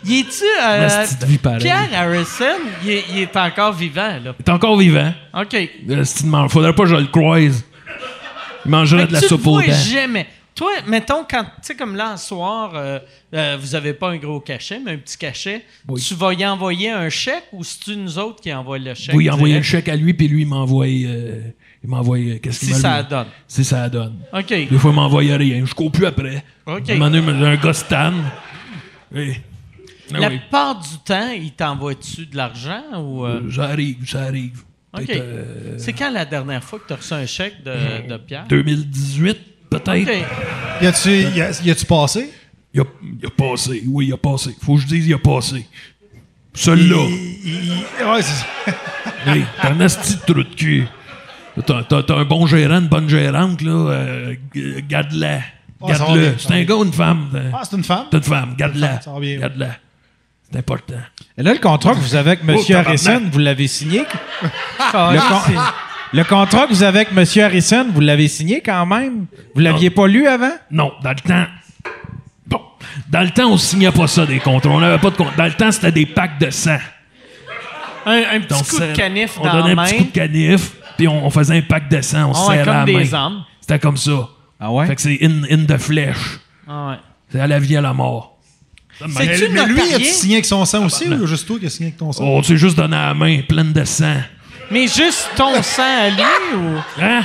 [SPEAKER 1] Y est-tu.
[SPEAKER 5] Ma
[SPEAKER 1] euh,
[SPEAKER 5] petite vie pareille.
[SPEAKER 1] Pierre Harrison, il est, il est encore vivant, là.
[SPEAKER 5] Il est encore vivant.
[SPEAKER 1] OK.
[SPEAKER 5] Euh, c'est- il m'en- Faudrait pas que je le croise. Il mangerait
[SPEAKER 1] Fait
[SPEAKER 5] de
[SPEAKER 1] que
[SPEAKER 5] la
[SPEAKER 1] tu le
[SPEAKER 5] soupe aux
[SPEAKER 1] vois
[SPEAKER 5] dents.
[SPEAKER 1] jamais. Toi, mettons, quand, tu sais, comme là, ce soir, euh, euh, vous avez pas un gros cachet, mais un petit cachet, tu vas y envoyer un chèque ou c'est-tu nous autres qui envoie le chèque?
[SPEAKER 5] Vous lui envoyez le
[SPEAKER 1] direct?
[SPEAKER 5] chèque à lui, puis lui, il m'envoie. euh, il m'envoie. euh, Qu'est-ce qu'il
[SPEAKER 1] Si
[SPEAKER 5] m'a-
[SPEAKER 1] ça donne.
[SPEAKER 5] Si ça donne.
[SPEAKER 1] OK.
[SPEAKER 5] Des fois, il m'envoyait rien. Je cours plus après.
[SPEAKER 1] OK.
[SPEAKER 5] Un moment donné, il m'a- un gars Stan. Oui. Ah
[SPEAKER 1] La
[SPEAKER 5] oui.
[SPEAKER 1] plupart du temps, il t'envoie-tu de l'argent ou. euh,
[SPEAKER 5] Ça arrive, ça arrive.
[SPEAKER 1] OK.
[SPEAKER 5] Peut-être, euh,
[SPEAKER 1] C'est quand la dernière fois que tu as reçu un chèque de, de Pierre?
[SPEAKER 5] 2018, peut-être.
[SPEAKER 1] OK.
[SPEAKER 4] Y a-tu y a- y a-tu passé?
[SPEAKER 5] Il, a, il a passé. Oui, il a passé. Faut que je dise, il a passé. Celui-là.
[SPEAKER 4] Il- il- Ah, ouais, c'est-
[SPEAKER 5] Hey, t'as un asti de trou de cul. T'as, t'as- t'as un bon gérant, une bonne gérante, là. euh, g- garde-la.
[SPEAKER 1] Ah,
[SPEAKER 4] Ouais, ça va bien,
[SPEAKER 5] Garde-le.
[SPEAKER 4] ça
[SPEAKER 5] C'est
[SPEAKER 4] va
[SPEAKER 5] un
[SPEAKER 4] bien.
[SPEAKER 5] gars ou une femme?
[SPEAKER 4] Ah, c'est une femme?
[SPEAKER 5] T'es une femme. Garde-la.
[SPEAKER 4] Ça va bien, oui.
[SPEAKER 5] Garde-la. C'est important.
[SPEAKER 3] Et là, le contrat que vous avez avec M.
[SPEAKER 5] Oh, tabarnak.
[SPEAKER 3] Harrison, vous l'avez (laughs) signé? le, con- le contrat que vous avez avec M. Harrison, vous l'avez signé quand même? Vous l'aviez pas lu avant?
[SPEAKER 5] Non, dans le temps. Bon. Dans le temps, on signait pas ça, des contrats. On n'avait pas de contrats. Dans le temps, c'était des packs de sang.
[SPEAKER 1] Un, un petit
[SPEAKER 5] On
[SPEAKER 1] coup de
[SPEAKER 5] serre-
[SPEAKER 1] canif
[SPEAKER 5] on
[SPEAKER 1] dans la
[SPEAKER 5] donnait un
[SPEAKER 1] main.
[SPEAKER 5] petit coup de canif, puis on, on faisait un pack de sang, on se
[SPEAKER 1] Ah ouais,
[SPEAKER 5] serrait
[SPEAKER 1] comme
[SPEAKER 5] la
[SPEAKER 1] des
[SPEAKER 5] main.
[SPEAKER 1] hommes.
[SPEAKER 5] C'était comme ça.
[SPEAKER 3] Ah ouais?
[SPEAKER 5] Fait que c'est in, in de flèche.
[SPEAKER 1] Ah ouais.
[SPEAKER 5] C'est à la vie, à la mort.
[SPEAKER 1] C'est-tu
[SPEAKER 4] Mais lui,
[SPEAKER 1] notarié?
[SPEAKER 4] a-tu signé avec son sang aussi ou juste toi qui as signé avec ton sang?
[SPEAKER 5] On s'est juste donné la main, pleine de sang.
[SPEAKER 1] Mais juste ton sang à lui ou.
[SPEAKER 5] Hein?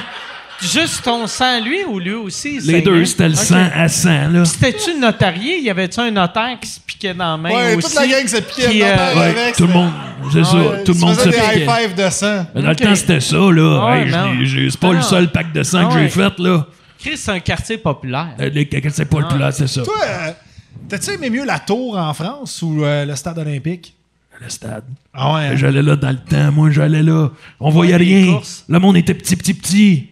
[SPEAKER 1] Juste ton sang à lui ou lui aussi? il
[SPEAKER 5] Les deux,
[SPEAKER 1] saignait?
[SPEAKER 5] c'était le
[SPEAKER 1] OK.
[SPEAKER 5] sang à sang, là.
[SPEAKER 1] C'était-tu notarié? Y avait-tu un notaire qui se piquait dans la main
[SPEAKER 4] Ouais,
[SPEAKER 1] aussi?
[SPEAKER 4] toute la gang se piquait
[SPEAKER 1] Qui,
[SPEAKER 4] dans la
[SPEAKER 1] euh,
[SPEAKER 4] main.
[SPEAKER 5] Ouais,
[SPEAKER 4] Avec,
[SPEAKER 5] tout le
[SPEAKER 4] c'était-
[SPEAKER 5] monde, c'est ça,
[SPEAKER 4] Ouais,
[SPEAKER 5] Oh, tout le
[SPEAKER 4] tu
[SPEAKER 5] monde se
[SPEAKER 4] faisais des
[SPEAKER 5] piquait.
[SPEAKER 4] high-fives de sang.
[SPEAKER 5] Mais Dans
[SPEAKER 1] Ok.
[SPEAKER 5] le temps, c'était ça, là.
[SPEAKER 1] Ah ouais,
[SPEAKER 5] Hey, je
[SPEAKER 1] non.
[SPEAKER 5] l'ai- je- c'est pas
[SPEAKER 1] Ah
[SPEAKER 5] le
[SPEAKER 1] non.
[SPEAKER 5] seul pack de sang
[SPEAKER 1] Ah
[SPEAKER 5] que j'ai
[SPEAKER 1] ouais.
[SPEAKER 5] fait, là.
[SPEAKER 1] Chris, c'est un quartier populaire.
[SPEAKER 5] Euh, les- Quelqu'un, c'est pas
[SPEAKER 1] Ah.
[SPEAKER 5] le plus là, c'est ça.
[SPEAKER 4] Toi, euh, t'as-tu aimé mieux la tour en France ou euh, le stade olympique?
[SPEAKER 5] Le stade.
[SPEAKER 4] Ah ouais. hein?
[SPEAKER 5] J'allais là dans le temps, moi j'allais là. On voyait
[SPEAKER 1] des
[SPEAKER 5] rien.
[SPEAKER 1] courses.
[SPEAKER 5] Le monde était petit, petit, petit.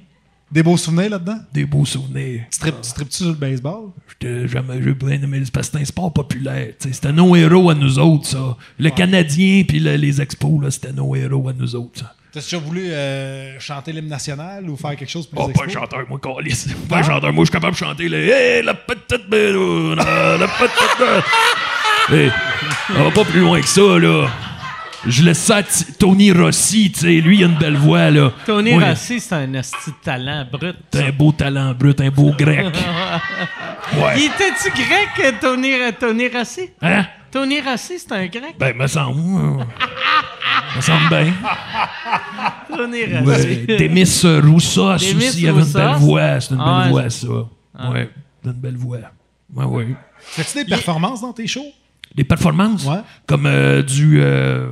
[SPEAKER 4] Des beaux souvenirs là-dedans?
[SPEAKER 5] Des beaux souvenirs.
[SPEAKER 4] Tu tripes- tu tripes-tu sur le baseball?
[SPEAKER 5] J'étais- J'aimais, j'ai bien aimé le- parce que c'était un sport populaire. tu sais. C'était nos héros à nous autres, ça. Le Canadien puis le- les expos, là, c'était nos héros à nous autres, ça.
[SPEAKER 4] T'as déjà voulu euh, chanter l'hymne national ou faire quelque chose pour
[SPEAKER 5] Oh,
[SPEAKER 4] les
[SPEAKER 5] pas un
[SPEAKER 4] expos?
[SPEAKER 5] chanteur, moi, calice. Pas un chanteur, moi, je suis capable de chanter les Hey, la petite béloune, ah, la petite. béloune. Hey, on va pas plus loin que ça, là. Je laisse ça à T- Tony Rossi, tu sais. Lui, il a une belle voix, là.
[SPEAKER 1] Tony
[SPEAKER 5] Moi,
[SPEAKER 1] Rossi, c'est un esti de talent brut.
[SPEAKER 5] T'as un beau talent brut, un beau
[SPEAKER 1] (laughs)
[SPEAKER 5] grec.
[SPEAKER 1] Il
[SPEAKER 5] Ouais.
[SPEAKER 1] était-tu grec, euh, Tony, Tony Rossi?
[SPEAKER 5] Hein?
[SPEAKER 1] Tony Rossi, c'est un grec?
[SPEAKER 5] Ben, me semble. euh, me
[SPEAKER 1] (laughs)
[SPEAKER 5] semble bien.
[SPEAKER 1] Tony
[SPEAKER 5] Ouais.
[SPEAKER 1] Rossi.
[SPEAKER 5] Démis Roussas
[SPEAKER 1] Démis
[SPEAKER 5] aussi, il avait une belle
[SPEAKER 1] Roussas.
[SPEAKER 5] voix. C'est une belle
[SPEAKER 1] Ah, ouais, Ah.
[SPEAKER 5] voix, ça. Ouais. C'est une belle voix. Ouais, ouais.
[SPEAKER 4] Fais-tu des performances dans tes shows?
[SPEAKER 5] Des performances?
[SPEAKER 4] Ouais.
[SPEAKER 5] Comme euh, du. euh,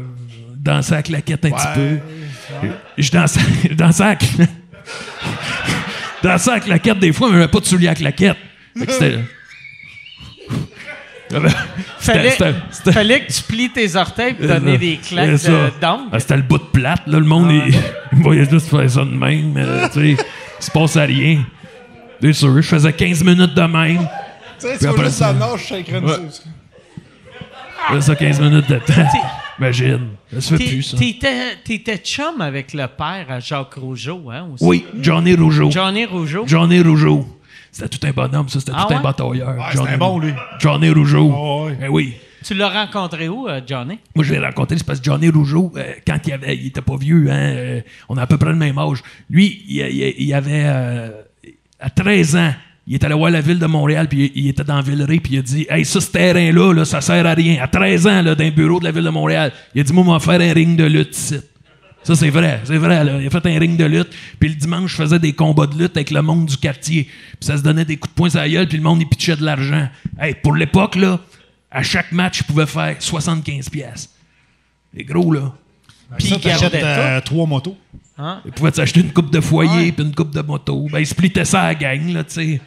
[SPEAKER 5] danser à la claquette un petit peu. Je dansais, (laughs) je dansais à la (laughs) cla- dansais à la claquette des fois, mais j'avais pas de souliers à claquette. Fait que c'était. J'avais-
[SPEAKER 1] (laughs) Fallait,
[SPEAKER 5] c'était- c'était-
[SPEAKER 1] fallait que tu plies tes orteils pour donner des claques
[SPEAKER 5] C'est ça.
[SPEAKER 1] de Ah, d'ongles.
[SPEAKER 5] Ah, C'était le bout de plate, là. Le monde, il, (laughs) il me voyait juste faire ça de même. euh, tu sais, il se passait rien. C'est sûr, je faisais 15 minutes de même.
[SPEAKER 4] Tu sais,
[SPEAKER 5] Puis
[SPEAKER 4] tu vois
[SPEAKER 5] après
[SPEAKER 4] juste
[SPEAKER 5] ça-
[SPEAKER 4] la nage synchronisée.
[SPEAKER 5] Je faisais ça 15 minutes de temps. Imagine. Ça se fait
[SPEAKER 1] T'es-
[SPEAKER 5] plus, ça.
[SPEAKER 1] T'étais t'étais chum avec le père à Jacques Rougeau, hein? Aussi.
[SPEAKER 5] Oui, Johnny Rougeau.
[SPEAKER 1] Johnny Rougeau.
[SPEAKER 5] Johnny Rougeau. C'était tout un bonhomme, ça. C'était
[SPEAKER 1] Ah
[SPEAKER 5] tout un
[SPEAKER 1] ouais?
[SPEAKER 5] batailleur. Johnny
[SPEAKER 4] c'était un bon, lui.
[SPEAKER 5] Johnny Rougeau.
[SPEAKER 4] Ah ouais.
[SPEAKER 5] Eh oui.
[SPEAKER 1] Tu l'as rencontré où, euh, Johnny?
[SPEAKER 5] Moi, je l'ai rencontré, c'est parce que Johnny Rougeau, euh, quand il avait, il était pas vieux, hein, euh, on a à peu près le même âge. Lui, il, il- il avait, euh, à 13 ans, il est allé voir la ville de Montréal, puis il, il était dans Villeray, puis il a dit, hey, ça, ce terrain-là, là, ça sert à rien. À 13 ans, là, d'un bureau de la ville de Montréal, il a dit, moi, on va faire un ring de lutte ici. Ça, c'est vrai, c'est vrai. Là. Il a fait un ring de lutte. Puis le dimanche, je faisais des combats de lutte avec le monde du quartier. Puis ça se donnait des coups de poing sur la gueule, puis le monde, il pitchait de l'argent. Hey, pour l'époque, là, à chaque match, je pouvais faire 75 pièces. C'est gros, là.
[SPEAKER 1] Puis
[SPEAKER 4] Ça,
[SPEAKER 1] il
[SPEAKER 4] t'achètes
[SPEAKER 1] gardait tout.
[SPEAKER 4] euh, trois motos.
[SPEAKER 1] Hein?
[SPEAKER 5] Il pouvait s'acheter une coupe de foyer puis une coupe de moto. Ben, il splittait ça à la gang, là, tu sais.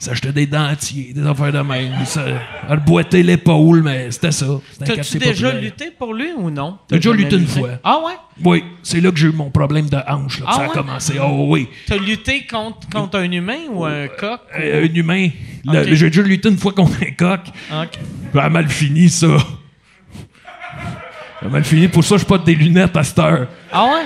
[SPEAKER 5] Il s'achetait des dentiers, des affaires de même. Il se il boitait l'épaule, mais c'était ça. C'était un
[SPEAKER 1] T'as-tu
[SPEAKER 5] quartier
[SPEAKER 1] déjà
[SPEAKER 5] populaire.
[SPEAKER 1] lutté pour lui ou non?
[SPEAKER 5] J'ai déjà
[SPEAKER 1] T'as
[SPEAKER 5] lutté
[SPEAKER 1] jamais
[SPEAKER 5] une fois.
[SPEAKER 1] Ah ouais?
[SPEAKER 5] Oui, c'est là que j'ai eu mon problème de hanche. là, que
[SPEAKER 1] Ah
[SPEAKER 5] ça a
[SPEAKER 1] ouais?
[SPEAKER 5] commencé. Oh oui.
[SPEAKER 1] T'as lutté contre, contre un humain ou un coq?
[SPEAKER 5] Euh, un humain. Le-
[SPEAKER 1] Ok.
[SPEAKER 5] J'ai déjà lutté une fois contre un coq.
[SPEAKER 1] Ok.
[SPEAKER 5] Ça a mal fini, ça. Ça a mal fini. Pour ça, je porte des lunettes à cette heure.
[SPEAKER 1] Ah ouais?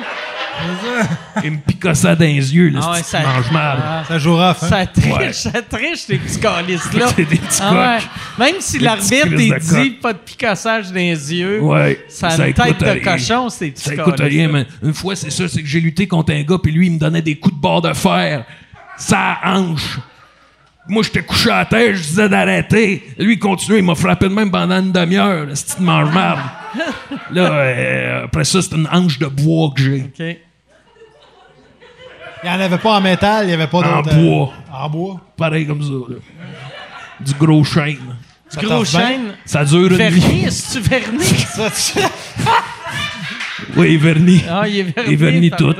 [SPEAKER 5] Il me picossa dans les yeux, là,
[SPEAKER 1] Ah ouais,
[SPEAKER 5] ce petit
[SPEAKER 1] ça-
[SPEAKER 5] mange-marde.
[SPEAKER 1] Ah.
[SPEAKER 4] Ça joue rough, hein?
[SPEAKER 1] Ça triche,
[SPEAKER 5] Ouais.
[SPEAKER 1] ça triche, les petits calices-là.
[SPEAKER 5] C'est (laughs) des petits coqs.
[SPEAKER 1] Même si
[SPEAKER 5] Des
[SPEAKER 1] l'arbitre,
[SPEAKER 5] petits
[SPEAKER 1] il
[SPEAKER 5] crises de
[SPEAKER 1] dit pas de picassage dans les yeux,
[SPEAKER 5] Ouais.
[SPEAKER 1] ça a une
[SPEAKER 5] écoute
[SPEAKER 1] tête de
[SPEAKER 5] rien.
[SPEAKER 1] cochon, ces petits
[SPEAKER 5] Ça écoute
[SPEAKER 1] câlisses-là.
[SPEAKER 5] rien, mais une fois, c'est ça, c'est que j'ai lutté contre un gars, puis lui, il me donnait des coups de barre de fer. Sa hanche. Moi, j'étais couché à terre, je disais d'arrêter. Lui, il continuait, il m'a frappé de même pendant une demi-heure, là, cette petite mange-marde. Là, euh, après ça, c'est une hanche de bois que j'ai.
[SPEAKER 1] OK.
[SPEAKER 4] Il n'y en avait pas en métal, il n'y avait pas
[SPEAKER 5] En
[SPEAKER 4] d'autres. euh,
[SPEAKER 5] bois.
[SPEAKER 4] en bois.
[SPEAKER 5] Pareil comme ça, là. Du gros chêne.
[SPEAKER 1] Du gros
[SPEAKER 4] t'offre bien?
[SPEAKER 1] chêne.
[SPEAKER 5] Ça dure une vie.
[SPEAKER 1] Vernis, c'est-tu
[SPEAKER 5] (laughs)
[SPEAKER 1] vernis?
[SPEAKER 4] Ça, tu-
[SPEAKER 5] Oui, vernis.
[SPEAKER 1] Ah, il est vernis.
[SPEAKER 5] Il vernit
[SPEAKER 1] par-
[SPEAKER 5] tout.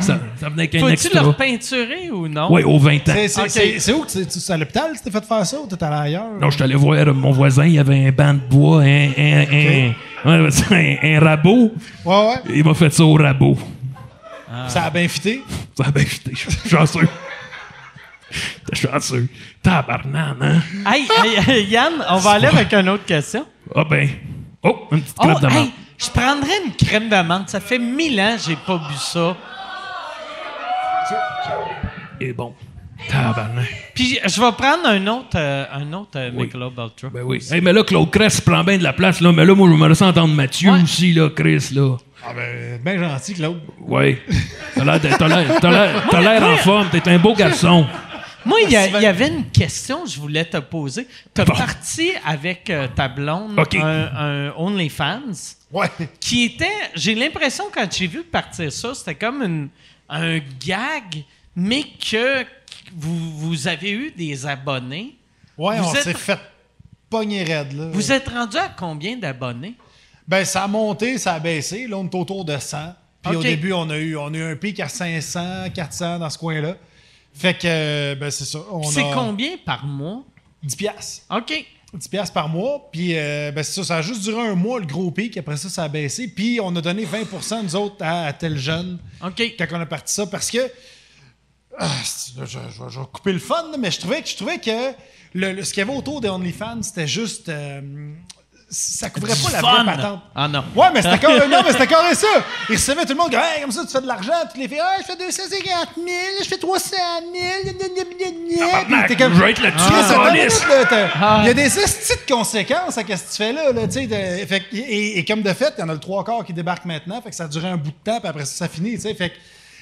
[SPEAKER 5] Ça, ça venait qu'un
[SPEAKER 1] Faut-tu
[SPEAKER 5] extra.
[SPEAKER 1] le repeinturer ou non?
[SPEAKER 5] Oui, aux 20 ans.
[SPEAKER 4] (laughs) c'est- c'est-
[SPEAKER 1] Ok.
[SPEAKER 4] C'est c'est où? que tu- tu- C'est à l'hôpital tu t'es fait faire ça ou t'es allé ailleurs?
[SPEAKER 5] Non, je suis allé voir mon voisin, il avait un banc de bois, un, un, un- un- un rabot.
[SPEAKER 4] Ouais, ouais.
[SPEAKER 5] Il m'a fait ça au rabot.
[SPEAKER 4] Ça a bien fité.
[SPEAKER 5] Ça a bien jeté. Je suis chanceux. T'es chanceux. Tabarnan, hein?
[SPEAKER 1] Hey, hey, hey, Yann, on va aller avec une autre question.
[SPEAKER 5] Ah ben. Oh, une petite
[SPEAKER 1] Oh,
[SPEAKER 5] clope de menthe.
[SPEAKER 1] hey, je prendrais une crème de menthe. Ça fait mille ans que j'ai pas bu ça.
[SPEAKER 5] Et bon. Tabarnan.
[SPEAKER 1] Puis je vais prendre un autre, euh, un autre euh,
[SPEAKER 5] Oui.
[SPEAKER 1] Michelob Ultra.
[SPEAKER 5] Ben oui. Hey, mais là, Claude Crest prend bien de la place, là. Mais là, moi, je me ressens entendre Mathieu
[SPEAKER 1] Ouais.
[SPEAKER 5] aussi, là, Chris, là.
[SPEAKER 4] Ah ben, bien gentil, Claude.
[SPEAKER 5] Ouais. T'as l'air de- t'as l'air- t'as l'air t'as l'air en forme. T'es un beau garçon.
[SPEAKER 1] Moi, il y, a- il y avait une question que je voulais te poser. Tu as
[SPEAKER 5] Bon.
[SPEAKER 1] parti avec euh, ta blonde
[SPEAKER 5] Ok.
[SPEAKER 1] un, un OnlyFans
[SPEAKER 4] Ouais.
[SPEAKER 1] qui était, j'ai l'impression quand j'ai vu partir ça, c'était comme une- un gag, mais que vous, vous avez eu des abonnés.
[SPEAKER 4] Ouais,
[SPEAKER 1] Vous
[SPEAKER 4] on
[SPEAKER 1] êtes-
[SPEAKER 4] s'est fait pogner raide, là.
[SPEAKER 1] Vous êtes rendu à combien d'abonnés?
[SPEAKER 4] Ben, ça a monté, ça a baissé. Là, on est autour de 100. Puis au
[SPEAKER 1] Ok.
[SPEAKER 4] début, on a eu, on a eu un pic à 500, 400 dans ce coin-là. Fait que, euh, ben, c'est ça. On
[SPEAKER 1] C'est
[SPEAKER 4] a
[SPEAKER 1] combien par mois?
[SPEAKER 4] 10 piastres.
[SPEAKER 1] OK.
[SPEAKER 4] 10 piastres par mois. Puis, euh, ben, c'est ça. Ça a juste duré un mois, le gros pic. Après ça, ça a baissé. Puis, on a donné 20 nous autres, à, à tel jeune
[SPEAKER 1] OK.
[SPEAKER 4] quand on a parti ça. Parce que. Ah, c'est- là, je, je- je vais couper le fun, là, mais je trouvais que, je trouvais que le, le- ce qu'il y avait autour des OnlyFans, c'était juste. euh, ça couvrait
[SPEAKER 1] Du
[SPEAKER 4] pas la
[SPEAKER 1] fun.
[SPEAKER 4] vraie patente.
[SPEAKER 1] Ah non.
[SPEAKER 4] Ouais, mais c'était carré, non, mais c'était carré ça. Ils recevaient tout le monde, Hey, comme ça, tu fais de l'argent. Puis les filles, ah, je fais 250 000, je fais 300 000. gna, gna, gna, gna, gna. Puis
[SPEAKER 5] Tabarnak,
[SPEAKER 4] t'es comme,
[SPEAKER 5] je vais être là-dessus,
[SPEAKER 4] Chris, attends une
[SPEAKER 5] Alice.
[SPEAKER 4] minute, là, t'as- Il y a des astuces de conséquences à ce que tu fais là. là tu sais, de- fait que- et, et comme de fait, il y en a le trois quarts qui débarquent maintenant. Fait que ça a duré un bout de temps, puis après ça, ça finit. tu sais, Fait que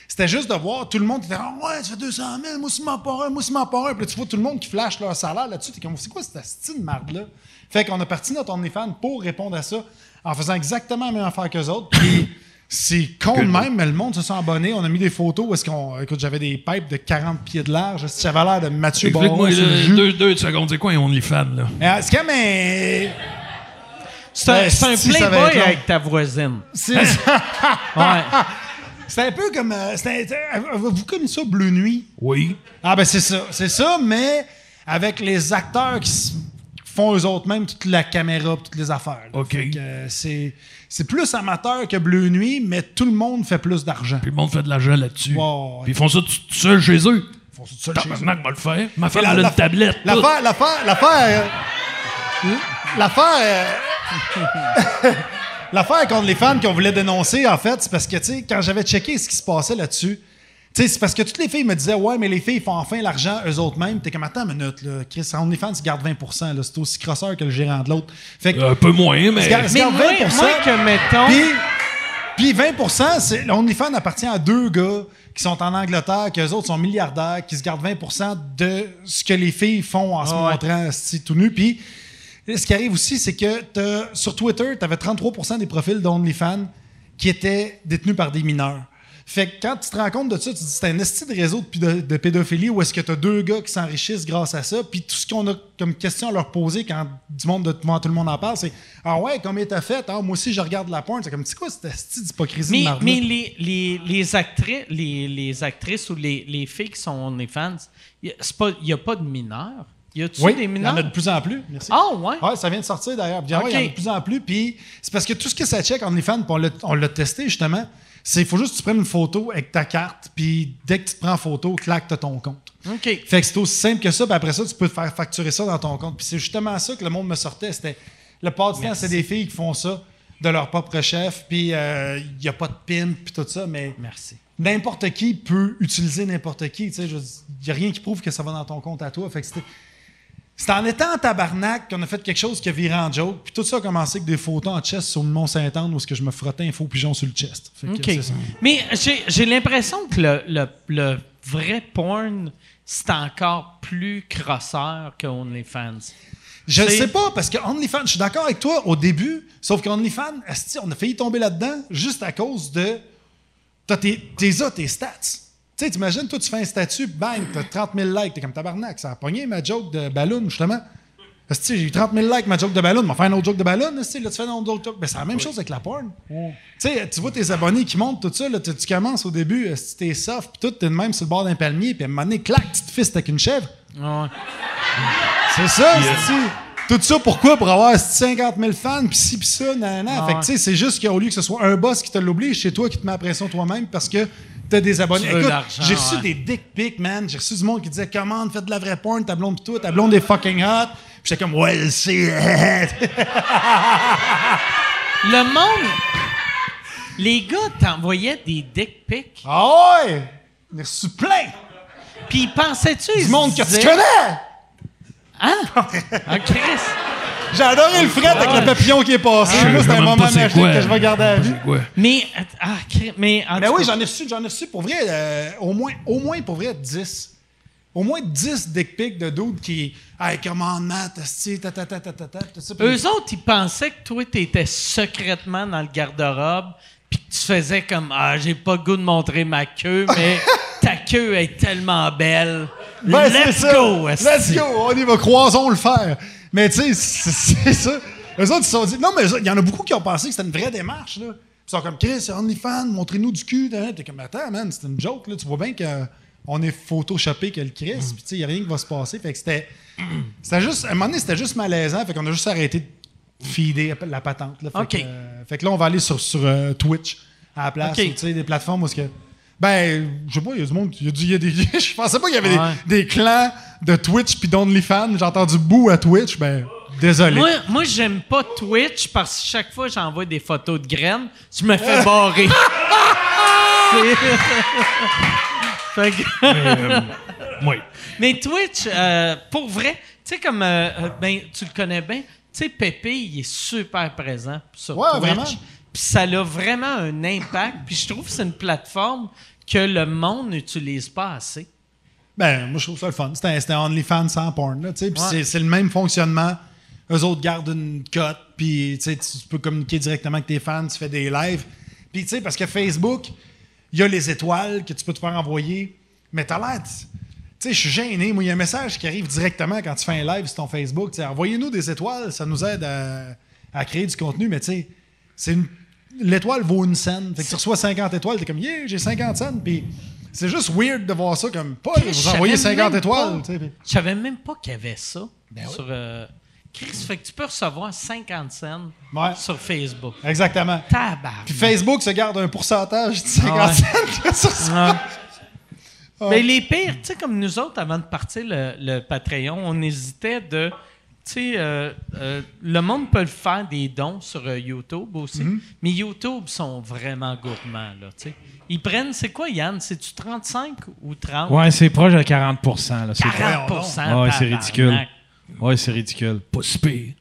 [SPEAKER 4] c'était juste de voir tout le monde qui était, Ah ouais, tu fais 200 000, moi aussi m'en pas un, moi aussi m'en pas un. Puis là, tu vois tout le monde qui flash leur salaire là-dessus. T'es comme, c'est quoi cette astuce de marde-là? Fait qu'on a parti notre OnlyFans pour répondre à ça en faisant exactement la même affaire qu'eux autres. Puis c'est con de même, mais le monde se sent abonné. On a mis des photos où est-ce qu'on. Écoute, j'avais des pipes de 40 pieds de large. J'avais l'air de Mathieu
[SPEAKER 5] Explique-moi,
[SPEAKER 4] Baron sur le
[SPEAKER 5] là,
[SPEAKER 4] jus.
[SPEAKER 5] deux, deux secondes. C'est quoi un OnlyFans, là?
[SPEAKER 4] Ah, C'est comme un.
[SPEAKER 1] C'est un,
[SPEAKER 4] Ben,
[SPEAKER 1] c'est un
[SPEAKER 4] si, ça va être
[SPEAKER 1] playboy
[SPEAKER 4] long.
[SPEAKER 1] avec ta voisine.
[SPEAKER 4] C'est
[SPEAKER 1] Ouais.
[SPEAKER 4] (laughs) c'est un peu comme. euh, c'est un- euh, Avez-vous connu ça, Bleu Nuit?
[SPEAKER 5] Oui.
[SPEAKER 4] Ah, ben c'est ça. C'est ça, mais avec les acteurs qui se font eux autres même toute la caméra, toutes les affaires. là.
[SPEAKER 5] OK.
[SPEAKER 4] Fait que, euh, C'est c'est plus amateur que Bleu Nuit, mais tout le monde fait plus d'argent.
[SPEAKER 5] Puis le monde fait de l'argent là-dessus.
[SPEAKER 4] Wow.
[SPEAKER 5] Puis ils font ça tout, tout seul chez eux.
[SPEAKER 4] Ils font ça tout seuls chez eux.
[SPEAKER 5] Tabarnak va le faire. Ma femme,
[SPEAKER 4] la-
[SPEAKER 5] elle a
[SPEAKER 4] la-
[SPEAKER 5] une tablette. tout. Hmm?
[SPEAKER 4] L'affaire, l'affaire, l'affaire. euh, L'affaire. euh, (laughs) L'affaire contre les fans qu'on voulait dénoncer, en fait, c'est parce que, tu sais, quand j'avais checké ce qui se passait là-dessus, tu sais, c'est parce que toutes les filles me disaient, ouais, mais les filles font enfin l'argent eux autres mêmes. T'es comme, attends une minute, là, Chris, OnlyFans, ils gardent 20 là, c'est aussi crosseur que le gérant de l'autre. Fait que,
[SPEAKER 5] Un peu moins, mais.
[SPEAKER 4] ils gardent- ils
[SPEAKER 1] Mais
[SPEAKER 4] gardent
[SPEAKER 1] moins,
[SPEAKER 4] 20%,
[SPEAKER 1] moins que, mettons...
[SPEAKER 4] puis, puis 20 c'est l'OnlyFans appartient à deux gars qui sont en Angleterre, qu'eux autres sont milliardaires, qui se gardent 20 de ce que les filles font en se
[SPEAKER 1] Ah ouais.
[SPEAKER 4] montrant si tout nu. Puis ce qui arrive aussi, c'est que t'as- sur Twitter, tu avais 33 des profils d'OnlyFans qui étaient détenus par des mineurs. Fait que quand tu te rends compte de ça, tu te dis c'est un esti de réseau de, pédo- de pédophilie où est-ce que tu as deux gars qui s'enrichissent grâce à ça. Puis tout ce qu'on a comme question à leur poser quand du monde de devant tout le monde en parle, c'est Ah ouais, combien t'as fait Ah, Moi aussi, je regarde la pointe. C'est comme, c'est quoi cette esti d'hypocrisie de
[SPEAKER 1] Mais,
[SPEAKER 4] marde-là?
[SPEAKER 1] mais les, les, les, actrices, les, les actrices ou les, les filles qui sont OnlyFans, il n'y a pas de mineurs. Y a-tu
[SPEAKER 4] Oui,
[SPEAKER 1] des
[SPEAKER 4] il y en
[SPEAKER 1] mineurs?
[SPEAKER 4] a de plus en plus. Merci.
[SPEAKER 1] Ah, ouais.
[SPEAKER 4] Ouais, ça vient de sortir d'ailleurs. Puis, ah
[SPEAKER 1] Ok.
[SPEAKER 4] ouais, Il y en a de plus en plus. Puis c'est parce que tout ce que ça check OnlyFans, puis on l'a- on l'a testé justement, c'est il faut juste que tu prennes une photo avec ta carte, puis dès que tu te prends en photo, claque, t'as ton compte.
[SPEAKER 1] OK.
[SPEAKER 4] Fait que c'est aussi simple que ça, puis après ça, tu peux te faire facturer ça dans ton compte. Puis c'est justement ça que le monde me sortait. C'était le part du temps, c'est des filles qui font ça de leur propre chef, puis euh, il n'y a pas de pin, puis tout ça, mais
[SPEAKER 1] Merci.
[SPEAKER 4] n'importe qui peut utiliser n'importe qui. Il n'y a rien qui prouve que ça va dans ton compte à toi. Fait que c'était- c'est en étant en tabarnak qu'on a fait quelque chose qui a viré en joke. Puis tout ça a commencé avec des photos en chest sur le Mont-Saint-Anne où ce que je me frottais un faux pigeon sur le chest. Fait que
[SPEAKER 1] OK.
[SPEAKER 4] c'est ça.
[SPEAKER 1] Mais j'ai j'ai l'impression que le, le- le vrai porn c'est encore plus crosseur que OnlyFans.
[SPEAKER 4] Je
[SPEAKER 1] C'est-
[SPEAKER 4] sais pas, parce que OnlyFans, je suis d'accord avec toi au début, sauf qu'OnlyFans, asti, on a failli tomber là-dedans juste à cause de. T'as tes, tes, t'as tes stats. Tu sais, t'imagines, toi, tu fais un statut, bang, t'as 30 000 likes, t'es comme tabarnak, ça a pogné ma joke de ballon, justement. Asti, j'ai eu 30 000 likes, ma joke de ballon, m'en fait un autre joke de ballon, asti, là, tu fais un autre joke. Ben, c'est la même chose avec la porn. Tu sais, tu vois tes abonnés qui montent, tout ça, là, tu, tu commences au début, asti, t'es soft, pis tout, t'es de même sur le bord d'un palmier, puis à un moment donné, clac, tu te fistes avec une chèvre. C'est ça,
[SPEAKER 5] euh,
[SPEAKER 4] c'est-tu. Tout ça, pourquoi? Pour avoir 50 000 fans, pis ci, pis ça, nanana. Fait que, tu sais, c'est juste qu'au lieu que ce soit un boss qui te l'oblige, c'est toi qui te mets la pression toi-même parce que t'as des abonnés.
[SPEAKER 1] Tu veux
[SPEAKER 4] Écoute,
[SPEAKER 1] l'argent,
[SPEAKER 4] j'ai reçu
[SPEAKER 1] ouais.
[SPEAKER 4] des dick pics, man. J'ai reçu du monde qui disait, commande, fais de la vraie porn, ta blonde pis tout, ta blonde est fucking hot. Pis j'étais comme, well, c'est. (laughs)
[SPEAKER 1] Le monde. Les gars t'envoyaient des dick pics.
[SPEAKER 4] ah ouais! J'ai reçu plein!
[SPEAKER 1] Puis pensais-tu.
[SPEAKER 4] Du monde que tu connais!
[SPEAKER 1] Hein? Ah, Chris.
[SPEAKER 4] J'ai adoré le fret avec le papillon qui est passé.
[SPEAKER 5] Je
[SPEAKER 4] Moi,
[SPEAKER 5] sais
[SPEAKER 4] c'est un
[SPEAKER 5] même
[SPEAKER 4] moment
[SPEAKER 5] pas c'est
[SPEAKER 4] magique
[SPEAKER 5] quoi.
[SPEAKER 4] que je vais garder à vie.
[SPEAKER 5] C'est quoi?
[SPEAKER 1] Mais. Ah, Chris. Mais. en
[SPEAKER 4] Mais
[SPEAKER 1] tout
[SPEAKER 4] Ben oui,
[SPEAKER 1] cas,
[SPEAKER 4] j'en ai reçu, j'en ai reçu pour vrai, euh, au, moins, au moins pour vrai 10. Au moins 10 dick pics de dudes qui. Hey, comment, Matt, esti, ta, ta, ta, ta, ta, ta, tout ça. Puis-
[SPEAKER 1] Eux autres, ils pensaient que toi, t'étais secrètement dans le garde-robe, puis que tu faisais comme Ah, j'ai pas le goût de montrer ma queue,
[SPEAKER 4] (laughs)
[SPEAKER 1] mais ta queue est tellement belle.
[SPEAKER 4] Ben, c'est
[SPEAKER 1] Let's
[SPEAKER 4] ça.
[SPEAKER 1] go! esti.
[SPEAKER 4] Let's go! On y va, croisons le faire. Mais tu sais, c'est c'est ça. Eux autres, ils se sont dit. Non, mais eux autres, il y en a beaucoup qui ont pensé que c'était une vraie démarche, là. Ils sont comme, Chris, c'est OnlyFans, montrez-nous du cul. hein. T'es comme, attends, man, c'est une joke, là. Tu vois bien qu'on est photoshopé que le Chris, puis tu sais, il n'y a rien qui va se passer. Fait que c'était. C'était juste. À un moment donné, c'était juste malaisant. Fait qu'on a juste arrêté de feeder la patente, là. Fait,
[SPEAKER 1] OK.
[SPEAKER 4] que, euh, fait que là, on va aller sur, sur euh, Twitch à la place,
[SPEAKER 1] OK.
[SPEAKER 4] ou, tu sais, des plateformes où ce que. Ben, je sais pas, il y a du monde. Il y a du- il y a des, (laughs) je pensais pas qu'il y avait des-
[SPEAKER 1] Ouais.
[SPEAKER 4] des, clans de Twitch puis d'OnlyFans. J'ai entendu bou à Twitch. Ben, désolé.
[SPEAKER 1] Moi, moi j'aime pas Twitch parce que chaque fois que j'envoie des photos de graines, je me fais
[SPEAKER 4] (laughs)
[SPEAKER 1] barrer. (laughs) C'est- Fait que-
[SPEAKER 5] Oui.
[SPEAKER 1] Mais Twitch, euh, pour vrai, tu sais, comme euh, euh, ben, tu le connais bien, tu sais, Pépé, il est super présent sur
[SPEAKER 4] Ouais,
[SPEAKER 1] Twitch.
[SPEAKER 4] vraiment.
[SPEAKER 1] Puis ça a vraiment un impact. Puis je trouve que c'est une plateforme que le monde n'utilise pas assez.
[SPEAKER 4] Ben, moi, je trouve ça le fun. C'était un- c'était un OnlyFans sans porn, là, tu sais. Puis
[SPEAKER 1] Ouais.
[SPEAKER 4] c'est- c'est le même fonctionnement. Eux autres gardent une cote, puis tu sais, tu peux communiquer directement avec tes fans, tu fais des lives. Puis tu sais, parce que Facebook, il y a les étoiles que tu peux te faire envoyer, mais t'as l'air... Tu tu sais, je suis gêné. Moi, il y a un message qui arrive directement quand tu fais un live sur ton Facebook. Tu sais, envoyez-nous des étoiles, ça nous aide à, à créer du contenu, mais tu sais, c'est une... L'étoile vaut une scène. Fait que tu reçois 50 étoiles, t'es comme, yeah, j'ai 50 cents, puis... C'est juste weird de voir ça comme Paul,
[SPEAKER 1] Je
[SPEAKER 4] vous
[SPEAKER 1] savais
[SPEAKER 4] envoyez
[SPEAKER 1] même
[SPEAKER 4] 50
[SPEAKER 1] pas-
[SPEAKER 4] étoiles. tu sais, puis-
[SPEAKER 1] Je savais même pas qu'il y avait ça.
[SPEAKER 4] Ben oui.
[SPEAKER 1] sur, euh, Chris, fait que tu peux recevoir 50 cents
[SPEAKER 4] Ouais.
[SPEAKER 1] sur Facebook.
[SPEAKER 4] Exactement.
[SPEAKER 1] Tabarnak.
[SPEAKER 4] Puis Facebook se garde un pourcentage de 50
[SPEAKER 1] Ah ouais.
[SPEAKER 4] cents que sur ça.
[SPEAKER 1] Ouais.
[SPEAKER 4] Ouais.
[SPEAKER 1] Mais Ben, les pires, tu sais, comme nous autres, avant de partir le, le Patreon, on hésitait de. Tu sais, euh, euh, le monde peut le faire des dons sur euh, YouTube aussi, mais YouTube sont vraiment gourmands, là, tu sais. Ils prennent, c'est quoi, Yann? C'est-tu 35 ou 30?
[SPEAKER 3] Ouais, c'est proche de 40 là, c'est vrai.
[SPEAKER 1] 40
[SPEAKER 3] Ouais, c'est
[SPEAKER 1] tabarnak.
[SPEAKER 3] ridicule. Ouais, c'est ridicule.
[SPEAKER 5] Pas si pire.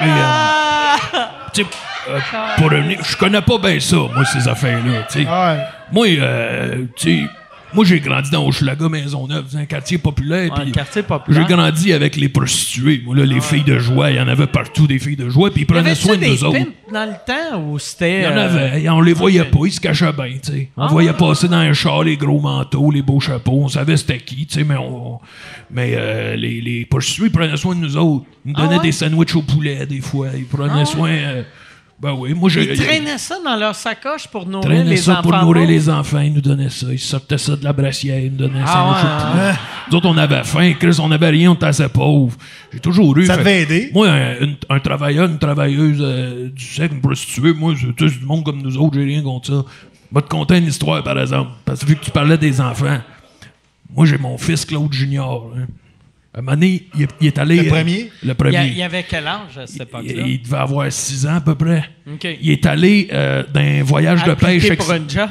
[SPEAKER 5] Mais,
[SPEAKER 4] Ah!
[SPEAKER 5] euh, tu sais, euh, pour revenir, je connais pas bien ça, moi, ces affaires-là. tu sais.
[SPEAKER 4] Ouais.
[SPEAKER 5] Moi, euh, tu sais, moi j'ai grandi dans Hochelaga Maisonneuve, dans un quartier populaire.
[SPEAKER 1] Ouais,
[SPEAKER 5] puis
[SPEAKER 1] un quartier populaire.
[SPEAKER 5] J'ai grandi avec les prostituées. Moi, là, les filles de joie, il y en avait partout des filles de joie, puis ils
[SPEAKER 1] Y
[SPEAKER 5] prenaient
[SPEAKER 1] avait-tu
[SPEAKER 5] soin de
[SPEAKER 1] des
[SPEAKER 5] nous autres.
[SPEAKER 1] pimps dans le temps où c'était.
[SPEAKER 5] Il y en
[SPEAKER 1] euh,
[SPEAKER 5] avait, et on les voyait
[SPEAKER 1] ok.
[SPEAKER 5] pas, ils se cachaient bien, tu sais. On
[SPEAKER 1] Ah
[SPEAKER 5] voyait
[SPEAKER 1] ouais.
[SPEAKER 5] passer dans un char les gros manteaux, les beaux chapeaux, on savait c'était qui, tu sais, mais on, on- mais euh, les, les prostituées prenaient soin de nous autres. Ils nous
[SPEAKER 1] Ah
[SPEAKER 5] donnaient
[SPEAKER 1] ouais? Ah
[SPEAKER 5] des sandwichs au poulet, des fois. Ils prenaient soin. euh, ben oui, moi j'ai.
[SPEAKER 1] Ils traînaient ça dans leur sacoche pour nourrir
[SPEAKER 5] traînaient
[SPEAKER 1] les
[SPEAKER 5] ça
[SPEAKER 1] enfants.
[SPEAKER 5] pour nourrir
[SPEAKER 1] pauvres.
[SPEAKER 5] les enfants, ils nous donnaient ça. Ils sortaient ça de la brassière, ils nous donnaient ça.
[SPEAKER 1] Ah ouais,
[SPEAKER 5] Nous autres, on avait faim, Chris, on avait rien, on était assez pauvres. J'ai toujours eu.
[SPEAKER 4] Ça
[SPEAKER 5] fait-
[SPEAKER 4] devait aider.
[SPEAKER 5] Moi, un, une- un travailleur, une travailleuse euh, du sexe, une prostituée, moi, c'est tu sais, c'est du monde comme nous autres, j'ai rien contre ça. Je vais te conter une histoire, par exemple, parce que vu que tu parlais des enfants, moi, j'ai mon fils Claude Junior. hein. À un moment donné, il, est- il est allé.
[SPEAKER 4] Le
[SPEAKER 5] euh,
[SPEAKER 4] premier?
[SPEAKER 5] le
[SPEAKER 1] Il y
[SPEAKER 5] premier.
[SPEAKER 1] a- il y avait quel âge à cette époque-là?
[SPEAKER 5] Il, il devait avoir 6 ans à peu près.
[SPEAKER 1] OK.
[SPEAKER 5] Il est allé euh, dans un voyage de
[SPEAKER 1] Appliqué
[SPEAKER 5] pêche.
[SPEAKER 1] pour
[SPEAKER 5] ex-
[SPEAKER 1] un job.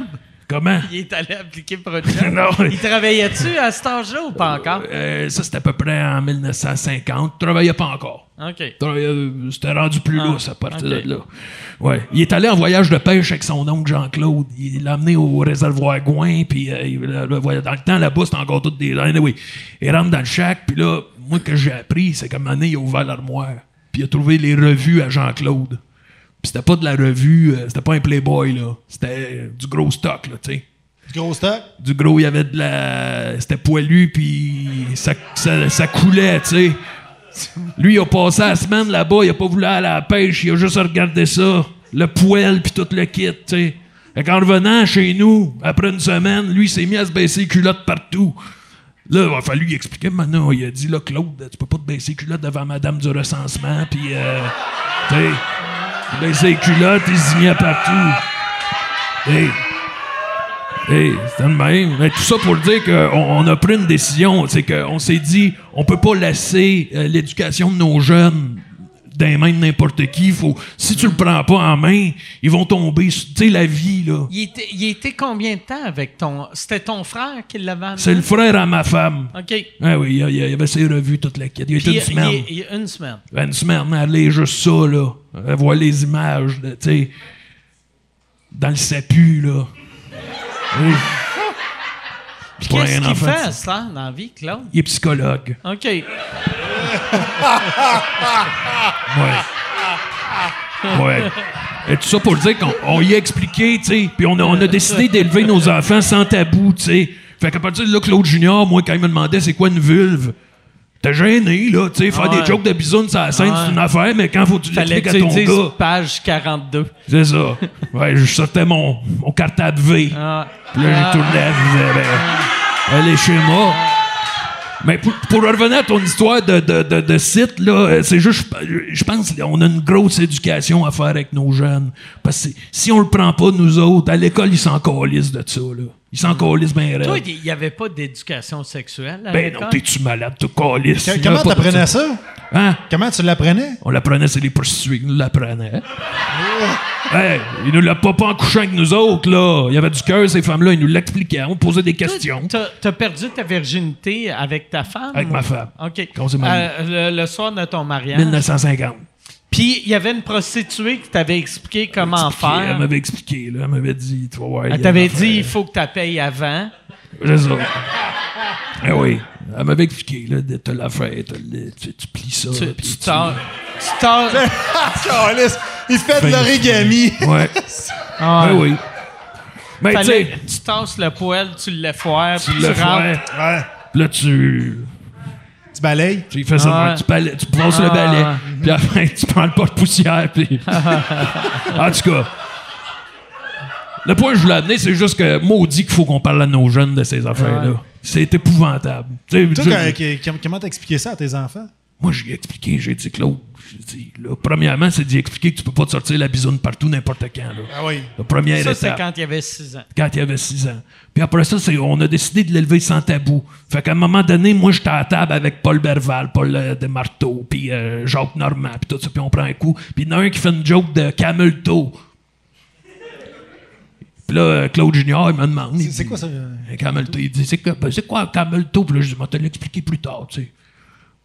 [SPEAKER 5] Comment?
[SPEAKER 1] Il est allé appliquer
[SPEAKER 5] (laughs)
[SPEAKER 1] pour autre chose.
[SPEAKER 5] Non.
[SPEAKER 1] Il travaillait-tu à cet âge-là ou pas encore?
[SPEAKER 5] Euh, ça, c'était à peu près en 1950. Il travaillait pas encore.
[SPEAKER 1] OK.
[SPEAKER 5] Travaillait- euh, C'était rendu plus
[SPEAKER 1] Ah,
[SPEAKER 5] lousse à partir
[SPEAKER 1] ok.
[SPEAKER 5] de là. Ouais. Il est allé en voyage de pêche avec son oncle Jean-Claude. Il l'a amené au réservoir Gouin, puis euh, il- le- le voyage- dans le temps, là-bas, c'était encore toutes des... Anyway, il rentre dans le shack, puis là, moi, que j'ai appris, c'est comme année, il a ouvert l'armoire, puis il a trouvé les revues à Jean-Claude. Puis c'était pas de la revue, euh, c'était pas un Playboy, là. C'était euh, du gros stock, là, tu sais
[SPEAKER 4] Du gros stock.
[SPEAKER 5] du gros, il y avait de la. C'était poilu, puis ça, ça, ça coulait, tu sais. Lui, il a passé la semaine là-bas, il a pas voulu aller à la pêche, il a juste regardé ça, le poêle, puis tout le kit, tu sais. Fait qu'en revenant chez nous, après une semaine, lui, il s'est mis à se baisser les culottes partout. Là, il a fallu lui expliquer, maintenant, il a dit, là, Claude, tu peux pas te baisser les culottes devant madame du recensement, puis, euh, tu sais, il baissait les culottes, il se zignait partout. Hey. Hey, c'est de même. Mais tout ça pour dire qu'on on a pris une décision, c'est qu'on s'est dit, on peut pas laisser euh, l'éducation de nos jeunes dans les mains de n'importe qui. Faut, si tu le prends pas en main, ils vont tomber. sur- Tu sais, la vie, là.
[SPEAKER 1] Il était, il était combien de temps avec ton. C'était ton frère qui l'avait amené?
[SPEAKER 5] C'est le frère à ma femme.
[SPEAKER 1] OK. Puis
[SPEAKER 5] Ah oui, il y a- il y a- il y avait ses revues toute la quête. Il y a été
[SPEAKER 1] il-
[SPEAKER 5] une semaine. Ben,
[SPEAKER 1] il- il- une semaine.
[SPEAKER 5] Une semaine, allez, juste ça, là. Elle voit les images, de, tu sais. Dans le sapu, là. Oui.
[SPEAKER 1] Ah! Puis
[SPEAKER 5] Pour
[SPEAKER 1] qu'est-ce
[SPEAKER 5] un
[SPEAKER 1] qu'il
[SPEAKER 5] enfant,
[SPEAKER 1] fait,
[SPEAKER 5] ça.
[SPEAKER 1] ça, dans la vie, Claude?
[SPEAKER 5] Il est psychologue.
[SPEAKER 1] OK.
[SPEAKER 5] Ouais. Ouais. Et tout ça pour dire qu'on on y a expliqué, tu sais, puis on a, on a décidé d'élever nos enfants sans tabou, tu sais. Fait qu'à partir de là, Claude Junior, moi, quand il me demandait c'est quoi une vulve, t'es gêné, là, tu sais, faire
[SPEAKER 1] Ouais.
[SPEAKER 5] des jokes de bisounes sur la scène,
[SPEAKER 1] Ouais.
[SPEAKER 5] c'est une affaire, mais quand faut que tu
[SPEAKER 1] Fallait
[SPEAKER 5] l'expliques
[SPEAKER 1] que
[SPEAKER 5] à
[SPEAKER 1] tu
[SPEAKER 5] ton
[SPEAKER 1] dises
[SPEAKER 5] gars,
[SPEAKER 1] page 42.
[SPEAKER 5] c'est ça. Ouais, je sortais mon, mon cartable V.
[SPEAKER 1] Ah.
[SPEAKER 5] Puis là,
[SPEAKER 1] Ah.
[SPEAKER 5] j'ai tourné, elle disait, ben, elle est chez moi. Mais pour, pour revenir à ton histoire de, de, de, de site, là, euh, c'est juste, je- je pense qu'on a une grosse éducation à faire avec nos jeunes. Parce que si on le prend pas, nous autres, à l'école, ils s'en calissent de ça, là. Ils s'en calissent bien
[SPEAKER 1] Toi,
[SPEAKER 5] raide.
[SPEAKER 1] il n'y avait pas d'éducation sexuelle à
[SPEAKER 5] Ben non,
[SPEAKER 1] l'école?
[SPEAKER 5] t'es-tu malade, tu calisses.
[SPEAKER 4] Que-
[SPEAKER 5] Il y a
[SPEAKER 4] Comment
[SPEAKER 5] pas de
[SPEAKER 4] t'apprenais
[SPEAKER 5] ça?
[SPEAKER 4] ça?
[SPEAKER 5] Hein?
[SPEAKER 4] Comment tu (laughs) l'apprenais?
[SPEAKER 5] On l'apprenait, c'est les prostituées qui nous l'apprenaient. hey, ils nous l'ont pas pas en couchant avec nous autres, là. Il y avait du cœur, ces femmes-là, ils nous l'expliquaient. On posait des
[SPEAKER 1] Toi,
[SPEAKER 5] questions.
[SPEAKER 1] T'as t'as perdu ta virginité avec ta femme?
[SPEAKER 5] Avec ma femme.
[SPEAKER 1] OK.
[SPEAKER 5] Quand on s'est mariés.
[SPEAKER 1] Euh, le, le soir de ton mariage.
[SPEAKER 5] 1950.
[SPEAKER 1] Puis il y avait une prostituée qui t'avait expliqué comment
[SPEAKER 5] Expliqué, Elle
[SPEAKER 1] faire.
[SPEAKER 5] m'avait expliqué, là. Elle m'avait dit, tu vas voir. il y a
[SPEAKER 1] Elle
[SPEAKER 5] une
[SPEAKER 1] t'avait
[SPEAKER 5] affaire.
[SPEAKER 1] dit il faut que tu payes avant.
[SPEAKER 5] C'est ça. Eh oui. Elle m'avait expliqué, là, de te la faire, t'as le- tu, tu plies ça.
[SPEAKER 1] Tu
[SPEAKER 5] puis
[SPEAKER 1] tu t'en- tu t'en-
[SPEAKER 5] (laughs)
[SPEAKER 4] Calisse, il fait de l'origami.
[SPEAKER 5] Ouais.
[SPEAKER 1] (laughs) Ah,
[SPEAKER 5] Eh oui. Mais tu
[SPEAKER 1] fallait-
[SPEAKER 5] sais,
[SPEAKER 1] Tu tasses le poêle, tu le foires,
[SPEAKER 5] tu
[SPEAKER 1] puis
[SPEAKER 5] le
[SPEAKER 1] tu rentres.
[SPEAKER 5] fais.
[SPEAKER 4] Ouais.
[SPEAKER 5] Là, tu.
[SPEAKER 4] (laughs) Tu balayes.
[SPEAKER 5] Tu lui fais ça,
[SPEAKER 1] Ah.
[SPEAKER 5] tu, balais- tu passes le
[SPEAKER 1] Ah.
[SPEAKER 5] balai, puis après, tu prends le porte-poussière,
[SPEAKER 1] (laughs)
[SPEAKER 5] puis... en tout cas, le point que je voulais amener, c'est juste que maudit qu'il faut qu'on parle à nos jeunes de ces affaires-là. C'est épouvantable. Tu sais,
[SPEAKER 4] Toi,
[SPEAKER 5] je-
[SPEAKER 4] quand- que- com- comment t'as expliqué ça à tes enfants?
[SPEAKER 5] Moi, j'ai expliqué, j'ai dit, Claude, j'ai dit, là, premièrement, c'est d'y expliquer que tu peux pas te sortir la bisoune partout, n'importe quand. Là.
[SPEAKER 4] Ah oui.
[SPEAKER 5] La première
[SPEAKER 1] Ça, c'est
[SPEAKER 5] étape
[SPEAKER 1] quand il y avait 6 ans.
[SPEAKER 5] quand il avait 6 ans. Puis après ça, c'est, on a décidé de l'élever sans tabou. Fait qu'à un moment donné, moi, j'étais à la table avec Paul Berval, Paul euh, Desmarteaux, puis euh, Jacques Normand, puis tout ça, puis on prend un coup. Puis il y en a un qui fait une joke de Camel Toe. Puis là, euh, Claude Junior, il me demande. il
[SPEAKER 4] C'est- c'est
[SPEAKER 5] dit,
[SPEAKER 4] quoi ça, euh?
[SPEAKER 5] Un Camel Toe. Il dit, c'est quoi, ben, c'est quoi un Camel Toe? Puis là, je dis, moi, te l'expliquer plus tard, tu sais.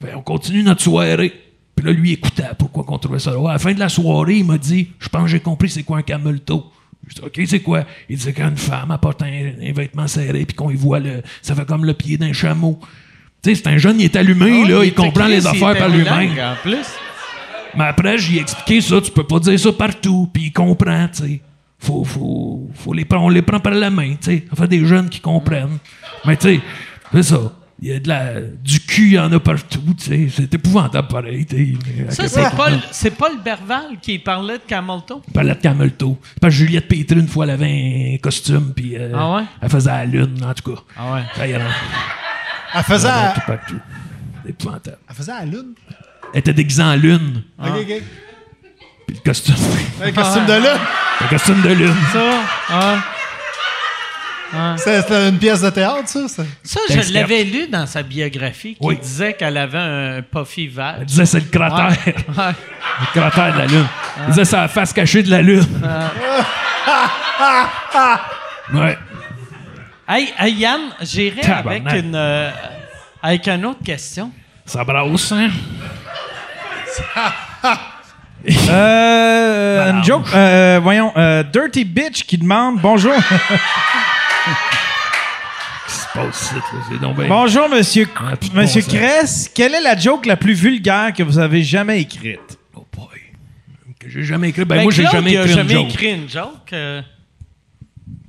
[SPEAKER 5] Ben, on continue notre soirée. Puis là, lui, il écoutait pourquoi qu'on trouvait ça drôle. À la fin de la soirée, il m'a dit Je pense que j'ai compris c'est quoi un camelto. Je dis OK, c'est quoi Il dit Quand une femme apporte un, un vêtement serré, puis qu'on y voit le. Ça fait comme le pied d'un chameau. Tu sais, c'est un jeune, il est
[SPEAKER 1] Ah
[SPEAKER 5] allumé, là, il, comprend les affaires par lui-même.
[SPEAKER 1] En plus.
[SPEAKER 5] Mais après, j'ai expliqué ça, tu peux pas dire ça partout, puis il comprend, tu sais. Faut, faut, faut les prendre, on les prend par la main, tu sais. Ça fait des jeunes qui comprennent. Mais tu sais, c'est ça. Il y a de la, du cul, il y en a partout, tu sais. C'est épouvantable, pareil, tu sais.
[SPEAKER 1] Ça, c'est Paul, c'est Paul Berval qui parlait de Camelto.
[SPEAKER 5] Palette Camelto. C'est Parce que Juliette Pétrin, une fois, elle avait un costume, puis euh,
[SPEAKER 1] Ah ouais?
[SPEAKER 5] elle faisait la lune, en tout cas.
[SPEAKER 1] Ah ouais.
[SPEAKER 5] Ça y est, elle
[SPEAKER 4] Elle faisait,
[SPEAKER 5] en-
[SPEAKER 4] à,
[SPEAKER 5] tout partout. C'est épouvantable.
[SPEAKER 4] elle faisait à la lune.
[SPEAKER 5] Elle était déguisée en lune,
[SPEAKER 4] OK, OK.
[SPEAKER 5] puis le costume. (laughs)
[SPEAKER 4] Un costume de lune.
[SPEAKER 5] le costume de lune.
[SPEAKER 1] Ça, hein.
[SPEAKER 4] C'est- C'était une pièce de théâtre, ça? ça?
[SPEAKER 1] Ça,
[SPEAKER 5] Thanks,
[SPEAKER 1] je l'avais lu dans sa biographie qui
[SPEAKER 5] Oui.
[SPEAKER 1] disait qu'elle avait un puffy vert.
[SPEAKER 5] Elle disait, c'est le cratère.
[SPEAKER 1] Ouais.
[SPEAKER 5] Le cratère de la Lune. Il disait, c'est la face cachée de la Lune. Ouais.
[SPEAKER 1] Hey, hey, Yann, j'irai avec
[SPEAKER 5] Tabarnak.
[SPEAKER 1] une, euh, avec une autre question.
[SPEAKER 5] Ça brasse, hein?
[SPEAKER 3] Euh,
[SPEAKER 5] Bah,
[SPEAKER 3] une joke. Euh, voyons, euh, Dirty Bitch qui demande bonjour.
[SPEAKER 5] Qu'est-ce qui se passe ici, là? C'est donc bien-
[SPEAKER 3] bonjour, monsieur,
[SPEAKER 5] Ah, plus de
[SPEAKER 3] monsieur
[SPEAKER 5] bon sens.
[SPEAKER 3] Kress. Quelle est la joke la plus vulgaire que vous avez jamais écrite?
[SPEAKER 5] Oh boy. Que j'ai jamais écrit. Ben,
[SPEAKER 1] Ben,
[SPEAKER 5] moi, j'ai
[SPEAKER 1] Claude,
[SPEAKER 5] jamais
[SPEAKER 1] il a
[SPEAKER 5] écrit une
[SPEAKER 1] jamais
[SPEAKER 5] joke.
[SPEAKER 1] écrit une joke. euh,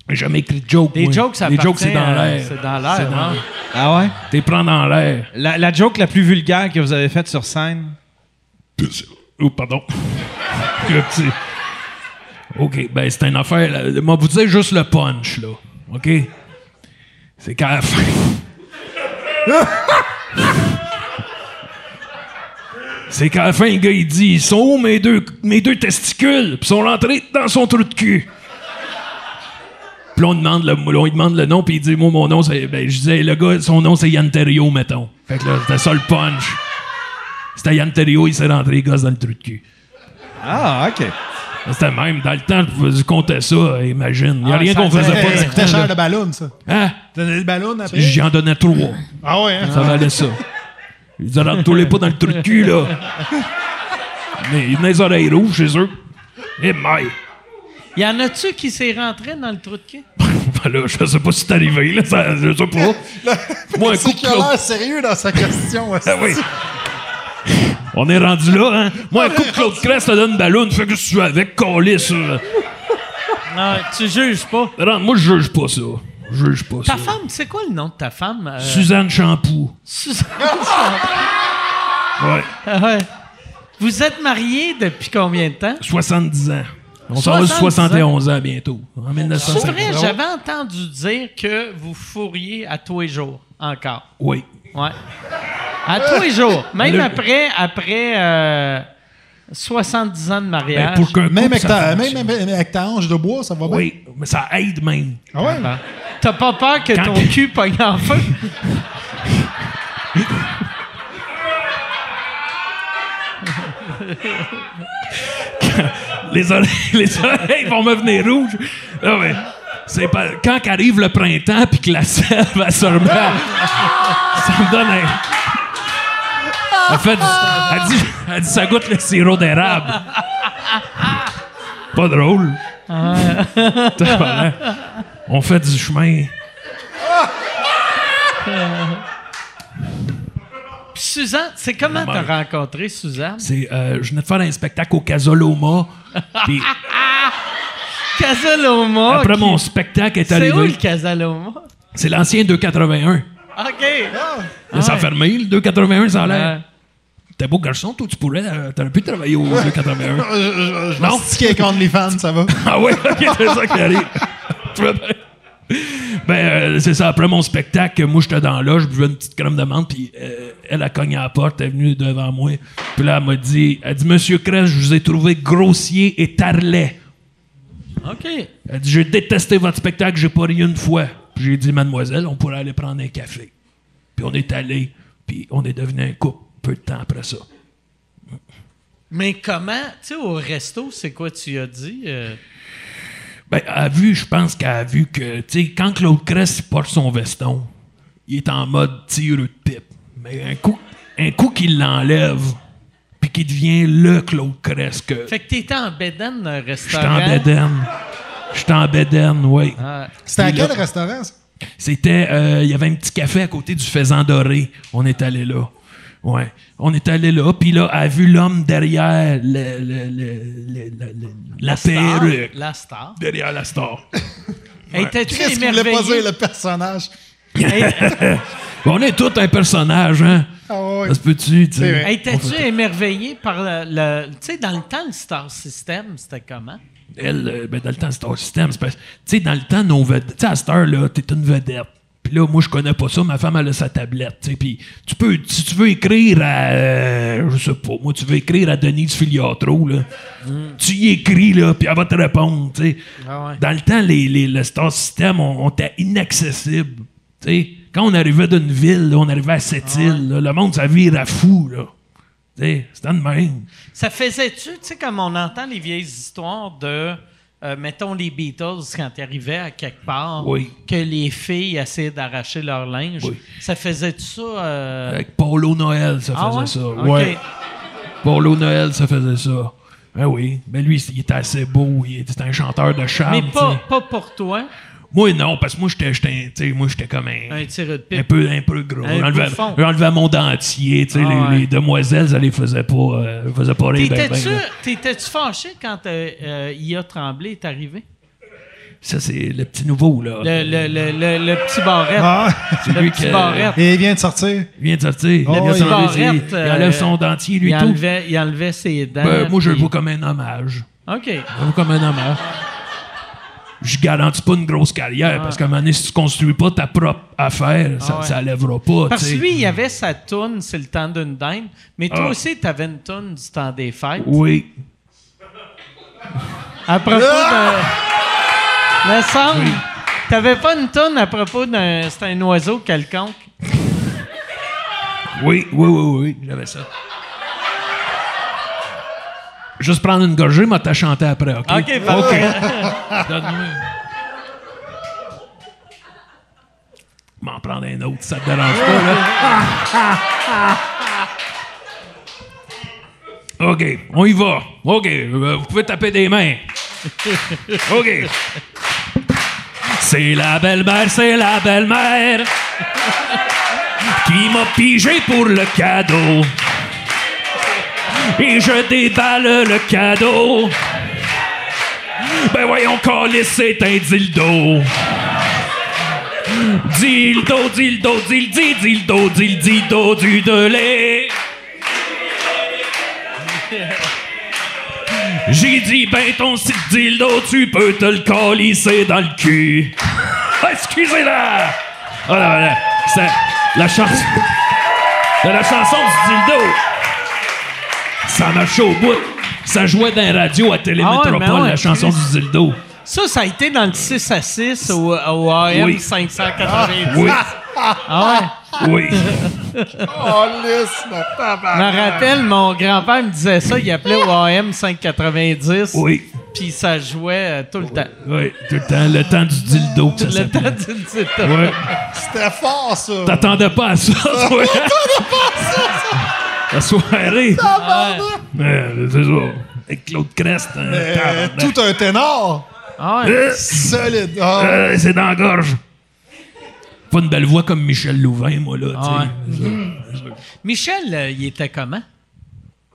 [SPEAKER 5] J'ai jamais écrit de joke.
[SPEAKER 1] des
[SPEAKER 5] moi.
[SPEAKER 1] jokes, ça
[SPEAKER 5] Les jokes, c'est dans
[SPEAKER 1] appartient à-
[SPEAKER 5] l'air.
[SPEAKER 1] C'est dans l'air. hein.
[SPEAKER 5] C'est dans
[SPEAKER 1] ouais.
[SPEAKER 5] l'air.
[SPEAKER 3] Ah ouais?
[SPEAKER 5] T'es prends dans l'air.
[SPEAKER 3] La, la joke la plus vulgaire que vous avez faite sur scène?
[SPEAKER 5] Oh, pardon. (laughs) Le petit. OK, ben c'est une affaire. là. Moi, vous dire juste le punch, là. OK? C'est qu'à la fin. (laughs) c'est qu'à la fin, le gars, il dit Ils sont où mes deux, mes deux testicules? Puis ils sont rentrés dans son trou de cul. Puis là, on, demande le, on lui demande le nom, puis il dit Moi, mon nom, c'est. Ben, je disais, le gars, son nom, c'est Yann Terrio, mettons. Fait que là, c'était ça le punch. C'était Yann Terrio, il s'est rentré, les gosses, dans le trou de cul.
[SPEAKER 3] Ah, OK.
[SPEAKER 5] C'était même dans le temps, tu comptais ça, eh, imagine. Il n'y a
[SPEAKER 3] Ah,
[SPEAKER 5] rien
[SPEAKER 3] ça
[SPEAKER 5] qu'on faisait pas dans
[SPEAKER 4] Ça
[SPEAKER 5] le
[SPEAKER 4] coûtait
[SPEAKER 5] temps.
[SPEAKER 4] cher
[SPEAKER 5] là.
[SPEAKER 4] le ballon, ça.
[SPEAKER 5] Hein?
[SPEAKER 4] T'as donné le ballon après?
[SPEAKER 5] J'en donnais trois.
[SPEAKER 4] Ah ouais, hein?
[SPEAKER 5] Ça valait ça. Ils disaient, rentre-toi-les pas dans le trou de cul, là. Mais ils ont les oreilles rouges chez eux. Eh, my. (laughs)
[SPEAKER 1] Y en a-tu qui s'est rentré dans le trou de cul?
[SPEAKER 5] Ben là, je sais pas si c'est arrivé, là. Ça, je sais pas. Moi, un coup
[SPEAKER 4] C'est
[SPEAKER 5] de
[SPEAKER 4] qu'il a
[SPEAKER 5] clou-
[SPEAKER 4] l'air sérieux dans sa question. ouais.
[SPEAKER 5] Ah oui. On est rendu là, hein? Moi, un coup de Claude Crest te donne une ballon. Fais que je suis avec, calisse. là.
[SPEAKER 1] Non, tu juges pas.
[SPEAKER 5] Rentre, moi, je juge pas ça. Je juge pas ça.
[SPEAKER 1] Ta femme, c'est quoi le nom de ta femme? euh,
[SPEAKER 5] Suzanne Champoux.
[SPEAKER 1] Suzanne. (laughs)
[SPEAKER 5] Ouais.
[SPEAKER 1] Ouais. Vous êtes mariés depuis combien de temps?
[SPEAKER 5] 70 ans. On s'en va
[SPEAKER 1] 70
[SPEAKER 5] sur 71 ans bientôt.
[SPEAKER 1] C'est
[SPEAKER 5] En
[SPEAKER 1] vrai,
[SPEAKER 5] 1950.
[SPEAKER 1] j'avais entendu dire que vous fourriez à tous les jours, encore.
[SPEAKER 5] Oui.
[SPEAKER 1] Ouais. À tous les jours. Même
[SPEAKER 5] Le-
[SPEAKER 1] après, après euh, 70 ans de
[SPEAKER 5] Ben,
[SPEAKER 1] mariage.
[SPEAKER 5] pour qu'un
[SPEAKER 4] Même
[SPEAKER 5] couple,
[SPEAKER 4] avec,
[SPEAKER 5] ça
[SPEAKER 4] ta, même,
[SPEAKER 5] fonctionne.
[SPEAKER 4] même avec ta hanche de bois, ça va bien.
[SPEAKER 5] Oui, mais ça aide même.
[SPEAKER 4] Ah ouais?
[SPEAKER 1] Hein? T'as pas peur que
[SPEAKER 5] Quand-
[SPEAKER 1] ton cul pogne en feu?
[SPEAKER 5] Les oreilles, (laughs) les oreilles vont me venir rouges. Non, mais c'est pas... Quand qu'arrive le printemps puis que la sève, elle se remet, (laughs) ça me donne un... Elle, fait du- elle dit, elle dit ça goûte le sirop d'érable. Pas drôle.
[SPEAKER 1] Ah.
[SPEAKER 5] Tabarnak. On fait du chemin.
[SPEAKER 1] Puis Suzanne, c'est comment t'as rencontré Suzanne?
[SPEAKER 5] C'est, euh, je venais de faire un spectacle au Casoloma. Puis
[SPEAKER 1] Casaloma.
[SPEAKER 5] après
[SPEAKER 1] qui-
[SPEAKER 5] mon spectacle est
[SPEAKER 1] Ah, C'est où le
[SPEAKER 5] arrivé.
[SPEAKER 1] Casaloma?
[SPEAKER 5] C'est l'ancien 281.
[SPEAKER 1] OK.
[SPEAKER 5] Là, ça a
[SPEAKER 1] ouais.
[SPEAKER 5] fermé, le 281, ça a
[SPEAKER 1] Euh,
[SPEAKER 5] l'air. T'es beau garçon, toi, tu pourrais. euh, T'aurais pu travailler au 281.
[SPEAKER 4] Je, je, je
[SPEAKER 5] Non.
[SPEAKER 4] non. Si quelqu'un contre les fans, ça va.
[SPEAKER 5] ah ouais, (laughs) ok, c'est ça qui arrive. (laughs) Tu vois bien. ben, euh, c'est ça, après mon spectacle, moi, j'étais dans là, je buvais une petite crème de menthe, puis euh, elle a cogné à la porte, elle est venue devant moi. Puis là, elle m'a dit, elle dit, Monsieur Kress, je vous ai trouvé grossier et tarlet.
[SPEAKER 1] OK.
[SPEAKER 5] Elle dit J'ai détesté votre spectacle, j'ai pas ri une fois. Puis j'ai dit Mademoiselle, on pourrait aller prendre un café. Puis on est allé, puis on est devenu un couple peu de temps après ça.
[SPEAKER 1] Mais comment, tu sais, au resto, c'est quoi tu as dit? euh?
[SPEAKER 5] Ben, elle a vu, je pense qu'elle a vu que, tu sais, quand Claude Crest il porte son veston, il est en mode tireux de pipe. Mais un coup, un coup qu'il l'enlève, puis qu'il devient le Claude Crest que.
[SPEAKER 1] Fait que t'étais en bédaine d'un
[SPEAKER 5] Je t'en
[SPEAKER 1] restaurant.
[SPEAKER 5] bédaine. Je t'en bédaine, oui.
[SPEAKER 1] Ah,
[SPEAKER 4] C'était à
[SPEAKER 5] Puis là-
[SPEAKER 4] quel restaurant, ça?
[SPEAKER 5] C'était, euh, il y avait un petit café à côté du Faisan Doré. On est allé là. Ouais. On est allé là, puis là, elle a vu l'homme derrière le, le- le- le- le- le- la
[SPEAKER 1] star,
[SPEAKER 5] perruque.
[SPEAKER 1] Ah, La star.
[SPEAKER 5] Derrière la star.
[SPEAKER 1] Étais-tu
[SPEAKER 4] Qu'est-ce qu'il voulait pas
[SPEAKER 1] émerveillé?
[SPEAKER 4] dire, le personnage?
[SPEAKER 5] On est tout un personnage, hein?
[SPEAKER 4] Ah ouais.
[SPEAKER 5] Ça se peut-tu, tu sais?
[SPEAKER 4] C'est vrai.
[SPEAKER 1] Étais-tu émerveillé par le. le- tu sais, dans le temps, le star system, c'était comment?
[SPEAKER 5] Elle, euh, ben, dans le temps, Star System, c'est parce- tu sais, dans le temps, nos vedettes, tu sais, à cette heure-là, t'es une vedette. Puis là, moi, je connais pas ça, ma femme, elle a sa tablette, tu sais, puis tu peux, si tu veux écrire à, euh, je sais pas, moi, tu veux écrire à Denise Filiatro, là, tu y écris, là, puis elle va te répondre, tu sais.
[SPEAKER 1] Mm. Ah ouais.
[SPEAKER 5] Dans le temps, les, les- le Star System, on, on était inaccessible, tu sais. Quand on arrivait d'une ville, là, on arrivait à
[SPEAKER 1] Ah
[SPEAKER 5] cette île, là, le monde, ça vire à fou, là. Tu sais, c'était de même.
[SPEAKER 1] Ça faisait-tu, tu sais, comme on entend les vieilles histoires de. euh, mettons les Beatles, quand ils arrivaient à quelque part,
[SPEAKER 5] Oui.
[SPEAKER 1] que les filles essayaient d'arracher leur linge.
[SPEAKER 5] Oui.
[SPEAKER 1] Ça faisait tout ça. euh,
[SPEAKER 5] Avec Polo Noël, ça
[SPEAKER 1] ah
[SPEAKER 5] faisait
[SPEAKER 1] ouais?
[SPEAKER 5] ça.
[SPEAKER 1] Ok.
[SPEAKER 5] Ouais. Polo Noël, ça faisait ça. Ben oui. Mais lui, il était assez beau. Il était un chanteur de charme.
[SPEAKER 1] Mais pas,
[SPEAKER 5] t'sais.
[SPEAKER 1] pas pour toi,
[SPEAKER 5] Moi, non, parce que moi, j'étais- j'étais t'sais, moi, j'étais comme un.
[SPEAKER 1] un tireux de pipe.
[SPEAKER 5] un peu, un peu gros.
[SPEAKER 1] Un
[SPEAKER 5] J'enlevais
[SPEAKER 1] bouffon.
[SPEAKER 5] j'enlevais mon dentier. t'sais,
[SPEAKER 1] Ah
[SPEAKER 5] les,
[SPEAKER 1] ouais.
[SPEAKER 5] les demoiselles, elles les faisaient pas, euh, elles faisaient pas rire. ben, ben,
[SPEAKER 1] T'étais-tu
[SPEAKER 5] là.
[SPEAKER 1] t'étais-tu fâché quand euh, euh, Ia Tremblay est arrivé?
[SPEAKER 5] Ça, c'est le petit nouveau. là.
[SPEAKER 1] Le, le, le, le, le petit barrette.
[SPEAKER 4] Ah,
[SPEAKER 5] C'est
[SPEAKER 1] le
[SPEAKER 5] Ah, lui
[SPEAKER 1] petit
[SPEAKER 5] que-
[SPEAKER 1] barrette.
[SPEAKER 4] et il vient de sortir.
[SPEAKER 5] Il vient de sortir.
[SPEAKER 4] Oh,
[SPEAKER 5] il, vient de
[SPEAKER 4] oui.
[SPEAKER 5] s'enlever ses-
[SPEAKER 1] Barrette,
[SPEAKER 5] il enlève
[SPEAKER 1] euh,
[SPEAKER 5] son dentier, lui,
[SPEAKER 1] Il
[SPEAKER 5] tout.
[SPEAKER 1] enlevait, il enlevait ses dents.
[SPEAKER 5] Ben, moi, je le
[SPEAKER 1] puis-
[SPEAKER 5] vois comme un hommage.
[SPEAKER 1] OK.
[SPEAKER 5] Je le vois comme un
[SPEAKER 1] hein.
[SPEAKER 5] hommage. Je garantis pas une grosse carrière, parce qu'à un moment donné, si tu construis pas ta propre affaire, ça,
[SPEAKER 1] Ah ouais.
[SPEAKER 5] ça lèvera pas.
[SPEAKER 1] Parce que
[SPEAKER 5] t'sais.
[SPEAKER 1] lui, il avait sa toune, c'est le temps d'une dinde, mais toi
[SPEAKER 5] Ah.
[SPEAKER 1] aussi, t'avais une toune du temps des fêtes.
[SPEAKER 5] Oui.
[SPEAKER 1] À propos
[SPEAKER 5] Ah!
[SPEAKER 1] de. Me semble. T'avais pas une toune à propos d'un. C'était un oiseau quelconque.
[SPEAKER 5] Oui, oui, oui, oui, j'avais ça. Juste prendre une gorgée, mais t'as chanté après, OK?
[SPEAKER 1] OK, parfait. (laughs)
[SPEAKER 5] Donne-moi. M'en prendre un autre, ça te dérange pas, là? (laughs) OK, on y va. OK, euh, vous pouvez taper des mains.
[SPEAKER 1] (laughs)
[SPEAKER 5] OK. C'est la belle-mère, c'est la belle-mère qui m'a pigé pour le cadeau. Et je déballe le cadeau. Ben voyons, Calis, c'est un dildo. Dildo, dildo, dildi, dildo, dildo, du de lait. J'ai dit, ben ton site dildo, tu peux te le colisser dans le cul. (laughs) Excusez-la! Oh là là, c'est la chanson. De la chanson du dildo. Ça marchait au bout. Ça jouait dans les radios à Télémétropole,
[SPEAKER 1] Ah ouais, ben ouais,
[SPEAKER 5] la chanson du dildo.
[SPEAKER 1] Ça, ça a été dans le 6 à 6 au, au AM
[SPEAKER 5] Oui.
[SPEAKER 1] 590.
[SPEAKER 5] Oui,
[SPEAKER 1] (laughs) Ah ouais.
[SPEAKER 5] oui.
[SPEAKER 4] Oh, lisse, mon
[SPEAKER 5] Ah!
[SPEAKER 1] Je me rappelle, mon grand-père me disait ça, il appelait au AM 590.
[SPEAKER 5] Oui,
[SPEAKER 1] Puis ça jouait euh, tout le temps.
[SPEAKER 5] oui, tout le temps, le temps du dildo que ça
[SPEAKER 1] Le temps
[SPEAKER 5] s'appelait.
[SPEAKER 1] du du-
[SPEAKER 5] Ouais.
[SPEAKER 4] C'était fort, ça.
[SPEAKER 5] T'attendais pas à ça, toi? T'attendais pas à ça! La soirée!
[SPEAKER 4] Ah, ben,
[SPEAKER 5] Ouais, c'est ça. Avec Claude Crest. hein,
[SPEAKER 4] euh,
[SPEAKER 5] tabarnak.
[SPEAKER 4] tout un ténor.
[SPEAKER 1] Ah ouais.
[SPEAKER 5] Euh,
[SPEAKER 4] Solide. Ah,
[SPEAKER 5] euh, c'est dans la gorge. Pas une belle voix comme Michel Louvain, moi, là.
[SPEAKER 1] Ah
[SPEAKER 5] tu sais.
[SPEAKER 1] Michel, euh, il était comment?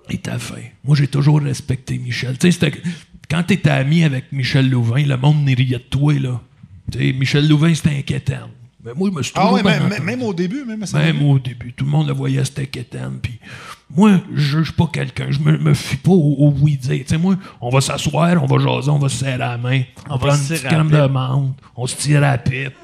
[SPEAKER 5] Il était fin. Moi, j'ai toujours respecté Michel. Tu sais, c'était- quand t'étais ami avec Michel Louvain, le monde riait de toi, là. Tu sais, Michel Louvain, c'était inquiétant. Mais moi, je me suis
[SPEAKER 4] Ah
[SPEAKER 5] toujours
[SPEAKER 4] ouais,
[SPEAKER 5] bien
[SPEAKER 4] même,
[SPEAKER 5] entendu.
[SPEAKER 4] même au début, même à ça.
[SPEAKER 1] Ben,
[SPEAKER 5] Même au début, tout le monde le voyait, c'était quétaine. Puis moi, je juge pas quelqu'un. Je me, me fie pas au, au oui-dire. Tu sais, moi, on va s'asseoir, on va jaser, on va se serrer la main. On,
[SPEAKER 1] va
[SPEAKER 5] prend
[SPEAKER 1] se
[SPEAKER 5] une
[SPEAKER 1] tirer
[SPEAKER 5] petite
[SPEAKER 1] à la
[SPEAKER 5] crème de menthe. On se tire à la pipe.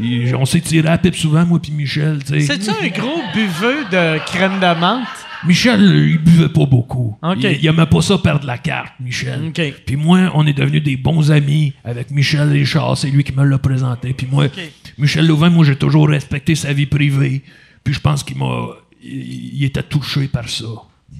[SPEAKER 5] Et on s'est tiré à la pipe souvent, moi puis Michel. tu sais.
[SPEAKER 1] C'est-tu un gros buveux de crème de menthe?
[SPEAKER 5] Michel, il buvait pas beaucoup.
[SPEAKER 1] Ok.
[SPEAKER 5] Il, il aimait pas ça perdre la carte, Michel.
[SPEAKER 1] Ok.
[SPEAKER 5] Puis moi, on est devenus des bons amis avec Michel Richard. C'est lui qui me l'a présenté. Puis moi, Michel Louvain, moi, j'ai toujours respecté sa vie privée. Puis je pense qu'il m'a. Il, il était touché par ça.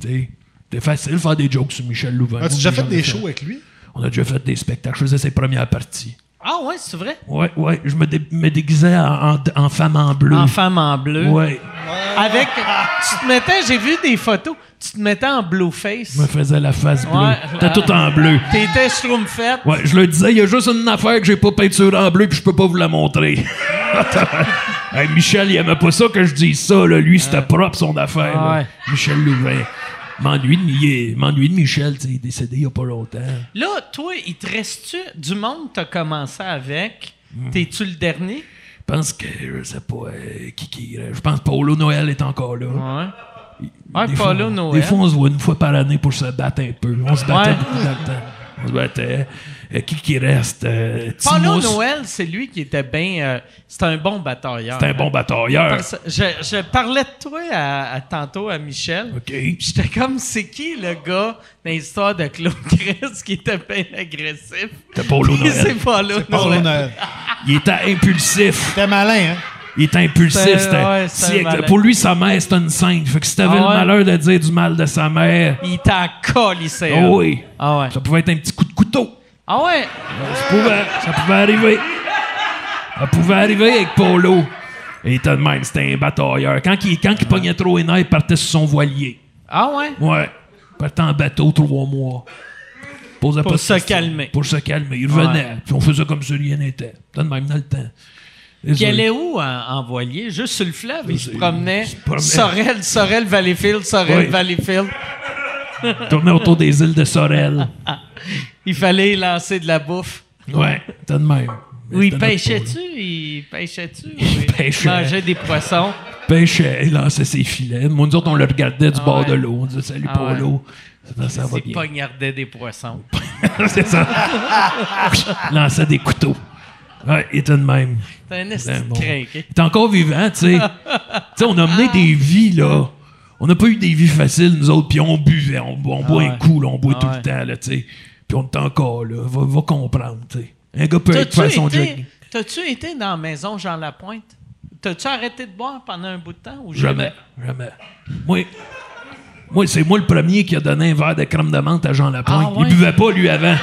[SPEAKER 5] Tu sais. C'était facile de faire des jokes sur Michel Louvain. Moi,
[SPEAKER 4] As-tu Ah, déjà
[SPEAKER 5] j'ai
[SPEAKER 4] fait
[SPEAKER 5] jamais
[SPEAKER 4] des shows avec lui?
[SPEAKER 5] On a déjà fait des spectacles. Je faisais ses premières parties.
[SPEAKER 1] Ah ouais, c'est vrai?
[SPEAKER 5] Ouais, ouais. Je me, dé- me déguisais en, en- en femme en bleu.
[SPEAKER 1] En femme en bleu.
[SPEAKER 5] Ouais.
[SPEAKER 1] Avec. Tu te mettais, j'ai vu des photos, tu te mettais en blueface.
[SPEAKER 5] Je me faisais la face bleue.
[SPEAKER 1] Ouais.
[SPEAKER 5] T'es tout en bleu.
[SPEAKER 1] T'étais schtroumpfette.
[SPEAKER 5] Ouais, je le disais, il y a juste une affaire que j'ai pas peinture en bleu puis je peux pas vous
[SPEAKER 1] (laughs)
[SPEAKER 5] la montrer. Hey, Michel, il aimait pas ça que je dise ça, là. Lui, c'était propre son affaire. là.
[SPEAKER 1] Ah. ouais.
[SPEAKER 5] Michel Louvain. M'ennuie de, il est- m'ennuie de Michel, tu sais, il est décédé il y a pas longtemps.
[SPEAKER 1] Là, toi, il te reste-tu du monde que t'as commencé avec? T'es-tu le dernier?
[SPEAKER 5] Je pense que, je sais pas, euh, qui qui. euh, Je pense que Paulo Noël est encore là.
[SPEAKER 1] Ouais. Ouais,
[SPEAKER 5] Des
[SPEAKER 1] Paulo
[SPEAKER 5] fois-
[SPEAKER 1] Noël.
[SPEAKER 5] Des fois, on se voit une fois par année pour se battre un peu. On se battait
[SPEAKER 1] Ouais.
[SPEAKER 5] beaucoup dans le temps. On se battait. Euh, qui qui reste? Euh,
[SPEAKER 1] Paulo
[SPEAKER 5] Timos,
[SPEAKER 1] Noël, c'est lui qui était bien. euh, c'est un bon batailleur.
[SPEAKER 5] C'est un bon batailleur.
[SPEAKER 1] Parce- Je, je parlais de toi à, à tantôt à Michel.
[SPEAKER 5] OK.
[SPEAKER 1] Puis J'étais comme, c'est qui le gars dans l'histoire de Claude Crest qui était bien agressif?
[SPEAKER 5] C'était
[SPEAKER 1] (laughs)
[SPEAKER 5] Paulo
[SPEAKER 1] Puis
[SPEAKER 5] Noël.
[SPEAKER 1] c'est Paulo
[SPEAKER 4] Paulo
[SPEAKER 1] Noël.
[SPEAKER 4] Noël.
[SPEAKER 5] Il était impulsif.
[SPEAKER 4] euh, T'es malin, hein?
[SPEAKER 5] Il était impulsif.
[SPEAKER 1] C'est-
[SPEAKER 5] c'était-
[SPEAKER 1] ouais, c'est
[SPEAKER 5] si-
[SPEAKER 1] un malin.
[SPEAKER 5] pour lui, sa mère, c'était une sainte. Fait que si
[SPEAKER 1] Ah
[SPEAKER 5] t'avais le
[SPEAKER 1] ouais?
[SPEAKER 5] malheur de dire du mal de sa mère,
[SPEAKER 1] Il t'a collissé.
[SPEAKER 5] oh oui,
[SPEAKER 1] Ah ouais.
[SPEAKER 5] ça pouvait être un petit coup de couteau.
[SPEAKER 1] Ah ouais?
[SPEAKER 5] Ça pouvait, ça pouvait arriver. Ça pouvait arriver avec Polo. Et t'as de même, c'était un batailleur. Quand il, quand il pognait trop les nerfs, il partait sur son voilier.
[SPEAKER 1] Ah ouais?
[SPEAKER 5] Ouais. Il partait en bateau trois mois. Posait
[SPEAKER 1] Pour
[SPEAKER 5] pas de
[SPEAKER 1] se
[SPEAKER 5] questions.
[SPEAKER 1] calmer.
[SPEAKER 5] Pour se calmer. Il revenait. Puis on faisait comme si rien n'était. T'as de même dans le temps. Les
[SPEAKER 1] Puis elle
[SPEAKER 5] autres-
[SPEAKER 1] est où en, en voilier? Juste sur le fleuve. Il se
[SPEAKER 5] c'est-
[SPEAKER 1] promenait.
[SPEAKER 5] il se promenait.
[SPEAKER 1] Sorel, Sorel, Valleyfield, Sorel,
[SPEAKER 5] Oui.
[SPEAKER 1] Valleyfield.
[SPEAKER 5] tournait autour des îles de Sorel.
[SPEAKER 1] Il fallait y lancer de la bouffe.
[SPEAKER 5] Ouais. T'as de même. Mais
[SPEAKER 1] Ou il
[SPEAKER 5] c'était notre Polo.
[SPEAKER 1] pêchait-tu? Il pêchait-tu? ou
[SPEAKER 5] pêchait.
[SPEAKER 1] mangeait des poissons.
[SPEAKER 5] pêchait, il lançait ses filets. Moi, nous autres, on le regardait du
[SPEAKER 1] Ah
[SPEAKER 5] bord
[SPEAKER 1] ouais.
[SPEAKER 5] de l'eau. On disait salut
[SPEAKER 1] Ah
[SPEAKER 5] Polo. Ça, ça va
[SPEAKER 1] Il
[SPEAKER 5] (laughs) bien.
[SPEAKER 1] poignardait des poissons.
[SPEAKER 5] C'est ça. lançait des couteaux. Ouais, il était de même.
[SPEAKER 1] T'es un
[SPEAKER 5] C'est un
[SPEAKER 1] esti
[SPEAKER 5] bon.
[SPEAKER 1] de crinqué.
[SPEAKER 5] Il est encore vivant, tu sais. Tu sais, on a mené des vies, là. On n'a pas eu des vies faciles, nous autres, puis on buvait. On, on boit un
[SPEAKER 1] ouais.
[SPEAKER 5] coup, là, on boit
[SPEAKER 1] Ah
[SPEAKER 5] tout
[SPEAKER 1] ouais.
[SPEAKER 5] le temps, là, tu sais. Puis on est encore là. Va, va comprendre, tu sais. Un gars peut être
[SPEAKER 1] T'as-tu
[SPEAKER 5] faire son
[SPEAKER 1] été,
[SPEAKER 5] jogging.
[SPEAKER 1] t'as-tu été dans la maison Jean Lapointe? T'as-tu arrêté de boire pendant un bout de temps? Ou
[SPEAKER 5] Jamais, jamais. Moi, moi c'est moi le premier qui a donné un verre de crème de menthe à Jean Lapointe.
[SPEAKER 1] Ah ouais?
[SPEAKER 5] Il buvait pas, lui, avant.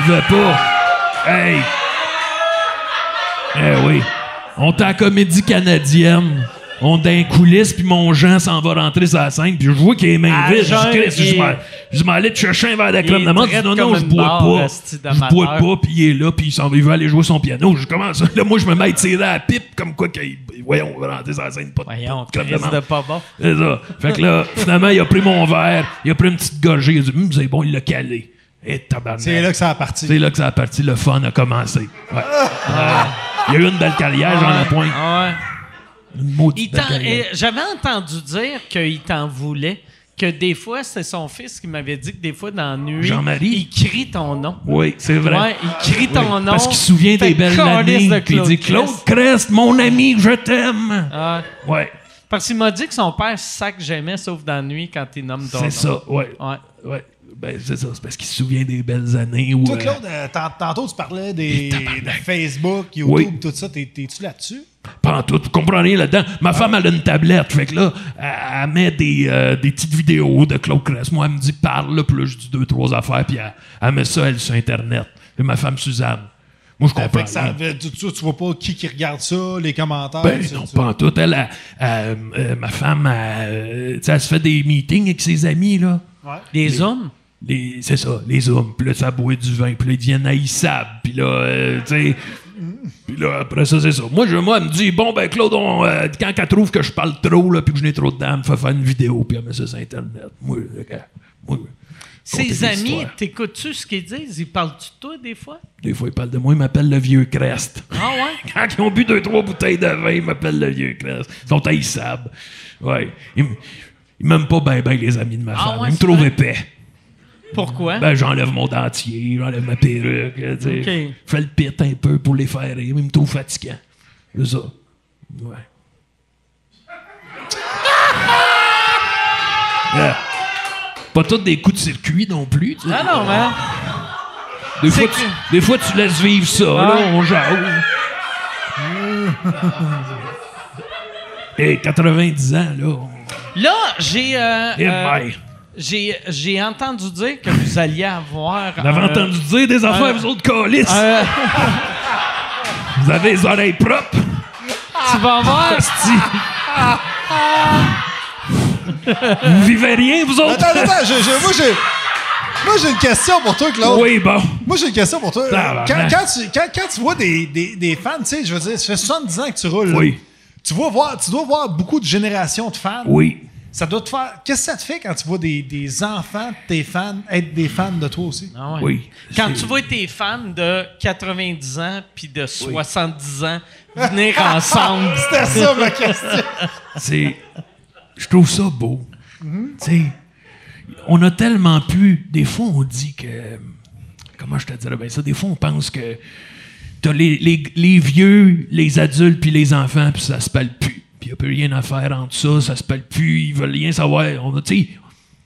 [SPEAKER 5] Il buvait pas. Hey! Eh oui. On est en comédie canadienne. On est dans les coulisses, puis mon Jean s'en va rentrer sur la scène, puis je vois qu'il est main
[SPEAKER 1] Ah,
[SPEAKER 5] vide.
[SPEAKER 1] Jean,
[SPEAKER 5] Je dis, Chris,
[SPEAKER 1] il-
[SPEAKER 5] je m'en- je m'en allais te chercher un verre de crème
[SPEAKER 1] est
[SPEAKER 5] de menthe. Je dis,
[SPEAKER 1] traite
[SPEAKER 5] non, non,
[SPEAKER 1] comme
[SPEAKER 5] je
[SPEAKER 1] une
[SPEAKER 5] bois
[SPEAKER 1] barre,
[SPEAKER 5] pas.
[SPEAKER 1] esti
[SPEAKER 5] Je bois
[SPEAKER 1] d'amateur.
[SPEAKER 5] pas, puis il est là, puis il s'en va, il veut aller jouer son piano. Je commence. Là, moi, je me mets à tirer à la pipe, comme quoi, qu'il- voyons, on va rentrer sur la scène, pas de
[SPEAKER 1] Voyons,
[SPEAKER 5] pas de crème de
[SPEAKER 1] Chris
[SPEAKER 5] menthe.
[SPEAKER 1] de pas bon.
[SPEAKER 5] C'est ça. Fait que là, finalement, il a pris mon verre, il a pris une petite gorgée, il a dit, Hum, c'est bon, il l'a calé. Et tabarnak.
[SPEAKER 4] C'est Ah! là que ça a parti.
[SPEAKER 5] C'est là que ça a parti, le fun a commencé. Ouais. Il y a eu une belle carrière, Jean Lapointe.
[SPEAKER 1] Ah ouais.
[SPEAKER 5] Une maudite
[SPEAKER 1] Il
[SPEAKER 5] belle
[SPEAKER 1] t'en-
[SPEAKER 5] carrière.
[SPEAKER 1] eh, J'avais entendu dire qu'il t'en voulait, que des fois, c'est son fils qui m'avait dit que des fois, dans la nuit,
[SPEAKER 5] Jean-Marie?
[SPEAKER 1] il crie ton nom.
[SPEAKER 5] Oui, c'est vrai.
[SPEAKER 1] Ouais, il crie ton nom.
[SPEAKER 5] Parce qu'il se souvient
[SPEAKER 1] Fait
[SPEAKER 5] des belles
[SPEAKER 1] câlisse
[SPEAKER 5] années.
[SPEAKER 1] de
[SPEAKER 5] puis Il dit Claude
[SPEAKER 1] Crest.
[SPEAKER 5] Crest, mon ami, je t'aime.
[SPEAKER 1] Ah,
[SPEAKER 5] Ouais,
[SPEAKER 1] parce qu'il m'a dit que son père, c'est ça que j'aimais, sauf dans la nuit, quand il nomme ton nom.
[SPEAKER 5] c'est ça. Ouais.
[SPEAKER 1] Ouais.
[SPEAKER 5] ouais. Ben, c'est ça. C'est parce qu'il se souvient des belles années où.
[SPEAKER 4] Toi,
[SPEAKER 5] euh,
[SPEAKER 4] Claude, euh, tant- tantôt, tu parlais des, de Facebook, YouTube,
[SPEAKER 5] Oui.
[SPEAKER 4] tout ça. T'es- T'es-tu là-dessus?
[SPEAKER 5] Pas en tout, tu comprends rien là-dedans. Ma femme, elle a une tablette. Fait que là, elle, elle met des, euh, des petites vidéos de Claude Crest. Moi, elle me dit parle, là, puis là, je dis deux, trois affaires, puis elle, elle met ça, elle, sur Internet. Et ma femme, Suzanne. Moi, je
[SPEAKER 4] Fait
[SPEAKER 5] comprends.
[SPEAKER 4] que ça-
[SPEAKER 5] rien.
[SPEAKER 4] tu, tu- tu vois pas qui qui regarde ça, les commentaires.
[SPEAKER 5] Ben
[SPEAKER 4] tu-
[SPEAKER 5] non,
[SPEAKER 4] tu-
[SPEAKER 5] pas en tout. Elle, elle, elle, euh, ma femme, elle, euh, tu sais, elle se fait des meetings avec ses amis, là.
[SPEAKER 1] Des hommes?
[SPEAKER 5] Les- C'est ça, les hommes. Puis là, ça boit du vin. Puis là, ils deviennent haïssables. Puis là, euh, tu sais... Puis là, après ça, c'est ça. Moi, je, moi, elle me dit, bon, ben, Claude, on, euh, quand elle trouve que je parle trop, là, puis que je n'ai trop de dents, elle me fait faire une vidéo, puis elle met ça sur Internet. Moi, le gars, moi, compter
[SPEAKER 1] Ses
[SPEAKER 5] des
[SPEAKER 1] amis,
[SPEAKER 5] histoires.
[SPEAKER 1] t'écoutes-tu ce qu'ils disent? Ils parlent-tu de toi des fois?
[SPEAKER 5] Des fois, ils parlent de moi, ils m'appellent le vieux Crest. (laughs)
[SPEAKER 1] Ah ouais?
[SPEAKER 5] Quand ils ont bu deux, trois bouteilles de vin, ils m'appellent le vieux Crest. Ils sont haïssables. Ouais. Ils, m- ils m'aiment pas bien, bien, les amis de ma
[SPEAKER 1] Ah
[SPEAKER 5] femme.
[SPEAKER 1] ouais,
[SPEAKER 5] ils me
[SPEAKER 1] c'est
[SPEAKER 5] trouvent
[SPEAKER 1] vrai?
[SPEAKER 5] épais.
[SPEAKER 1] Pourquoi?
[SPEAKER 5] Ben, j'enlève mon dentier, j'enlève ma perruque, euh, tu sais.
[SPEAKER 1] Ok.
[SPEAKER 5] Je fais le pit un peu pour les faire rire, mais ils me trouvent fatigant. C'est ça. Ouais. (laughs) Yeah. Ah! Pas tous des coups de circuit non plus. tu sais.
[SPEAKER 1] Ah non, man.
[SPEAKER 5] des, fois,
[SPEAKER 1] c'est Ah.
[SPEAKER 5] tu, des fois, tu laisses vivre ça, là,
[SPEAKER 1] (laughs)
[SPEAKER 5] on jase. Hey, 90 ans, là. on-
[SPEAKER 1] Là, j'ai... euh,
[SPEAKER 5] Eh,
[SPEAKER 1] euh,
[SPEAKER 5] my.
[SPEAKER 1] J'ai, j'ai entendu dire que vous alliez avoir.
[SPEAKER 5] Vous avez
[SPEAKER 1] un-
[SPEAKER 5] entendu dire des affaires,
[SPEAKER 1] euh,
[SPEAKER 5] vous autres câlisses.
[SPEAKER 1] un-
[SPEAKER 5] (laughs) Vous avez les oreilles propres.
[SPEAKER 1] tu vas voir.
[SPEAKER 5] Asti. vous vivez rien, vous autres?
[SPEAKER 4] Attends, attends, j'ai- j'ai- moi, j'ai. Moi, j'ai une question pour toi, Claude.
[SPEAKER 5] Oui, bon.
[SPEAKER 4] Moi, j'ai une question pour toi.
[SPEAKER 5] Tabarnak.
[SPEAKER 4] Quand, quand tu, quand- quand tu vois des, des- des fans, tu sais, je veux dire, ça fait 70 ans que tu roules. là.
[SPEAKER 5] Oui.
[SPEAKER 4] Tu, vois voir, tu dois voir beaucoup de générations de fans.
[SPEAKER 5] Oui.
[SPEAKER 4] Ça doit te faire. Qu'est-ce que ça te fait quand tu vois des, des enfants de tes fans être des fans de toi aussi?
[SPEAKER 1] Ah ouais.
[SPEAKER 5] Oui.
[SPEAKER 1] Quand
[SPEAKER 5] C'est-
[SPEAKER 1] tu vois tes fans de 90 ans puis de 70 ans venir ensemble.
[SPEAKER 4] C'était ça ma question.
[SPEAKER 5] C'est. Je trouve ça beau. Tu sais, on a tellement pu. Des fois, on dit que. Comment je te dirais bien ça? Des fois, on pense que. T'as les, les, les vieux, les adultes, puis les enfants, puis ça se parle plus. Puis y a plus rien à faire entre ça, ça se parle plus, ils veulent rien savoir. On a, tu sais,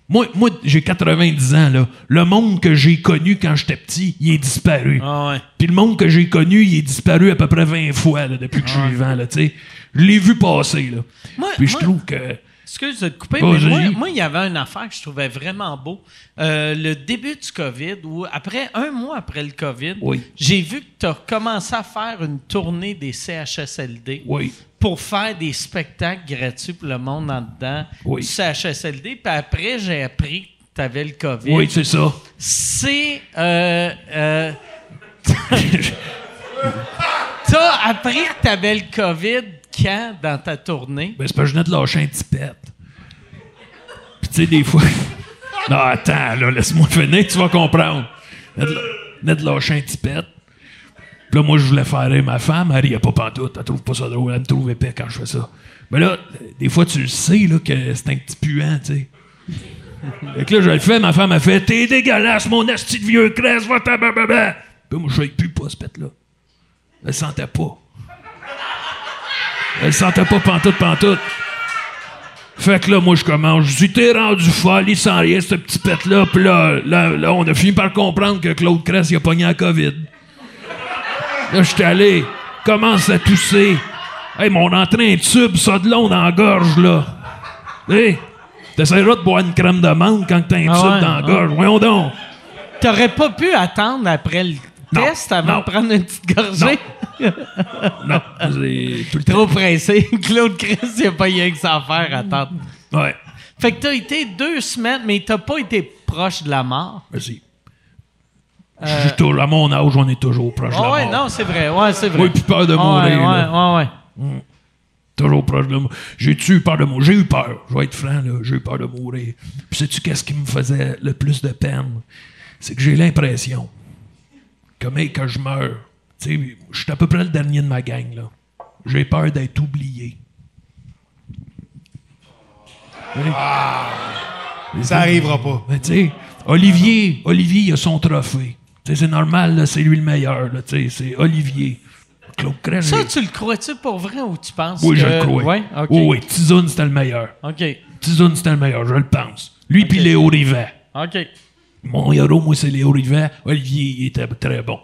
[SPEAKER 5] moi, moi j'ai 90 ans, là. Le monde que j'ai connu quand j'étais petit, il est disparu.
[SPEAKER 1] Ah ouais.
[SPEAKER 5] Puis le monde que j'ai connu, il est disparu à peu près 20 fois là, depuis que je suis vivant. Là, tu sais. je l'ai vu passer. Là.
[SPEAKER 1] Moi-
[SPEAKER 5] Puis je
[SPEAKER 1] moi-
[SPEAKER 5] trouve que
[SPEAKER 1] Excuse de te couper,
[SPEAKER 5] Bon,
[SPEAKER 1] mais moi,
[SPEAKER 5] vas-y.
[SPEAKER 1] moi, il y avait une affaire que je trouvais vraiment beau. Euh, le début du COVID, ou après un mois après le COVID,
[SPEAKER 5] Oui.
[SPEAKER 1] j'ai vu que tu as commencé à faire une tournée des CHSLD
[SPEAKER 5] Oui.
[SPEAKER 1] pour faire des spectacles gratuits pour le monde en dedans
[SPEAKER 5] Oui.
[SPEAKER 1] du CHSLD. Puis après, j'ai appris que tu avais le COVID.
[SPEAKER 5] Oui,
[SPEAKER 1] (laughs)
[SPEAKER 5] c'est ça.
[SPEAKER 1] C'est. Euh, euh, T'as appris que t'avais le COVID quand dans ta tournée?
[SPEAKER 5] Ben, c'est parce que je venais de lâcher un petit pet. Puis, tu sais, des fois. (laughs) non, attends, là, laisse-moi finir, tu vas comprendre. Je venais de la- je venais de lâcher un petit pet. Puis là, moi, je voulais faire rire ma femme. Elle riait pas pantoute. Elle trouve pas ça drôle. Elle me trouve épais quand je fais ça. Mais là, des fois, tu le sais, là, que c'est un petit puant, tu sais. Fait que là, je le fais, ma femme a fait T'es dégueulasse, mon asti de vieux crèse, va ta bababa. Puis moi, je ne plus pas ce pet-là. Elle le sentait pas. Elle le sentait pas pantoute, pantoute. Fait que là, moi, je commence. Je dis, t'es rendu folle, il sent rien, ce petit pet-là. Puis là, là, là, on a fini par comprendre que Claude Cress, il a pogné la COVID. Là, je suis allé, commence à tousser. Hey, mon entrain tube, ça de long dans la gorge, là. Hey, t'essaieras de boire une crème de menthe quand t'as un
[SPEAKER 1] Ah
[SPEAKER 5] tube
[SPEAKER 1] ouais,
[SPEAKER 5] dans la
[SPEAKER 1] ah.
[SPEAKER 5] gorge. Voyons donc.
[SPEAKER 1] T'aurais pas pu attendre après le
[SPEAKER 5] Non,
[SPEAKER 1] test avant
[SPEAKER 5] non.
[SPEAKER 1] de prendre une petite gorgée?
[SPEAKER 5] Non, c'est tout le
[SPEAKER 1] (laughs)
[SPEAKER 5] temps.
[SPEAKER 1] Trop pressé. Claude Chris, il a pas rien que ça à faire, attendre.
[SPEAKER 5] Ouais,
[SPEAKER 1] Fait que t'as été deux semaines, mais t'as pas été proche de la mort.
[SPEAKER 5] vas-y. Je suis toujours- à mon âge, on est toujours proche de
[SPEAKER 1] Ah
[SPEAKER 5] la
[SPEAKER 1] Euh, ouais,
[SPEAKER 5] mort.
[SPEAKER 1] non, c'est vrai. Ouais, c'est vrai.
[SPEAKER 5] Oui, plus peur de
[SPEAKER 1] Ah ouais,
[SPEAKER 5] mourir, là.
[SPEAKER 1] Ouais, ouais, ouais.
[SPEAKER 5] Toujours proche de moi. J'ai-tu eu peur de mourir? J'ai eu peur. Je vais être franc, là. J'ai eu peur de mourir. Puis sais-tu qu'est-ce qui me faisait le plus de peine? C'est que j'ai l'impression que, mec, quand je meurs, tu sais, je suis à peu près le dernier de ma gang, là. J'ai peur d'être oublié.
[SPEAKER 4] Ça arrivera pas.
[SPEAKER 5] Ben, tu sais, Olivier, Olivier, il a son trophée. Tu sais, c'est normal, là, c'est lui le meilleur, là, tu sais, c'est Olivier. Claude Crèche,
[SPEAKER 1] Ça,
[SPEAKER 5] j'ai-
[SPEAKER 1] tu le crois-tu pour vrai ou tu penses
[SPEAKER 5] oui, je
[SPEAKER 1] que-
[SPEAKER 5] le crois.
[SPEAKER 1] Ouais, OK.
[SPEAKER 5] Oui, oui, Tizoun, c'était le meilleur.
[SPEAKER 1] OK.
[SPEAKER 5] Tizoun, c'était le meilleur, je le pense. Lui, puis Léo Rivet.
[SPEAKER 1] OK.
[SPEAKER 5] Mon héros, moi, c'est Léo Rivet. Olivier, il était très bon.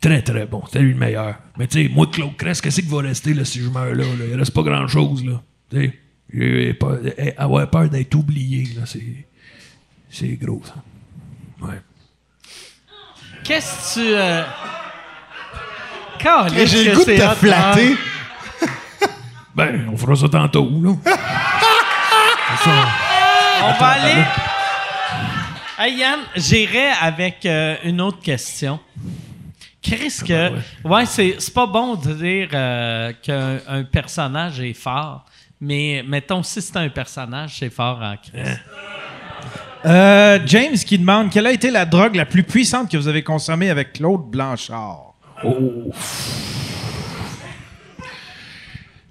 [SPEAKER 5] Très, très bon. C'était lui le meilleur. Mais tu sais, moi, Claude Cress, qu'est-ce qui va rester là, si je meurs là, là? Il reste pas grand-chose. là. Tu sais, j'ai peur- eh, avoir peur d'être oublié, là, c'est, c'est gros, ça. Ouais.
[SPEAKER 1] Qu'est-ce que tu. Euh... Caliste
[SPEAKER 4] J'ai
[SPEAKER 1] que
[SPEAKER 4] le goût de
[SPEAKER 1] c'est
[SPEAKER 2] hein?
[SPEAKER 1] hot, hein?
[SPEAKER 4] te flatter.
[SPEAKER 5] Ben, on fera ça tantôt, là.
[SPEAKER 1] hein? On va aller. Hey Yann, j'irai avec euh, une autre question. Chris,
[SPEAKER 5] Ah,
[SPEAKER 1] que. Ouais, c'est c'est pas bon de dire euh, qu'un un personnage est fort, mais mettons, si c'est un personnage, c'est fort en Chris.
[SPEAKER 3] Euh, James qui demande quelle a été la drogue la plus puissante que vous avez consommée avec Claude Blanchard?
[SPEAKER 5] Oh.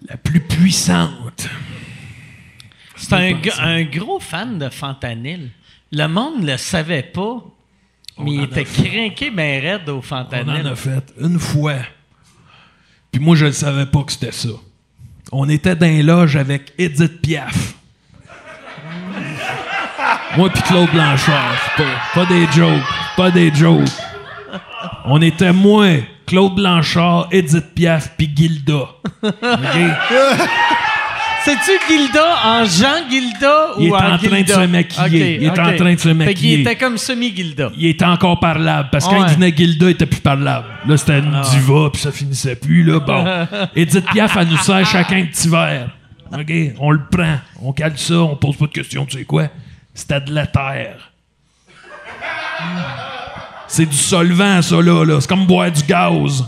[SPEAKER 5] La plus puissante.
[SPEAKER 1] C'est un, gr- un gros fan de fentanyl. Le monde le savait pas, mais il
[SPEAKER 5] en a
[SPEAKER 1] était craqué ben raide au
[SPEAKER 5] On en
[SPEAKER 1] fentanyl.
[SPEAKER 5] a fait une fois. Puis moi, je ne savais pas que c'était ça. On était dans les loges avec Edith Piaf. moi puis Claude Blanchard. c'est Pas, pas des jokes. Pas des jokes. On était moi, Claude Blanchard, Edith Piaf puis Gilda. OK?
[SPEAKER 1] C'est-tu Gilda en Jean Gilda ou
[SPEAKER 5] Il est
[SPEAKER 1] en
[SPEAKER 5] en train de
[SPEAKER 1] Gilda?
[SPEAKER 5] se maquiller.
[SPEAKER 1] Ok,
[SPEAKER 5] Il est en
[SPEAKER 1] ok.
[SPEAKER 5] train de se
[SPEAKER 1] Fait qu'il
[SPEAKER 5] maquiller.
[SPEAKER 1] était comme semi-Gilda.
[SPEAKER 5] Il était encore parlable parce que quand
[SPEAKER 1] Ouais.
[SPEAKER 5] il venait Gilda, il était plus parlable. Là, c'était une diva, puis ça finissait plus. Là, bon. Edith Piaf, elle nous sert chacun un petit verre. OK? On le prend, on cale ça, on pose pas de questions, tu sais quoi? C'était de la terre. C'est du solvant, ça, là. là. C'est comme boire du gaz.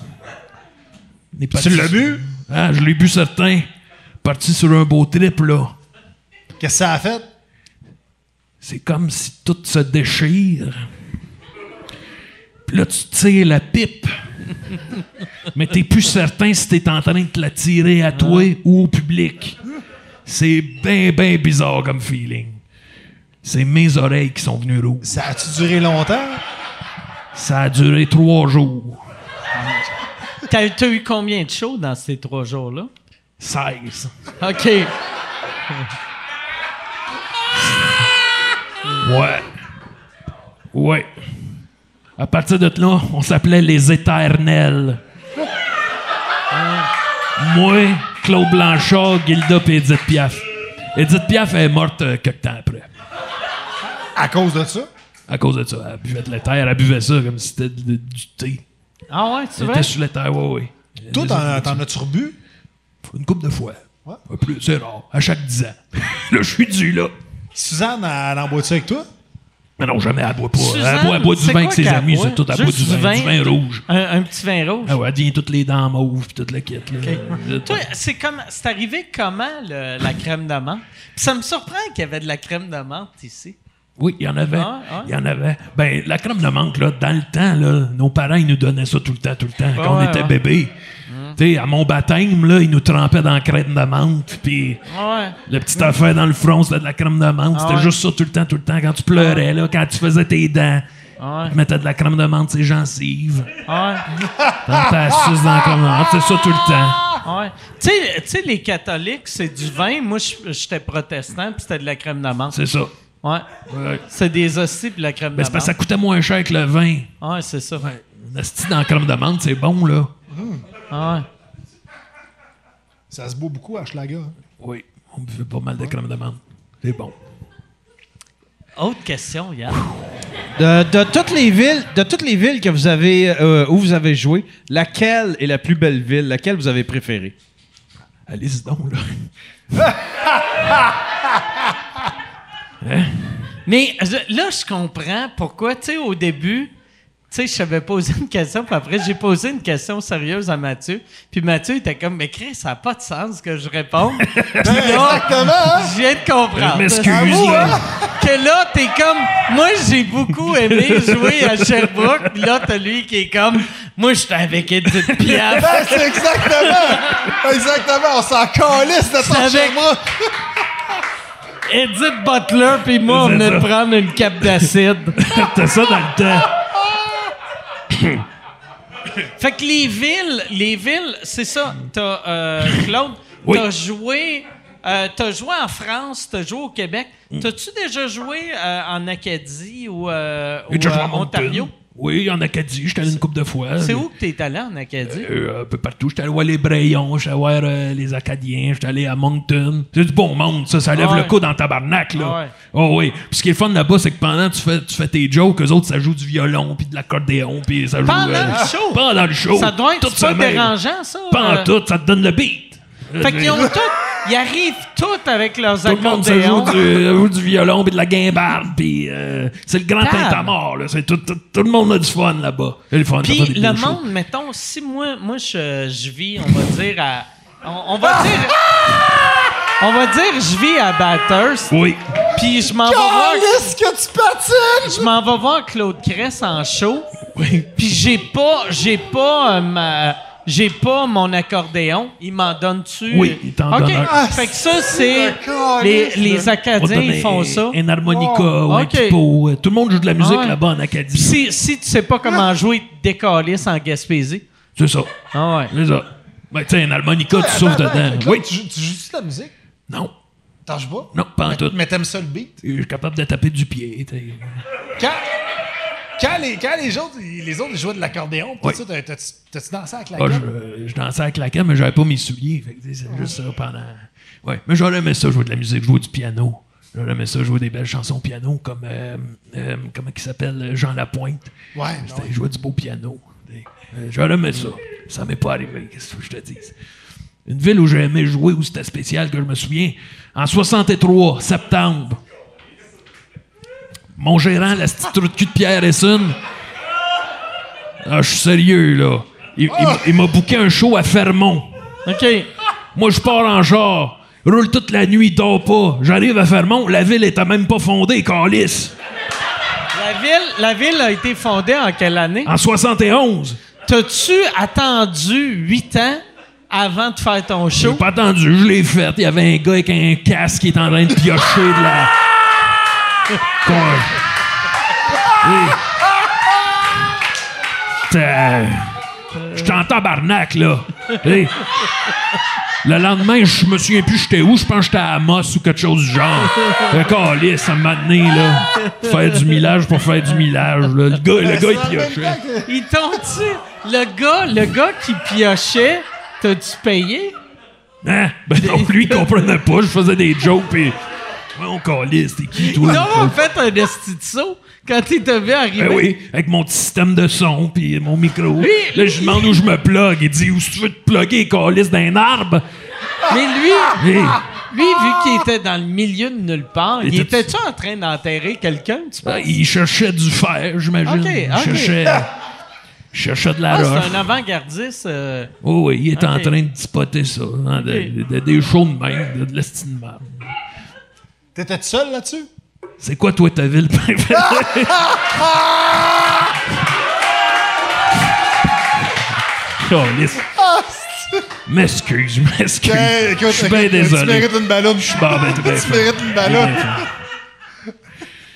[SPEAKER 5] Tu l'as bu? Ah, je l'ai bu certain. Parti sur un beau trip, là.
[SPEAKER 4] Qu'est-ce que ça a fait?
[SPEAKER 5] C'est comme si tout se déchire. Puis là, tu tires la pipe. Mais t'es plus certain si t'es en train de te la tirer à toi ou au public. C'est bien, bien bizarre comme feeling. C'est mes oreilles qui sont venues rouges.
[SPEAKER 4] Ça a-tu duré longtemps?
[SPEAKER 5] Ça a duré trois jours.
[SPEAKER 1] T'as t'as eu combien de shows dans ces trois jours-là?
[SPEAKER 5] 16.
[SPEAKER 1] OK.
[SPEAKER 5] Ouais. Ouais. À partir de là, on s'appelait les Éternels. Hein? Moi, Claude Blanchard, Gilda et Edith Piaf. Edith Piaf est morte euh, quelque temps après.
[SPEAKER 4] À cause de ça?
[SPEAKER 5] À cause de ça, elle buvait de la terre, elle buvait ça comme si c'était de- du thé.
[SPEAKER 1] Ah ouais, c'est
[SPEAKER 5] Elle
[SPEAKER 1] vrai?
[SPEAKER 5] était sur la terre, ouais, ouais.
[SPEAKER 4] Toi, t'en, t'en as-tu rebu?
[SPEAKER 5] Une coupe de fois. Pas Plus, c'est rare. À chaque 10 ans. (laughs) là, je suis dû, là.
[SPEAKER 4] Suzanne, elle en boit-tu avec toi?
[SPEAKER 5] Mais non, jamais, elle boit pas.
[SPEAKER 1] Suzanne,
[SPEAKER 5] elle boit, elle boit hein? du
[SPEAKER 1] c'est
[SPEAKER 5] vin
[SPEAKER 1] quoi
[SPEAKER 5] avec ses
[SPEAKER 1] qu'elle
[SPEAKER 5] amis,
[SPEAKER 1] boit?
[SPEAKER 5] c'est tout. Elle boit
[SPEAKER 1] Juste
[SPEAKER 5] du
[SPEAKER 1] du
[SPEAKER 5] vin, du
[SPEAKER 1] vin?
[SPEAKER 5] vin rouge.
[SPEAKER 1] Un, un petit vin rouge.
[SPEAKER 5] Ah ouais, elle devient toutes les dents mauves, puis toute la quête, là. Euh,
[SPEAKER 1] Toi, c'est comme, c'est arrivé comment le- la crème de menthe? Puis ça me surprend qu'il y avait de la crème de menthe ici.
[SPEAKER 5] Oui, il y en avait.
[SPEAKER 1] Ah, ah.
[SPEAKER 5] Il y en avait. Ben, la crème de menthe, là, dans le temps, là, nos parents, ils nous donnaient ça tout le temps, tout le temps, quand
[SPEAKER 1] ouais,
[SPEAKER 5] on était
[SPEAKER 1] ouais. Mm.
[SPEAKER 5] bébé. Tu sais, à mon baptême, là, ils nous trempaient dans la crème de menthe, puis
[SPEAKER 1] Ouais.
[SPEAKER 5] le petit affaire dans le front, c'était de la crème de menthe.
[SPEAKER 1] Mm.
[SPEAKER 5] C'était
[SPEAKER 1] Ah ouais.
[SPEAKER 5] juste ça tout le temps, tout le temps. Quand tu pleurais, là, quand tu faisais tes dents,
[SPEAKER 1] Ah Ouais.
[SPEAKER 5] tu mettais de la crème de menthe, c'est gencives.
[SPEAKER 1] (laughs) Ouais.
[SPEAKER 5] ah T'en t'as suce dans la crème de menthe, c'est ça tout le temps.
[SPEAKER 1] ouais. Tu sais- tu sais, les catholiques, c'est du vin. Moi, je- j'étais protestant, puis c'était de la crème de menthe.
[SPEAKER 5] C'est ça.
[SPEAKER 1] Ouais.
[SPEAKER 5] Ouais.
[SPEAKER 1] C'est des hosties, puis la crème
[SPEAKER 5] Ben,
[SPEAKER 1] de
[SPEAKER 5] c'est parce
[SPEAKER 1] menthe.
[SPEAKER 5] que ça coûtait moins cher que le vin.
[SPEAKER 1] Ouais, c'est ça. Ouais.
[SPEAKER 5] Une hostie dans la crème de menthe, c'est bon, là.
[SPEAKER 1] Ah ouais.
[SPEAKER 4] Ça se boit beaucoup à Schlager. hein.
[SPEAKER 5] Oui, on buvait pas mal de crème de menthe. C'est bon.
[SPEAKER 1] Autre question, Yann.
[SPEAKER 2] De, de toutes les villes, de toutes les villes que vous avez, euh, où vous avez joué, laquelle est la plus belle ville, laquelle vous avez préférée?
[SPEAKER 5] Allez-y donc, là. (laughs)
[SPEAKER 1] Mais je- là, je comprends pourquoi, tu sais, au début, tu sais, je savais poser une question, puis après, j'ai posé une question sérieuse à Mathieu. Puis Mathieu était comme, mais Chris, ça n'a pas de sens que je réponde.
[SPEAKER 4] (laughs)
[SPEAKER 1] Puis là,
[SPEAKER 4] Ben, Exactement, hein?
[SPEAKER 1] je viens de comprendre.
[SPEAKER 5] Je m'excuse,
[SPEAKER 4] Bravo,
[SPEAKER 5] là.
[SPEAKER 4] hein?
[SPEAKER 1] Que là, t'es comme, moi, j'ai beaucoup aimé jouer à Sherbrooke, puis là, t'as lui qui est comme, moi, j'étais avec Edith Piaf.
[SPEAKER 4] Ben, (laughs) (laughs) c'est exactement! Exactement, on s'en calisse de ton
[SPEAKER 1] Avec-
[SPEAKER 4] chez moi!
[SPEAKER 1] Edith Butler, puis moi, on
[SPEAKER 5] C'est
[SPEAKER 1] venait de
[SPEAKER 5] ça.
[SPEAKER 1] prendre une cape d'acide.
[SPEAKER 5] T'as ça dans le temps.
[SPEAKER 1] Fait que les villes, les villes, c'est ça. T'as euh,
[SPEAKER 5] (laughs)
[SPEAKER 1] Claude,
[SPEAKER 5] Oui.
[SPEAKER 1] t'as joué, euh, t'as joué en France, t'as joué au Québec.
[SPEAKER 5] Mm.
[SPEAKER 1] T'as-tu déjà joué euh, en Acadie ou, euh, ou,
[SPEAKER 5] Et Joshua
[SPEAKER 1] euh,
[SPEAKER 5] Moncton.
[SPEAKER 1] Ontario
[SPEAKER 5] Oui, en Acadie. J'étais allé une couple de fois.
[SPEAKER 1] C'est où que t'es allé en Acadie
[SPEAKER 5] Euh, un peu partout. J'étais allé voir les Brayons, j'étais allé voir euh, les Acadiens, j'étais allé à Moncton. C'est du bon monde, ça. Ça lève
[SPEAKER 1] Ah Ouais. Ah
[SPEAKER 5] le coude dans le tabarnak, là.
[SPEAKER 1] Ouais.
[SPEAKER 5] Oh oui. Puis ce qui est le fun là-bas, c'est que pendant que tu fais, tu fais tes jokes, eux autres, ça joue du violon, puis de l'accordéon, puis ça joue...
[SPEAKER 1] Pendant
[SPEAKER 5] euh,
[SPEAKER 1] le show?
[SPEAKER 5] Pendant le show.
[SPEAKER 1] Ça doit être
[SPEAKER 5] Euh, Toute
[SPEAKER 1] pas
[SPEAKER 5] semaine.
[SPEAKER 1] dérangeant, ça.
[SPEAKER 5] Pas
[SPEAKER 1] euh.
[SPEAKER 5] en tout, ça te donne le beat. Euh,
[SPEAKER 1] Fait qu'ils ont tout, ils arrivent tous avec leurs
[SPEAKER 5] Tout le monde se joue
[SPEAKER 1] accordéons.
[SPEAKER 5] du, ça joue du violon puis de la guimbarde puis euh, c'est le grand
[SPEAKER 1] Tab.
[SPEAKER 5] teint à mort là. C'est tout, tout, tout le monde a du fun là-bas. C'est le fun. ça
[SPEAKER 1] Puis
[SPEAKER 5] fait des
[SPEAKER 1] le
[SPEAKER 5] beaux shows.
[SPEAKER 1] monde, mettons, si moi, moi je, je vis, on va dire à, on, on va
[SPEAKER 5] (laughs)
[SPEAKER 1] dire, on va dire, je vis à Bathurst.
[SPEAKER 5] Oui.
[SPEAKER 1] Puis je m'en vais voir,
[SPEAKER 4] Calisse que tu patines!
[SPEAKER 1] je m'en vais voir Claude Cress en show.
[SPEAKER 5] Oui.
[SPEAKER 1] Puis j'ai pas, j'ai pas euh, ma- j'ai pas mon accordéon. Il m'en donne-tu?
[SPEAKER 5] Oui, il t'en
[SPEAKER 1] Ok.
[SPEAKER 5] donne un.
[SPEAKER 1] Ah, fait que ça, c'est.
[SPEAKER 4] le
[SPEAKER 1] Les,
[SPEAKER 4] calice,
[SPEAKER 1] les
[SPEAKER 5] On va
[SPEAKER 1] Acadiens,
[SPEAKER 5] donner
[SPEAKER 1] ils font ça.
[SPEAKER 5] Un harmonica
[SPEAKER 1] Oh,
[SPEAKER 5] ou un
[SPEAKER 1] ok.
[SPEAKER 5] pipeau. euh, Tout le monde joue de la musique
[SPEAKER 1] Ah ouais.
[SPEAKER 5] là-bas en
[SPEAKER 1] Puis
[SPEAKER 5] Acadie.
[SPEAKER 1] si, si tu sais pas comment jouer, décalisse en Gaspésie.
[SPEAKER 5] C'est ça.
[SPEAKER 1] Ah ouais.
[SPEAKER 5] C'est ça. Ben, tu sais, un harmonica, tu sauves dedans.
[SPEAKER 4] Oui.
[SPEAKER 5] Oui.
[SPEAKER 4] Tu, tu joues-tu de la musique?
[SPEAKER 5] Non.
[SPEAKER 4] T'en joues pas?
[SPEAKER 5] Non, pas en tout.
[SPEAKER 4] Mais t'aimes ça le beat?
[SPEAKER 5] Je suis capable de taper du pied. t'sais.
[SPEAKER 4] Quand, quand, les, quand les, autres, les autres jouaient de l'accordéon, pis
[SPEAKER 5] Oui.
[SPEAKER 4] ça, t'as- t'as-tu t'as-tu dansé avec la
[SPEAKER 5] Ah,
[SPEAKER 4] gueule?
[SPEAKER 5] je, je dansais avec la cam, mais j'avais pas mes souliers. Fait que, tu sais, c'est juste ça pendant. Ouais. Mais j'aurais aimé ça jouer de la musique, jouer du piano. J'aurais aimé ça jouer des belles chansons au piano comme. euh, euh, comment il s'appelle euh, Jean Lapointe.
[SPEAKER 4] Ouais, non.
[SPEAKER 5] C'était jouer du beau piano. Euh, J'aurais aimé ça. Ça m'est pas arrivé, qu'est-ce que je te dise. Une ville où j'ai aimé jouer, où c'était spécial, que je me souviens, en 63, septembre, mon gérant, la petite trou de cul de Pierre Essun, ah, je suis sérieux, là. Il, il m'a- il m'a booké un show à Fermont.
[SPEAKER 1] OK.
[SPEAKER 5] Moi, je pars en genre. Roule toute la nuit, dors pas. J'arrive à Fermont, la ville était même pas fondée, Calice.
[SPEAKER 1] La ville, la ville a été fondée en quelle année?
[SPEAKER 5] En 71.
[SPEAKER 1] T'as-tu attendu huit ans avant de faire ton
[SPEAKER 5] J'ai
[SPEAKER 1] show?
[SPEAKER 5] pas attendu, je l'ai fait. Il y avait un gars avec un casque qui est en train de piocher de la. Con- Oui. T'as- J'étais en tabarnak, là. Hey. Le lendemain, je me souviens plus j'étais où. Je pense que j'étais à Amos ou quelque chose du genre. Le calice, à un moment donné, là. Faire du millage pour faire du millage, là. Le gars, le gars, il piochait.
[SPEAKER 1] Ils t'ont-tu... Le gars, le gars qui piochait, t'as-tu payé?
[SPEAKER 5] Hein? Ben non, lui, il comprenait pas. Je faisais des jokes, puis... Ouais, on calisse, t'es qui, toi?
[SPEAKER 1] Ils ont fait un esti de saut quand ils t'ont vu arriver.
[SPEAKER 5] Ben oui, avec mon petit système de son puis mon micro. Là, je demande où je me plug. Il dit Où est-ce que tu veux te plugger, calice d'un arbre?
[SPEAKER 1] Mais lui,
[SPEAKER 5] Hey,
[SPEAKER 1] lui, vu qu'il était dans le milieu de nulle part,
[SPEAKER 5] Il
[SPEAKER 1] il
[SPEAKER 5] était-
[SPEAKER 1] était-tu en train d'enterrer quelqu'un, tu penses?
[SPEAKER 5] ah, il cherchait du fer, j'imagine.
[SPEAKER 1] Ok, ok.
[SPEAKER 5] Il cherchait, il cherchait de la
[SPEAKER 1] Ah,
[SPEAKER 5] roche.
[SPEAKER 1] c'est un avant-gardiste. euh,
[SPEAKER 5] Oh oui, il est en
[SPEAKER 1] Ok.
[SPEAKER 5] train de spotter ça. hein, de-
[SPEAKER 1] Ok.
[SPEAKER 5] de- de- des shows de même, de, de l'estime de merde.
[SPEAKER 4] T'étais seul là-dessus?
[SPEAKER 5] C'est quoi, toi, ta ville préférée?
[SPEAKER 4] (laughs)
[SPEAKER 5] Calisse. M'excuse, m'excuse.
[SPEAKER 4] Hey,
[SPEAKER 5] Je
[SPEAKER 4] écoute,
[SPEAKER 5] suis
[SPEAKER 4] écoute,
[SPEAKER 5] bien
[SPEAKER 4] (laughs) Tu
[SPEAKER 5] désolé.
[SPEAKER 4] mérites une ballonne.
[SPEAKER 5] Je suis bon, ben, t'es bien
[SPEAKER 4] (laughs) Tu
[SPEAKER 5] fait.
[SPEAKER 4] mérites une
[SPEAKER 5] T'es
[SPEAKER 4] ballonne.
[SPEAKER 5] bien fait.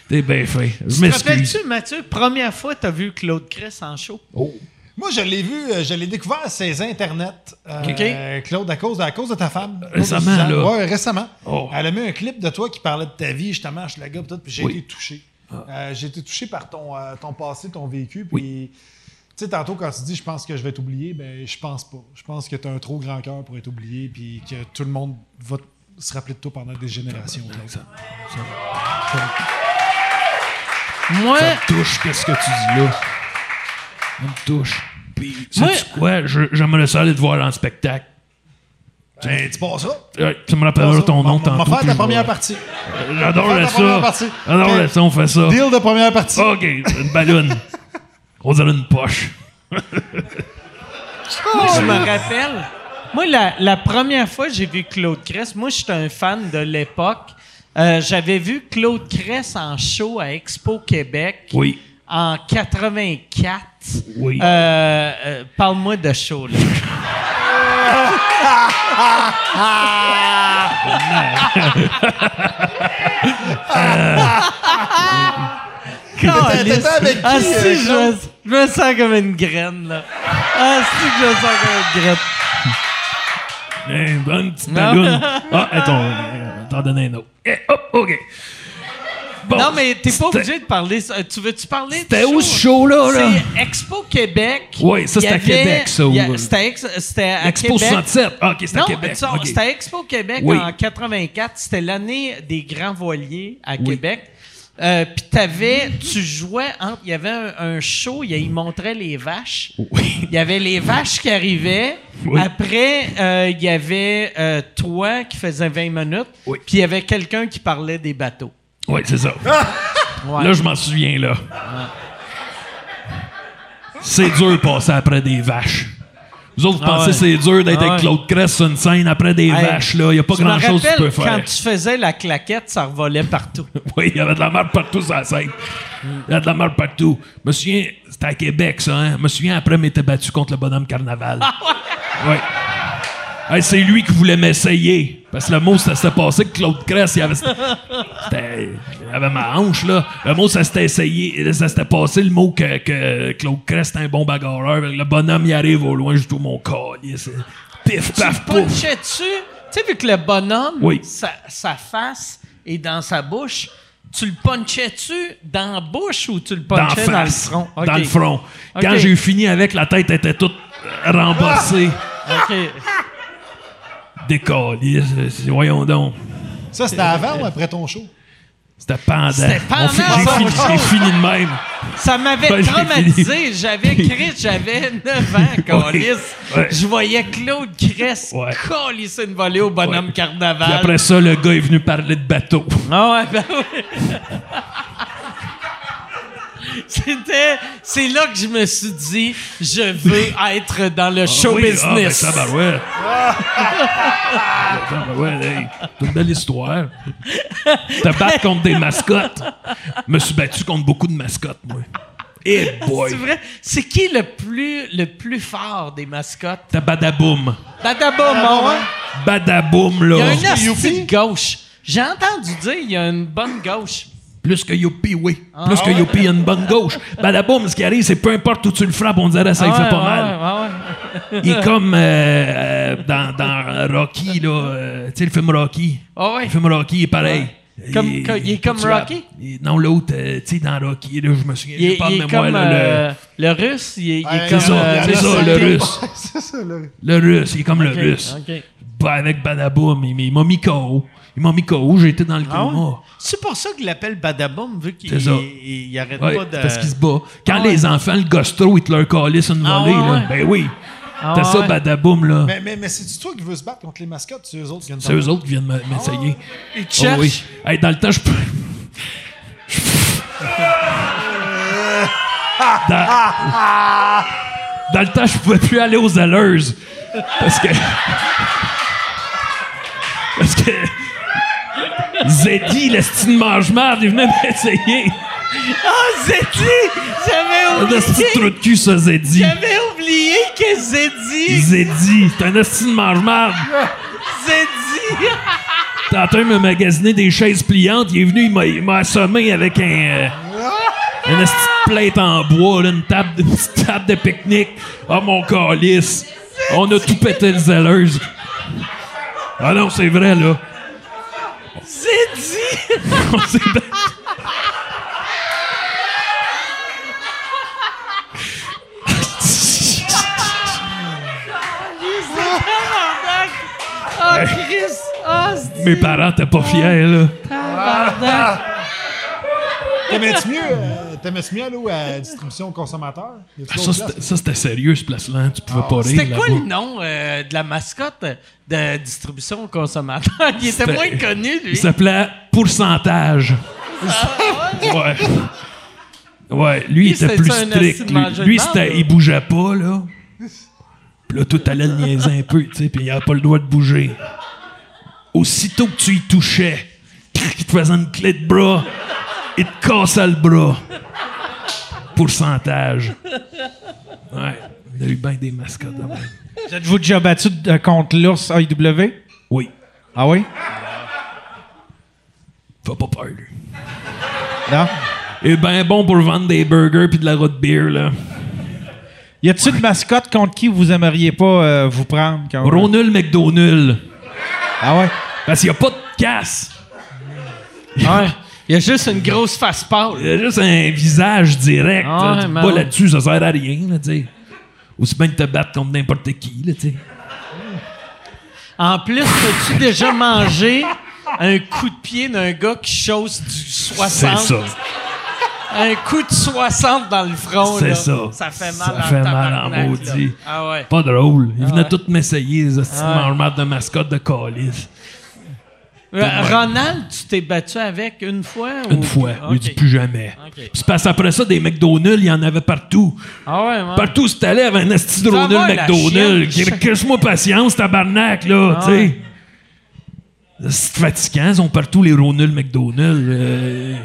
[SPEAKER 5] T'es bien fait. Je
[SPEAKER 1] Te
[SPEAKER 5] m'excuse.
[SPEAKER 1] rappelles-tu, Mathieu, première fois que t'as vu Claude Chris en show?
[SPEAKER 5] Oh,
[SPEAKER 4] Moi, je l'ai vu, euh, je l'ai découvert à ses internets. Euh, Claude, à cause, à cause de ta femme. Claude
[SPEAKER 5] Euh, Récemment,
[SPEAKER 4] Suzanne.
[SPEAKER 5] là.
[SPEAKER 4] Ouais, récemment.
[SPEAKER 5] Oh.
[SPEAKER 4] Elle a mis un clip de toi qui parlait de ta vie, justement, je le gars, peut-être, puis j'ai
[SPEAKER 5] Oui. Ah.
[SPEAKER 4] été touché. Euh, j'ai été touché par ton, euh, ton passé, ton vécu, puis. Tu sais, tantôt, quand tu dis je pense que je vais t'oublier, ben je pense pas. Je pense que tu as un trop grand cœur pour être oublié, puis que tout le monde va t- se rappeler de toi pendant des générations.
[SPEAKER 1] Moi,
[SPEAKER 5] Ça me touche, qu'est-ce que tu dis là? Ça me touche. Puis,
[SPEAKER 1] Moi-
[SPEAKER 5] sais-tu quoi? Je- J'aimerais ça aller te voir en spectacle.
[SPEAKER 4] Ben, dis pas ça.
[SPEAKER 5] Euh, Tu me rappelleras ton nom
[SPEAKER 4] On va
[SPEAKER 5] tantôt.
[SPEAKER 4] faire
[SPEAKER 5] puis
[SPEAKER 4] ta
[SPEAKER 5] je
[SPEAKER 4] première
[SPEAKER 5] vais-
[SPEAKER 4] partie.
[SPEAKER 1] Ah,
[SPEAKER 5] J'adore
[SPEAKER 4] Faire
[SPEAKER 5] le
[SPEAKER 4] ta première
[SPEAKER 5] ça.
[SPEAKER 4] partie.
[SPEAKER 5] J'adore
[SPEAKER 4] Ok.
[SPEAKER 5] le ça, on fait ça.
[SPEAKER 4] Deal de première partie.
[SPEAKER 5] OK, une ballonne. On dirait une poche.
[SPEAKER 1] moi, je me rappelle. Moi, la, la première fois que j'ai vu Claude Cress, moi, j'étais un fan de l'époque. Euh, J'avais vu Claude Cress en show à Expo Québec
[SPEAKER 5] Oui.
[SPEAKER 1] en 84.
[SPEAKER 5] Oui.
[SPEAKER 1] Euh, euh, Parle-moi de show, là.
[SPEAKER 4] T'étais- t'étais avec qui,
[SPEAKER 1] Ah si,
[SPEAKER 4] euh,
[SPEAKER 1] je,
[SPEAKER 4] Claude?
[SPEAKER 1] me- je me sens comme une graine, là. Ah si, je me sens comme une graine.
[SPEAKER 5] Eh, bonne petite ballonne. Ah, attends, euh, t'en donnes un autre. Eh, hop, OK. Bon,
[SPEAKER 1] Non, mais t'es pas
[SPEAKER 5] c'était-
[SPEAKER 1] obligé de parler. ça. Tu veux-tu parler de
[SPEAKER 5] C'était où
[SPEAKER 1] show?
[SPEAKER 5] ce show-là, là?
[SPEAKER 1] C'est Expo Québec.
[SPEAKER 5] Oui, ça,
[SPEAKER 1] Il y
[SPEAKER 5] c'était à
[SPEAKER 1] avait-
[SPEAKER 5] Québec, ça,
[SPEAKER 1] il y a-
[SPEAKER 5] ou-
[SPEAKER 1] C'était ex- c'était à
[SPEAKER 5] Expo
[SPEAKER 1] Québec.
[SPEAKER 5] 67. Ah, OK, c'était
[SPEAKER 1] Non,
[SPEAKER 5] à Québec.
[SPEAKER 1] ça,
[SPEAKER 5] OK.
[SPEAKER 1] c'était à Expo Québec
[SPEAKER 5] Oui.
[SPEAKER 1] en 84. C'était l'année des grands voiliers à Québec. Euh, Puis t'avais, tu jouais, entre- il y avait un, un show, il, il montrait les vaches.
[SPEAKER 5] Oui.
[SPEAKER 1] Il y avait les vaches qui arrivaient.
[SPEAKER 5] Oui.
[SPEAKER 1] Après, euh, il y avait euh, toi qui faisais 20 minutes.
[SPEAKER 5] Oui.
[SPEAKER 1] Puis il y avait quelqu'un qui parlait des bateaux.
[SPEAKER 5] Oui, c'est ça.
[SPEAKER 1] Ouais.
[SPEAKER 5] Là, je m'en souviens, là. C'est dur de passer après des vaches. Vous autres, vous
[SPEAKER 1] Ah
[SPEAKER 5] pensez
[SPEAKER 1] ouais.
[SPEAKER 5] que c'est dur d'être
[SPEAKER 1] Ah
[SPEAKER 5] avec
[SPEAKER 1] ouais.
[SPEAKER 5] Claude Cress sur une scène après des
[SPEAKER 1] Hey,
[SPEAKER 5] vaches, là. Il a pas
[SPEAKER 1] Je me
[SPEAKER 5] grand-chose que tu
[SPEAKER 1] rappelle
[SPEAKER 5] peux faire.
[SPEAKER 1] Quand tu faisais la claquette, ça revolait
[SPEAKER 5] (laughs)
[SPEAKER 1] partout.
[SPEAKER 5] Oui, il y avait de la merde partout sur la scène. Il y avait de la merde partout. Je me souviens, c'était à Québec, ça, hein? Je me souviens, après, m'étais battu contre le bonhomme carnaval. Oui. Hey, c'est lui qui voulait m'essayer. Parce que le mot, ça s'était passé que Claude Cress, il avait, c'était- il avait ma hanche, là. Le mot, ça s'était essayé. là, Ça s'était passé le mot que, que Claude Cress était un bon bagarreur. Le bonhomme, il arrive au loin, je tout mon calice. Pif, paf, pouf.
[SPEAKER 1] Punchais-tu? Tu sais, vu que le bonhomme,
[SPEAKER 5] Oui.
[SPEAKER 1] sa, sa face est dans sa bouche, tu le punchais-tu dans la bouche ou tu le
[SPEAKER 5] dans,
[SPEAKER 1] punchais dans, le
[SPEAKER 5] face,
[SPEAKER 1] front? Ok.
[SPEAKER 5] dans le front.
[SPEAKER 1] Ok.
[SPEAKER 5] Quand j'ai eu fini avec, la tête était toute rembossée.
[SPEAKER 1] Ok.
[SPEAKER 5] Décollée. Voyons donc.
[SPEAKER 4] Ça, c'était
[SPEAKER 5] Ah.
[SPEAKER 4] avant ou après ton show?
[SPEAKER 5] C'était pendant.
[SPEAKER 1] C'était pendant,
[SPEAKER 5] On fi-
[SPEAKER 1] on s'en
[SPEAKER 5] J'ai fini,
[SPEAKER 1] fout.
[SPEAKER 5] j'ai fini de même.
[SPEAKER 1] Ça m'avait
[SPEAKER 5] Ben, j'ai
[SPEAKER 1] traumatisé.
[SPEAKER 5] fini. (laughs)
[SPEAKER 1] J'avais Chris, j'avais 9 ans, Colis.
[SPEAKER 5] ouais.
[SPEAKER 1] Je voyais Claude Cress
[SPEAKER 5] Ouais.
[SPEAKER 1] colisser une volée au bonhomme
[SPEAKER 5] Ouais.
[SPEAKER 1] carnaval.
[SPEAKER 5] Puis après ça, le gars est venu parler de bateau.
[SPEAKER 1] Ah ouais, ben oui. C'était, c'est là que je me suis dit, je veux être dans le show
[SPEAKER 5] Oui, ah, ben,
[SPEAKER 1] business.
[SPEAKER 5] tabarouette.
[SPEAKER 1] (laughs)
[SPEAKER 5] Tabarouette, hey, C'est une belle histoire. Te battre contre des mascottes. Je me suis battu contre beaucoup de mascottes, moi. Eh boy.
[SPEAKER 1] c'est vrai. C'est qui le plus, le plus fort des mascottes?
[SPEAKER 5] Tabadaboum.
[SPEAKER 1] Badaba Morin.
[SPEAKER 5] Ah, Badaboum, là.
[SPEAKER 1] Il y a un asti de gauche. J'ai entendu dire, il y a une bonne gauche.
[SPEAKER 5] Plus que Youpi, oui.
[SPEAKER 1] Ah,
[SPEAKER 5] Plus que Youpi, il y a une bonne gauche. Badaboum, ce qui arrive, c'est peu importe où tu le frappes, on dirait ça, il
[SPEAKER 1] Ah,
[SPEAKER 5] fait pas mal. Il est comme euh, euh, dans, dans Rocky, là. euh, tu sais, le film Rocky.
[SPEAKER 1] Ah ouais.
[SPEAKER 5] Le film Rocky, il est pareil.
[SPEAKER 1] Comme- co- il est comme
[SPEAKER 5] pas tuable.
[SPEAKER 1] Rocky?
[SPEAKER 5] Il- non, l'autre, euh, tu sais, dans Rocky, là, je me souviens,
[SPEAKER 1] Il
[SPEAKER 5] j'ai
[SPEAKER 1] est,
[SPEAKER 5] pas de
[SPEAKER 1] il est
[SPEAKER 5] mémoire,
[SPEAKER 1] comme
[SPEAKER 5] là, le-
[SPEAKER 1] euh, le... russe, il est, il est
[SPEAKER 4] Ouais,
[SPEAKER 1] comme
[SPEAKER 5] C'est ça,
[SPEAKER 1] euh,
[SPEAKER 4] il y en a
[SPEAKER 5] c'est ça,
[SPEAKER 4] cinq.
[SPEAKER 5] le russe.
[SPEAKER 4] c'est ça, là.
[SPEAKER 5] Le russe, il est comme
[SPEAKER 1] Ok,
[SPEAKER 5] le russe.
[SPEAKER 1] ok.
[SPEAKER 5] pas avec Badaboum. Il, il m'a mis KO. Il m'a mis KO, j'ai été dans le
[SPEAKER 1] Ah ouais?
[SPEAKER 5] coma.
[SPEAKER 1] C'est pour ça qu'il l'appelle Badaboum, vu qu'il
[SPEAKER 5] C'est ça.
[SPEAKER 1] il- il arrête
[SPEAKER 5] Ouais,
[SPEAKER 1] pas de.
[SPEAKER 5] Parce qu'il se bat. Quand
[SPEAKER 1] Ah ouais.
[SPEAKER 5] les enfants, le gostro, ils te leur calissent une volée,
[SPEAKER 1] Ah ouais,
[SPEAKER 5] là.
[SPEAKER 1] ouais.
[SPEAKER 5] Ben oui.
[SPEAKER 1] Ah
[SPEAKER 5] T'as ça,
[SPEAKER 1] ouais. Ben,
[SPEAKER 5] badaboum, là.
[SPEAKER 4] Mais, mais, mais c'est-tu toi qui veux se battre contre les mascottes? C'est eux autres qui viennent
[SPEAKER 5] C'est eux autres qui viennent me- m'essayer.
[SPEAKER 1] Il te
[SPEAKER 5] Oh
[SPEAKER 1] cherche.
[SPEAKER 5] oui. Hey, dans le temps, je peux. dans... dans le temps, je pouvais plus aller aux alleuses. Parce que. Parce que. Zeddy, le style mange-marde, il venait m'essayer.
[SPEAKER 1] Ah, Zeddy! J'avais
[SPEAKER 5] Un esti
[SPEAKER 1] oublié!
[SPEAKER 5] de trou de cul, ça, Zeddy.
[SPEAKER 1] J'avais oublié que Zeddy!
[SPEAKER 5] Zeddy, c'est un esti de mange-marde.
[SPEAKER 1] Zeddy!
[SPEAKER 5] T'es en train de me magasiner des chaises pliantes. Il est venu, il m'a- il m'a assommé avec un. euh, une petite plainte en bois, là, une table de, (laughs) une petite table de pique-nique. Ah, mon calice! On a tout pété le zelleuse. Ah non, c'est vrai, là. (laughs)
[SPEAKER 1] Zeddy!
[SPEAKER 5] On s'est bat-
[SPEAKER 1] Oh, Chris! Oh,
[SPEAKER 5] Mes parents t'es pas fiers, là.
[SPEAKER 1] Zeddy!
[SPEAKER 4] T'aimais-tu mieux, euh, t'aimais-tu mieux aller où, à distribution consommateur? Y
[SPEAKER 5] Ça,
[SPEAKER 4] a-tu d'autres
[SPEAKER 5] c'était-
[SPEAKER 4] places?
[SPEAKER 5] ça, c'était sérieux, ce place-là. hein. Tu pouvais pas rire.
[SPEAKER 1] C'était quoi
[SPEAKER 5] là-bas.
[SPEAKER 1] le nom euh, de la mascotte de distribution consommateur? Il était
[SPEAKER 5] C'était-
[SPEAKER 1] moins connu,
[SPEAKER 5] Il
[SPEAKER 1] lui.
[SPEAKER 5] s'appelait Pourcentage.
[SPEAKER 1] Ah,
[SPEAKER 5] ouais. Ouais, lui, il était
[SPEAKER 1] c'était
[SPEAKER 5] plus
[SPEAKER 1] ça, un assis
[SPEAKER 5] strict.
[SPEAKER 1] de
[SPEAKER 5] Lui,
[SPEAKER 1] manger de
[SPEAKER 5] Lui,
[SPEAKER 1] marde,
[SPEAKER 5] c'était,
[SPEAKER 1] là.
[SPEAKER 5] il bougeait pas, là. Puis là, tout allait le niaiser un peu, tu sais, puis il avait pas le droit de bouger. Aussitôt que tu y touchais, il te faisait une clé de bras, il te cassait le bras. Pourcentage. Ouais, il a eu bien des mascottes de même.
[SPEAKER 2] Vous Êtes-vous déjà battu euh, contre l'ours AIW?
[SPEAKER 5] Oui,
[SPEAKER 2] Ah oui?
[SPEAKER 5] fais pas peur, lui.
[SPEAKER 2] Non?
[SPEAKER 5] Il est bien bon pour vendre des burgers puis de la root beer, là.
[SPEAKER 2] Y a-t-il une mascotte contre qui vous aimeriez pas euh, vous prendre?
[SPEAKER 1] Ah
[SPEAKER 2] quand-
[SPEAKER 5] Ronul McDonald.
[SPEAKER 2] Ah ouais?
[SPEAKER 5] Parce qu'il n'y a pas de casse.
[SPEAKER 1] Ouais. Il y a juste une grosse face
[SPEAKER 5] Il
[SPEAKER 1] pâle.
[SPEAKER 5] y a juste un visage direct.
[SPEAKER 1] Ah,
[SPEAKER 5] là. Tu te
[SPEAKER 1] mais
[SPEAKER 5] bats
[SPEAKER 1] ouais.
[SPEAKER 5] là-dessus, ça sert à rien. Là, tu sais. Aussi bien de te battre contre n'importe qui. Là, tu sais.
[SPEAKER 1] En plus, as-tu déjà mangé un coup de pied d'un gars qui chausse du 60?
[SPEAKER 5] C'est ça.
[SPEAKER 1] Un coup de 60 dans le front.
[SPEAKER 5] C'est
[SPEAKER 1] là.
[SPEAKER 5] ça.
[SPEAKER 1] Ça fait mal
[SPEAKER 5] Ça
[SPEAKER 1] en
[SPEAKER 5] fait mal en
[SPEAKER 1] tabarnak,
[SPEAKER 5] maudit.
[SPEAKER 1] là. Ah ouais.
[SPEAKER 5] Pas drôle. Ils venaient
[SPEAKER 1] ouais.
[SPEAKER 5] tous m'essayer, les hosties de
[SPEAKER 1] Ah ouais.
[SPEAKER 5] marmottes de mascotte de calice.
[SPEAKER 1] Euh, Ronald, tu t'es battu avec une fois?
[SPEAKER 5] Une
[SPEAKER 1] ou-
[SPEAKER 5] fois.
[SPEAKER 1] Ok.
[SPEAKER 5] Il dit plus jamais.
[SPEAKER 1] Ok.
[SPEAKER 5] Puis c'est parce après ça, des McDonald's, il y en avait partout.
[SPEAKER 1] Ah ouais, ouais.
[SPEAKER 5] Partout où c'était allé, il y avait un asti de
[SPEAKER 1] Ça
[SPEAKER 5] Ronald
[SPEAKER 1] va, la
[SPEAKER 5] McDonald.
[SPEAKER 1] chienne.
[SPEAKER 5] Cache-moi patience, tabarnak, là,
[SPEAKER 1] Ah
[SPEAKER 5] tu sais. C'est fatigant, ils ont partout les Ronald McDonald. euh.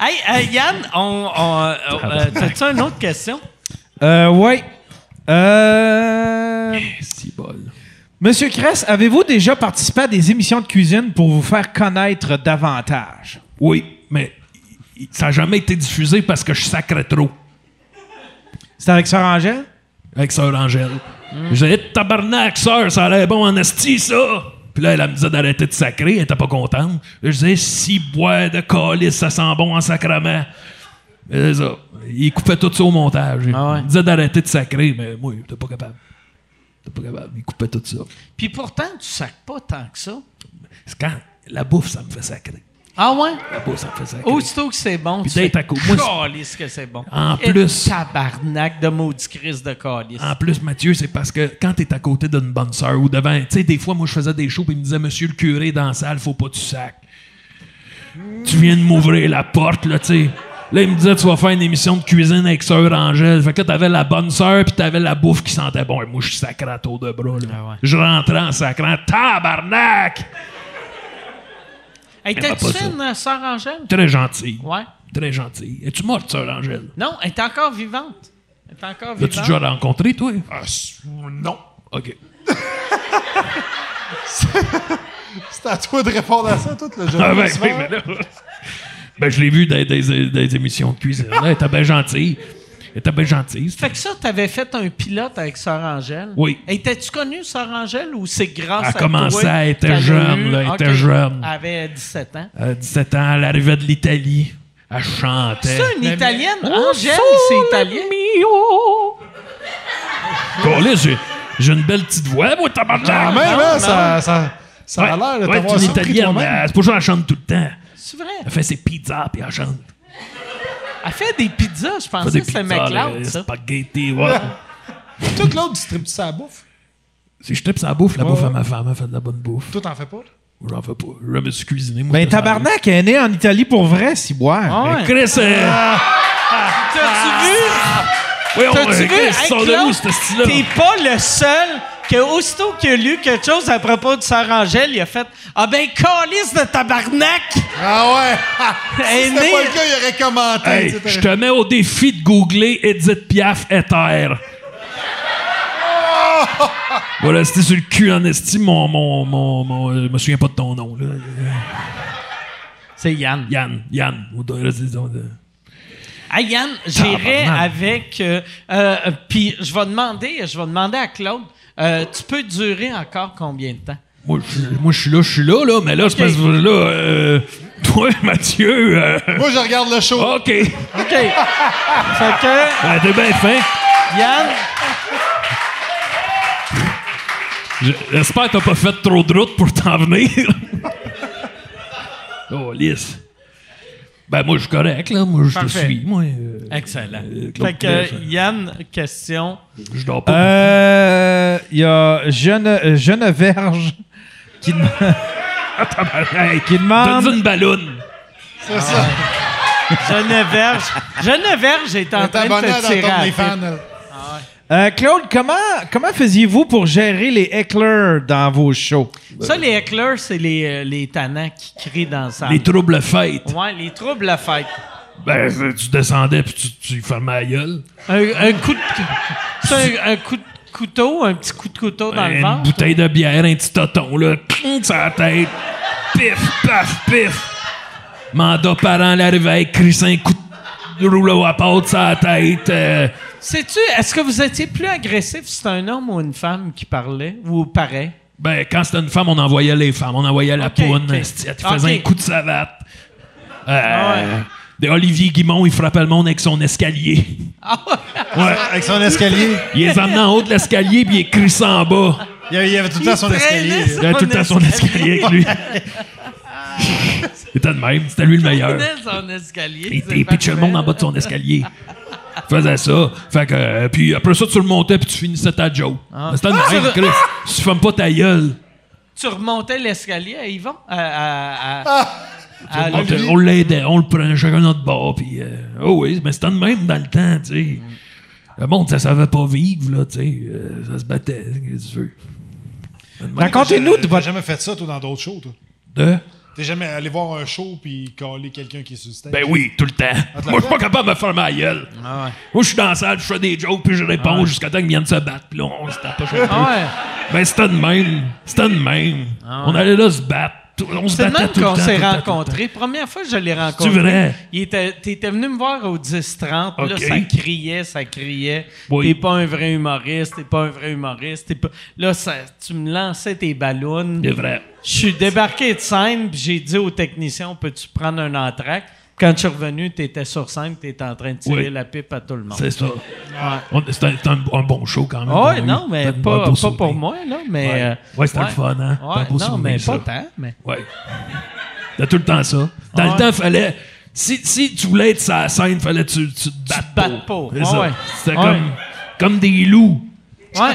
[SPEAKER 1] Hey, euh, Yann, on, on,
[SPEAKER 5] Ah
[SPEAKER 1] euh, euh, t'as-tu une autre question?
[SPEAKER 2] Euh, ouais. Euh...
[SPEAKER 5] Si bol.
[SPEAKER 2] Monsieur Kress, avez-vous déjà participé à des émissions de cuisine pour vous faire connaître davantage?
[SPEAKER 5] Oui, mais i- ça n'a jamais été diffusé parce que je sacrais trop
[SPEAKER 2] C'était avec Sœur Angèle? Ben,
[SPEAKER 5] avec Sœur Angèle.
[SPEAKER 1] Hmm.
[SPEAKER 5] J'ai dit, Eh, tabarnak, sœur, ça allait bon en asti, ça! Puis là, elle elle me disait d'arrêter de sacrer, elle était pas contente. Là, je disais, si bois de calice, ça sent bon en sacrement. Mais C'est ça. Il coupait tout ça au montage. Il
[SPEAKER 1] Ah ouais.
[SPEAKER 5] me disait d'arrêter de sacrer, mais moi, j'étais pas capable. J'étais pas capable. Il coupait tout ça.
[SPEAKER 1] Puis pourtant, tu sacs pas tant que ça.
[SPEAKER 5] C'est quand la bouffe, ça me fait sacrer.
[SPEAKER 1] Ah ouais?
[SPEAKER 5] La bouffe, ça me fait sacrer.
[SPEAKER 1] Aussitôt que c'est bon,
[SPEAKER 5] Puis
[SPEAKER 1] tu
[SPEAKER 5] d'être
[SPEAKER 1] fais
[SPEAKER 5] à côté. Moi, c'est-
[SPEAKER 1] calice que c'est bon.
[SPEAKER 5] En
[SPEAKER 1] Et
[SPEAKER 5] plus- Ah,
[SPEAKER 1] Tabarnak de maudit crise de calice.
[SPEAKER 5] En plus, Mathieu, c'est parce que quand t'es à côté d'une bonne sœur ou devant, tu sais, des fois, moi, je faisais des shows puis il me disait, Monsieur le curé dans la salle, faut pas du sac. Tu viens de m'ouvrir la porte, là, tu sais. Là, il me disait, tu vas faire une émission de cuisine avec sœur Angèle. Fait que là, t'avais la bonne sœur puis t'avais la bouffe qui sentait bon. Et moi, je suis sacré à tour de bras, là.
[SPEAKER 1] Ah ouais.
[SPEAKER 5] Je rentrais en sacrant. Tabarnak!
[SPEAKER 1] Hey,
[SPEAKER 5] pas
[SPEAKER 1] t'as-tu
[SPEAKER 5] ça.
[SPEAKER 1] une euh, sœur Angèle?
[SPEAKER 5] Très gentil.
[SPEAKER 1] Ouais.
[SPEAKER 5] Très gentil. Es-tu morte, sœur Angèle?
[SPEAKER 1] Non, elle est encore vivante. Elle est encore
[SPEAKER 5] L'as-tu
[SPEAKER 1] vivante.
[SPEAKER 5] déjà rencontré, toi?
[SPEAKER 4] Ah, s- non.
[SPEAKER 5] OK.
[SPEAKER 4] C'est à toi de répondre à ça, tout le jeu.
[SPEAKER 5] Ah ben, oui, mais là, (laughs) ben, je l'ai vu dans des émissions de cuisine. Là, Elle était bien gentille. Elle était bien gentille.
[SPEAKER 1] Fait que ça, t'avais fait un pilote avec Sœur Angèle.
[SPEAKER 5] Oui.
[SPEAKER 1] Étais-tu connu, Sœur Angèle, ou c'est grâce
[SPEAKER 5] Elle
[SPEAKER 1] à toi?
[SPEAKER 5] commençait, elle était
[SPEAKER 1] qu'elle a
[SPEAKER 5] jeune,
[SPEAKER 1] eu-
[SPEAKER 5] là, elle
[SPEAKER 1] Ok.
[SPEAKER 5] était jeune. Eh.
[SPEAKER 1] Elle avait 17 ans.
[SPEAKER 5] À 17 ans, elle arrivait de l'Italie. Elle chantait.
[SPEAKER 1] C'est une Italienne?
[SPEAKER 5] Oh,
[SPEAKER 1] Angèle,
[SPEAKER 5] sole
[SPEAKER 1] c'est italien?
[SPEAKER 5] mio. Câlisse, j'ai- J'ai une belle petite voix, moi, tabarnak!
[SPEAKER 4] Ah, même, hein, ça, ça, ça a l'air de
[SPEAKER 5] ouais,
[SPEAKER 4] t'avoir
[SPEAKER 5] c'est une
[SPEAKER 4] surpris
[SPEAKER 5] italienne, mais
[SPEAKER 4] toi-même.
[SPEAKER 5] elle- c'est pas genre elle chante tout le temps.
[SPEAKER 1] C'est vrai.
[SPEAKER 5] Elle fait ses pizzas, puis elle chante.
[SPEAKER 1] Elle fait des pizzas, je
[SPEAKER 5] Pas
[SPEAKER 1] pensais
[SPEAKER 5] des
[SPEAKER 1] que c'était
[SPEAKER 5] pizzas, là,
[SPEAKER 1] McLeod,
[SPEAKER 5] des
[SPEAKER 1] ça.
[SPEAKER 5] spaghettis, ouais.
[SPEAKER 4] Tout l'autre distribue sa bouffe.
[SPEAKER 5] Si je tape sa bouffe, la
[SPEAKER 4] Ouais,
[SPEAKER 5] bouffe à
[SPEAKER 4] ouais.
[SPEAKER 5] ma femme, elle fait de la bonne bouffe.
[SPEAKER 4] Toi, t'en fais pas? là?
[SPEAKER 5] J'en fais pas. Je me suis cuisiné, moi.
[SPEAKER 3] Ben,
[SPEAKER 5] je fais ça.
[SPEAKER 3] tabarnak, elle est née en Italie pour vrai, si boire.
[SPEAKER 5] Mais Chris, euh, ah,
[SPEAKER 1] T'as-tu vu?
[SPEAKER 5] voyons,
[SPEAKER 1] T'as-tu
[SPEAKER 5] euh,
[SPEAKER 1] vu?
[SPEAKER 5] Chris,
[SPEAKER 1] Hey,
[SPEAKER 5] sort de
[SPEAKER 1] Claude,
[SPEAKER 5] où, ce style-là?
[SPEAKER 1] T'es pas le seul que, aussitôt qu'il a lu quelque chose à propos de Sœur Angèle, il a fait Ah ben, calice de tabarnak!
[SPEAKER 4] Ah ouais! (laughs)
[SPEAKER 1] Elle est
[SPEAKER 4] si c'était
[SPEAKER 1] née-
[SPEAKER 4] pas le cas, il aurait commenté.
[SPEAKER 5] Hey,
[SPEAKER 4] tu sais, t'aurais-
[SPEAKER 5] je te mets au défi de googler Edith Piaf Ether.
[SPEAKER 1] (laughs)
[SPEAKER 5] voilà, c'était sur le cul en estime, mon, mon, mon, mon- euh, Je me souviens pas de ton nom, là.
[SPEAKER 1] C'est Yann.
[SPEAKER 5] Yann, Yann. On doit- on doit-
[SPEAKER 1] Ah, Yann, j'irai
[SPEAKER 5] Tabarnak.
[SPEAKER 1] avec. euh, euh, euh, Puis je vais demander, je vais demander à Claude, euh, tu peux durer encore combien de temps?
[SPEAKER 5] Moi, je suis- moi, je suis là, je suis là, là, mais là, c'est parce que là, euh, (laughs) toi, Mathieu, euh,
[SPEAKER 4] Moi, je regarde le show.
[SPEAKER 5] OK. Ah,
[SPEAKER 1] OK. fait que,
[SPEAKER 5] T'es bien fin.
[SPEAKER 1] Yann,
[SPEAKER 5] Je- J'espère que t'as pas fait trop de route pour t'en venir. (laughs) oh, lisse. Ben, moi, je suis correct, là. Moi, je te
[SPEAKER 1] Parfait.
[SPEAKER 5] suis. Moi, euh,
[SPEAKER 1] Excellent.
[SPEAKER 5] euh, Claude
[SPEAKER 1] Fait que,
[SPEAKER 5] Bref,
[SPEAKER 1] euh, Yann, question.
[SPEAKER 5] je dors pas.
[SPEAKER 3] Euh, il y a Jeune, euh, Geneverge qui, dem-
[SPEAKER 5] Hey,
[SPEAKER 3] qui demande.
[SPEAKER 5] donne une ballonne.
[SPEAKER 4] C'est ça.
[SPEAKER 1] Geneverge. (laughs) Geneverge est en train
[SPEAKER 4] T'es
[SPEAKER 1] de
[SPEAKER 4] abonné à
[SPEAKER 1] te
[SPEAKER 4] ton
[SPEAKER 1] tirer
[SPEAKER 2] Ah,
[SPEAKER 1] à la pipe.
[SPEAKER 4] OnlyFans. là.
[SPEAKER 3] Euh, Claude, comment, comment faisiez-vous pour gérer les hecklers dans vos shows?
[SPEAKER 1] Ça, les hecklers, c'est les, euh, les tannants qui crient dans ça.
[SPEAKER 5] Les troubles fêtes.
[SPEAKER 1] Ah. Ouais, les troubles à fête.
[SPEAKER 5] Ben, c'est- tu descendais puis tu, tu fermais la gueule.
[SPEAKER 1] Un, un coup de... c'est un, un coup de couteau, un petit coup de couteau dans le
[SPEAKER 5] Ben, une
[SPEAKER 1] ventre. hein.
[SPEAKER 5] bouteille de bière, un petit toton, là. Cling, sur la tête. Pif, paf, pif. Mandat parent, la réveil, crisse un coup de rouleau à pâte sur la tête. euh,
[SPEAKER 1] Sais-tu, est-ce que vous étiez plus agressif si c'était un homme ou une femme qui parlait? Ou pareil?
[SPEAKER 5] Ben, quand c'était une femme, on envoyait les femmes. On envoyait la
[SPEAKER 1] Ok,
[SPEAKER 5] poune.
[SPEAKER 1] ok.
[SPEAKER 5] esti, Elle te faisait
[SPEAKER 1] Ok.
[SPEAKER 5] un coup de savate. Euh,
[SPEAKER 1] Ah ouais.
[SPEAKER 5] des Olivier Guimont, il frappait le monde avec son escalier.
[SPEAKER 1] Ah ouais.
[SPEAKER 5] Ouais.
[SPEAKER 4] Avec son escalier.
[SPEAKER 5] Il les emmenait en haut de l'escalier, puis il les crissait en bas.
[SPEAKER 4] Il y avait- il y avait tout le temps son
[SPEAKER 1] traînait
[SPEAKER 4] escalier.
[SPEAKER 1] ça.
[SPEAKER 4] là.
[SPEAKER 5] Il avait tout le temps son escalier avec lui. C'était de même. C'était lui le meilleur.
[SPEAKER 1] Dans son escalier.
[SPEAKER 5] Il,
[SPEAKER 1] c'est
[SPEAKER 5] il pitchait le
[SPEAKER 1] parfait.
[SPEAKER 5] monde en bas de son escalier. Il faisait ça. Fait que, euh, puis après ça, tu le montais, puis tu finissais ta joke. Mais C'était une merde, Chris. Si tu fermes pas ta gueule,
[SPEAKER 1] Tu remontais l'escalier à Yvon? À, à, à- à
[SPEAKER 5] on, te-
[SPEAKER 1] Olivier?
[SPEAKER 5] on l'aidait, on le prenait chacun notre bord, puis euh, oh oui, mais c'était de même dans le temps, tu sais. Le monde, ça savait pas vivre, là, tu sais. euh, ça se battait, qu'est-ce que tu veux.
[SPEAKER 3] Racontez-nous de
[SPEAKER 4] T'as
[SPEAKER 3] votre.
[SPEAKER 4] jamais fait ça, toi, dans d'autres shows, toi?
[SPEAKER 5] De?
[SPEAKER 4] T'es jamais allé voir un show puis coller quelqu'un qui est sur le stage?
[SPEAKER 5] Ben oui, tout le temps.
[SPEAKER 1] Ah,
[SPEAKER 4] te la
[SPEAKER 5] Moi, je suis pas
[SPEAKER 4] fait?
[SPEAKER 5] capable de me faire ma gueule. Moi, je suis dans la salle, je fais des jokes, puis je réponds jusqu'à temps qu'ils viennent se battre, puis là, on se
[SPEAKER 1] (laughs)
[SPEAKER 5] tape. un peu.
[SPEAKER 1] Ah ouais.
[SPEAKER 5] Ben, c'était de même. C'était de même. On allait là se battre. Tout- On se
[SPEAKER 1] Ah, C'est le
[SPEAKER 5] battait
[SPEAKER 1] même
[SPEAKER 5] tout le temps.
[SPEAKER 1] qu'on s'est
[SPEAKER 5] tout le temps, tout le
[SPEAKER 1] rencontrés. Première fois que je l'ai rencontré.
[SPEAKER 5] C'est vrai?
[SPEAKER 1] Il était, t'étais venu me voir au 10-30. Là,
[SPEAKER 5] Ok.
[SPEAKER 1] ça criait, ça criait.
[SPEAKER 5] Oui.
[SPEAKER 1] T'es pas un vrai humoriste, t'es pas un vrai humoriste. t'es pas- Là, ça- tu me lançais tes ballons.
[SPEAKER 5] temps. C'est vrai.
[SPEAKER 1] Je suis débarqué de scène, puis j'ai dit au technicien, peux-tu prendre un entracte? Quand je suis revenu, t'étais sur scène, t'étais en train de tirer
[SPEAKER 5] Oui.
[SPEAKER 1] la pipe à tout le monde.
[SPEAKER 5] C'est ça. On- C'était un, un bon show quand même.
[SPEAKER 1] Oh,
[SPEAKER 5] qu'on a eu.
[SPEAKER 1] non, mais
[SPEAKER 5] C'était un
[SPEAKER 1] pas,
[SPEAKER 5] beau
[SPEAKER 1] pas
[SPEAKER 5] souvenir.
[SPEAKER 1] pour moi, là, mais...
[SPEAKER 5] Ouais.
[SPEAKER 1] euh,
[SPEAKER 5] Ouais, c'était le fun, hein?
[SPEAKER 1] Ouais,
[SPEAKER 5] C'était un beau
[SPEAKER 1] non,
[SPEAKER 5] souvenir,
[SPEAKER 1] mais
[SPEAKER 5] ça.
[SPEAKER 1] pas tant, mais...
[SPEAKER 5] Ouais. T'as tout le temps ça.
[SPEAKER 1] Ah
[SPEAKER 5] Dans le temps, fallait. Si, si tu voulais être sur la scène, fallait que tu, tu te battes.
[SPEAKER 1] te battes
[SPEAKER 5] pour.
[SPEAKER 1] pour.
[SPEAKER 5] C'est
[SPEAKER 1] Ah
[SPEAKER 5] ça.
[SPEAKER 1] ouais.
[SPEAKER 5] C'était
[SPEAKER 1] Ah
[SPEAKER 5] comme,
[SPEAKER 1] ouais.
[SPEAKER 5] comme des loups.
[SPEAKER 1] Ouais,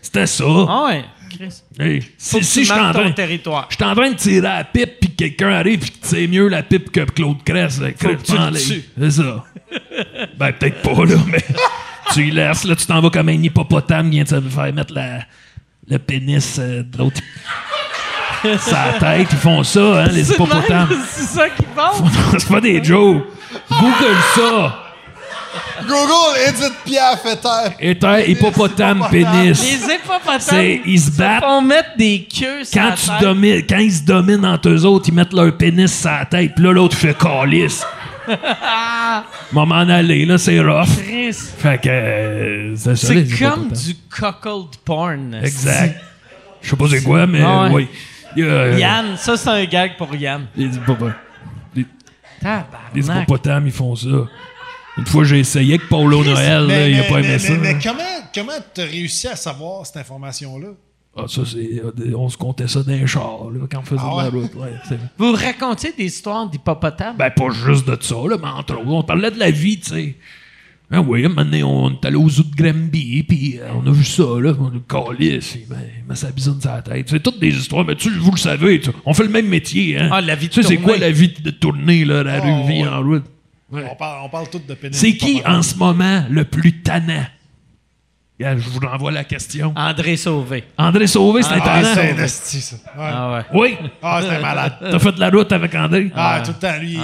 [SPEAKER 5] C'était ça.
[SPEAKER 1] ah ouais, Chris.
[SPEAKER 5] Hey,
[SPEAKER 1] Faut
[SPEAKER 5] Si,
[SPEAKER 1] que
[SPEAKER 5] si
[SPEAKER 1] tu
[SPEAKER 5] je
[SPEAKER 1] marques
[SPEAKER 5] t'en
[SPEAKER 1] ton
[SPEAKER 5] donne-
[SPEAKER 1] territoire.
[SPEAKER 5] Je suis en train de tirer à la pipe, puis quelqu'un arrive, puis tu sais mieux la pipe que Claude Cress. là.
[SPEAKER 1] que tu le
[SPEAKER 5] Prends-les.
[SPEAKER 1] tues.
[SPEAKER 5] C'est ça. ben, peut-être pas, là,
[SPEAKER 1] (laughs)
[SPEAKER 5] mais tu y laisses, là, tu t'en vas comme un hippopotame, vient te faire mettre la, le pénis euh,
[SPEAKER 1] (laughs)
[SPEAKER 5] de l'autre. Sa tête, ils font ça, hein, les
[SPEAKER 1] C'est le même,
[SPEAKER 5] hippopotames.
[SPEAKER 1] (laughs) C'est ça qui parle.
[SPEAKER 5] (laughs) C'est pas des jokes. Google ça.
[SPEAKER 4] Google, Edith Piaf est terre.
[SPEAKER 5] Éteint hippopotame pénis.
[SPEAKER 1] Les hippopotames
[SPEAKER 5] C'est- ils se battent.
[SPEAKER 1] On met des queues sur
[SPEAKER 5] Quand,
[SPEAKER 1] la
[SPEAKER 5] tu
[SPEAKER 1] tête.
[SPEAKER 5] domines, quand ils se dominent entre eux autres, ils mettent leur pénis sur la tête, puis là, l'autre fait
[SPEAKER 4] (laughs)
[SPEAKER 5] calice. Maman aller, là, c'est rough.
[SPEAKER 1] Chris,
[SPEAKER 5] Fait que. euh, c'est ça,
[SPEAKER 1] C'est
[SPEAKER 5] les
[SPEAKER 1] comme
[SPEAKER 5] hippopotames.
[SPEAKER 1] du cuckold porn.
[SPEAKER 5] Exact. Je sais pas c'est quoi, mais
[SPEAKER 1] Ah ouais.
[SPEAKER 5] oui. Il y a, euh,
[SPEAKER 1] Yann, ça c'est un gag pour Yann.
[SPEAKER 5] Les, hippopo- les- les
[SPEAKER 1] Tabarnak.
[SPEAKER 5] hippopotames, ils font ça. Une fois, j'ai essayé avec Paulo Noël, là,
[SPEAKER 4] Mais-
[SPEAKER 5] il a
[SPEAKER 4] mais-
[SPEAKER 5] pas
[SPEAKER 4] mais-
[SPEAKER 5] aimé ça.
[SPEAKER 4] Mais, mais
[SPEAKER 5] là.
[SPEAKER 4] comment, comment tu as réussi à savoir cette information-là?
[SPEAKER 5] Ah, ça, c'est, on se comptait ça d'un char, là, quand on faisait
[SPEAKER 4] Ah ouais?
[SPEAKER 5] de la route. ouais, c'est-
[SPEAKER 1] Vous racontez des histoires d'hippopotames?
[SPEAKER 5] Ben, pas juste de ça, là, mais entre autres. On parlait de la vie, tu sais. Ben oui, un moment donné, on est allé aux zoo de Granby, puis euh, on a vu ça, là, on le calisse, et ben, il met sa bisoune sur la tête. C'est toutes des histoires, mais tu, vous le savez, tu- on fait le même métier, hein.
[SPEAKER 1] Ah, la vie de
[SPEAKER 5] Tu sais, c'est
[SPEAKER 1] tournée.
[SPEAKER 5] quoi la vie de tournée, là, la
[SPEAKER 4] Oh,
[SPEAKER 5] rue vie
[SPEAKER 4] ouais.
[SPEAKER 5] en route? Ouais.
[SPEAKER 4] On parle, on parle tout de pénible.
[SPEAKER 5] C'est qui, en ce moment, le plus tannant? Regarde, je vous renvoie la question.
[SPEAKER 1] André Sauvé.
[SPEAKER 5] André Sauvé, c'est un
[SPEAKER 4] Ah,
[SPEAKER 5] tannant.
[SPEAKER 4] c'est un esti, ça. Ouais.
[SPEAKER 1] Ah ouais.
[SPEAKER 5] Oui,
[SPEAKER 4] Ah, c'est un malade.
[SPEAKER 5] t'as fait de la route avec André.
[SPEAKER 4] Ah, tout le temps, lui,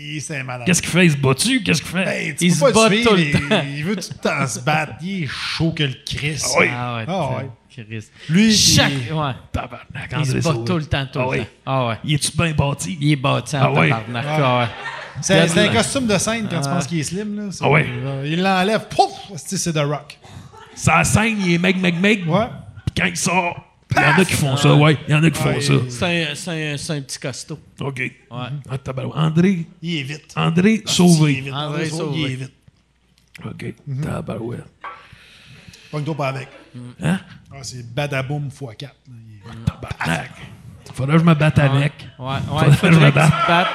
[SPEAKER 4] il- c'est un malade.
[SPEAKER 5] Qu'est-ce qu'il fait? Il se bat dessus? Qu'est-ce qu'il fait?
[SPEAKER 4] Hey, Ben, tu
[SPEAKER 1] Il
[SPEAKER 4] peux
[SPEAKER 1] se
[SPEAKER 4] pas
[SPEAKER 1] bat
[SPEAKER 4] suivre,
[SPEAKER 1] tout le
[SPEAKER 4] il-
[SPEAKER 1] temps.
[SPEAKER 4] Il veut tout le temps se battre. Il est chaud que le Christ.
[SPEAKER 5] Ah oui.
[SPEAKER 1] Ah ouais.
[SPEAKER 4] Ah ouais.
[SPEAKER 1] Christ.
[SPEAKER 4] Lui,
[SPEAKER 1] Chaque.
[SPEAKER 4] il-
[SPEAKER 1] Ouais.
[SPEAKER 5] Tabarnak,
[SPEAKER 1] Il se
[SPEAKER 5] André
[SPEAKER 1] bat
[SPEAKER 5] Sauvé.
[SPEAKER 1] tout le temps, tout
[SPEAKER 5] Ah
[SPEAKER 1] le
[SPEAKER 5] oui.
[SPEAKER 1] temps. Ah ouais.
[SPEAKER 5] Il est-tu bien bâti?
[SPEAKER 1] Il est bâti en
[SPEAKER 5] Ah ouais.
[SPEAKER 1] tabarnak. Ah ouais.
[SPEAKER 4] C'est c'est un
[SPEAKER 1] Ouais.
[SPEAKER 4] costume de scène quand tu penses qu'il est slim. Là. C'est-
[SPEAKER 5] Ah ouais.
[SPEAKER 4] euh, Il l'enlève, pouf, esti, c'est The Rock.
[SPEAKER 5] Ça scène, il est meg, meg, meg. Puis
[SPEAKER 4] Ouais.
[SPEAKER 5] quand il sort, il y en a qui font ça, ouais. Il y en a qui font
[SPEAKER 4] Ouais.
[SPEAKER 5] ça.
[SPEAKER 1] C'est un, c'est un- c'est un petit costaud.
[SPEAKER 5] OK. Ah, tabarouette. André,
[SPEAKER 4] Il est vite.
[SPEAKER 1] Ah,
[SPEAKER 5] André
[SPEAKER 4] Il est
[SPEAKER 5] Sauvé.
[SPEAKER 4] vite.
[SPEAKER 1] André
[SPEAKER 4] André Sauvé, Il
[SPEAKER 1] Sauvé.
[SPEAKER 4] est vite.
[SPEAKER 5] OK. Tabarouette.
[SPEAKER 4] Pogne-toi pas avec.
[SPEAKER 5] Hein?
[SPEAKER 4] Ah, c'est Badaboum x4. là. Il est-
[SPEAKER 5] Tabarnak. Faudrait que je me batte
[SPEAKER 1] Ah.
[SPEAKER 5] avec.
[SPEAKER 1] Ouais, ouais.
[SPEAKER 5] Faudrait que je me
[SPEAKER 1] faudrait que tu
[SPEAKER 5] batte.
[SPEAKER 1] te battes.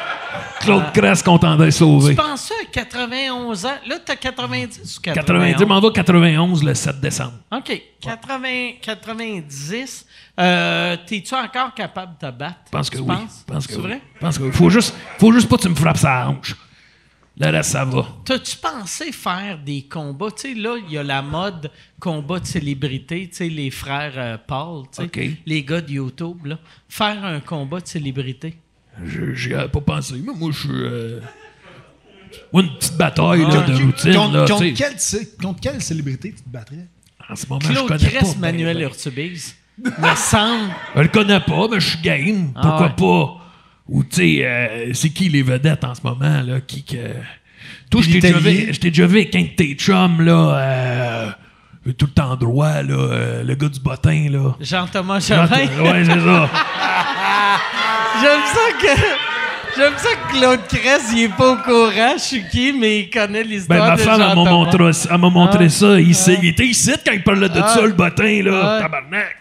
[SPEAKER 5] Claude Crest contre André
[SPEAKER 1] Ah. Tu
[SPEAKER 5] Sauvé.
[SPEAKER 1] penses ça à 91 ans? Là, t'as 90 ou 91?
[SPEAKER 5] 90, m'en va 91 le 7 décembre.
[SPEAKER 1] OK. 80, 90. Euh, T'es-tu encore capable de te battre?
[SPEAKER 5] Je pense que
[SPEAKER 1] Tu
[SPEAKER 5] oui.
[SPEAKER 1] penses?
[SPEAKER 5] Je pense que
[SPEAKER 1] C'est
[SPEAKER 5] oui.
[SPEAKER 1] vrai?
[SPEAKER 5] Je pense que oui. Faut juste, faut juste pas que tu me frappes sa hanche. Le reste, ça va.
[SPEAKER 1] T'as-tu pensé faire des combats? Tu sais, là, il y a la mode combat de célébrité, tu sais, les frères euh, Paul, tu sais,
[SPEAKER 5] OK.
[SPEAKER 1] les gars de YouTube, là. Faire un combat de célébrité.
[SPEAKER 5] Je- J'y avais pas pensé, mais moi, je suis. euh, ouais, une petite bataille là, de routine.
[SPEAKER 4] Contre,
[SPEAKER 5] là,
[SPEAKER 4] contre
[SPEAKER 5] tu sais.
[SPEAKER 4] quelle, cé- contre quelle célébrité tu te battrais?
[SPEAKER 5] En ce moment, je
[SPEAKER 1] Claude
[SPEAKER 5] connais
[SPEAKER 1] Gress,
[SPEAKER 5] pas.
[SPEAKER 1] Manuel
[SPEAKER 5] ben,
[SPEAKER 1] Urtubise. me semble.
[SPEAKER 5] ben. Je le connais pas, mais je suis game.
[SPEAKER 1] Ah
[SPEAKER 5] Pourquoi
[SPEAKER 1] ouais.
[SPEAKER 5] pas? Ou, tu sais, euh, c'est qui les vedettes en ce moment, là? Qui que. Toi, je t'ai déjà
[SPEAKER 4] L'Italien.
[SPEAKER 5] vu- je t'ai déjà vu avec un de tes chums, là. euh, tout le temps droit, là. euh, le gars du bottin, là.
[SPEAKER 1] Jean-Thomas Jobin.
[SPEAKER 5] Ouais, c'est ça.
[SPEAKER 1] J'aime (laughs) ça que. J'aime ça que Claude Cress, il est pas au courant, je suis qui, mais il connaît
[SPEAKER 5] Ben,
[SPEAKER 1] l'histoire
[SPEAKER 5] ma
[SPEAKER 1] de
[SPEAKER 5] femme, elle m'a
[SPEAKER 1] Jean-Thomas.
[SPEAKER 5] montré, elle m'a montré ça. Il, sait- il était ici quand il parlait de ça, le bottin, là.
[SPEAKER 1] Ah.
[SPEAKER 5] Tabarnak.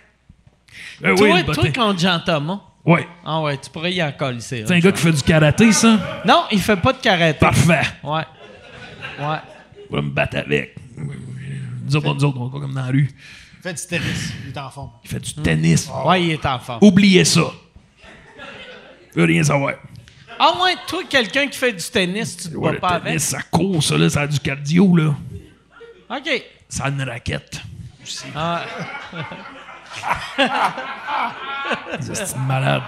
[SPEAKER 5] Ben
[SPEAKER 1] Toi,
[SPEAKER 5] oui, le
[SPEAKER 1] toi
[SPEAKER 5] bottin.
[SPEAKER 1] contre Jean-Thomas.
[SPEAKER 5] Ouais.
[SPEAKER 1] Ah ouais, tu pourrais y en coller, c'est
[SPEAKER 5] C'est un gars qui fait du karaté, ça?
[SPEAKER 1] Non, il fait pas de karaté.
[SPEAKER 5] Parfait.
[SPEAKER 1] Ouais. Ouais.
[SPEAKER 5] On va me battre avec. Nous autres, nous autres, on va comme dans la rue.
[SPEAKER 4] Fais du tennis, il est en forme.
[SPEAKER 5] Il fait du tennis.
[SPEAKER 1] Ouais, il est en forme.
[SPEAKER 5] Oubliez ça. Je veux rien savoir.
[SPEAKER 1] Ah ouais, toi, quelqu'un qui fait du tennis, tu te
[SPEAKER 5] Ouais,
[SPEAKER 1] bats
[SPEAKER 5] le
[SPEAKER 1] pas
[SPEAKER 5] tennis, ça court, ça, là. Ça a du cardio, là.
[SPEAKER 1] avec? OK.
[SPEAKER 5] Ça a une raquette.
[SPEAKER 1] Ah,
[SPEAKER 5] (laughs) C'est une malade.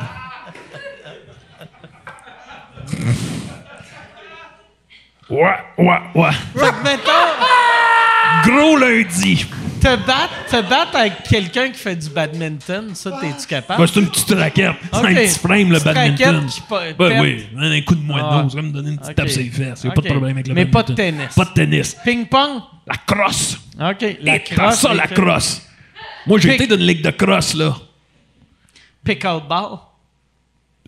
[SPEAKER 5] Ouais, ouais, ouais.
[SPEAKER 1] fait que mettons,
[SPEAKER 5] Gros lundi.
[SPEAKER 1] (laughs) te battre, te battre avec quelqu'un qui fait du badminton, ça, t'es-tu capable?
[SPEAKER 5] Bah, c'est une petite raquette. C'est
[SPEAKER 1] Ah. Ok.
[SPEAKER 5] un petit frame, le
[SPEAKER 1] Petite
[SPEAKER 5] badminton.
[SPEAKER 1] raquette qui pa-
[SPEAKER 5] Ben
[SPEAKER 1] perd.
[SPEAKER 5] oui, un un coup de
[SPEAKER 1] Ah.
[SPEAKER 5] moins de nose. Ça va me donner une petite
[SPEAKER 1] Ok.
[SPEAKER 5] tape sur les fesses. Il n'y a pas de
[SPEAKER 1] Ok.
[SPEAKER 5] problème avec le
[SPEAKER 1] Mais pas de
[SPEAKER 5] badminton.
[SPEAKER 1] tennis.
[SPEAKER 5] Pas de tennis.
[SPEAKER 1] Ping-pong?
[SPEAKER 5] La crosse.
[SPEAKER 1] OK.
[SPEAKER 5] Et prends ça,
[SPEAKER 1] les
[SPEAKER 5] la
[SPEAKER 1] fait-
[SPEAKER 5] crosse. Moi, j'ai
[SPEAKER 1] Pic.
[SPEAKER 5] été d'une ligue de crosse, là.
[SPEAKER 1] Pickleball.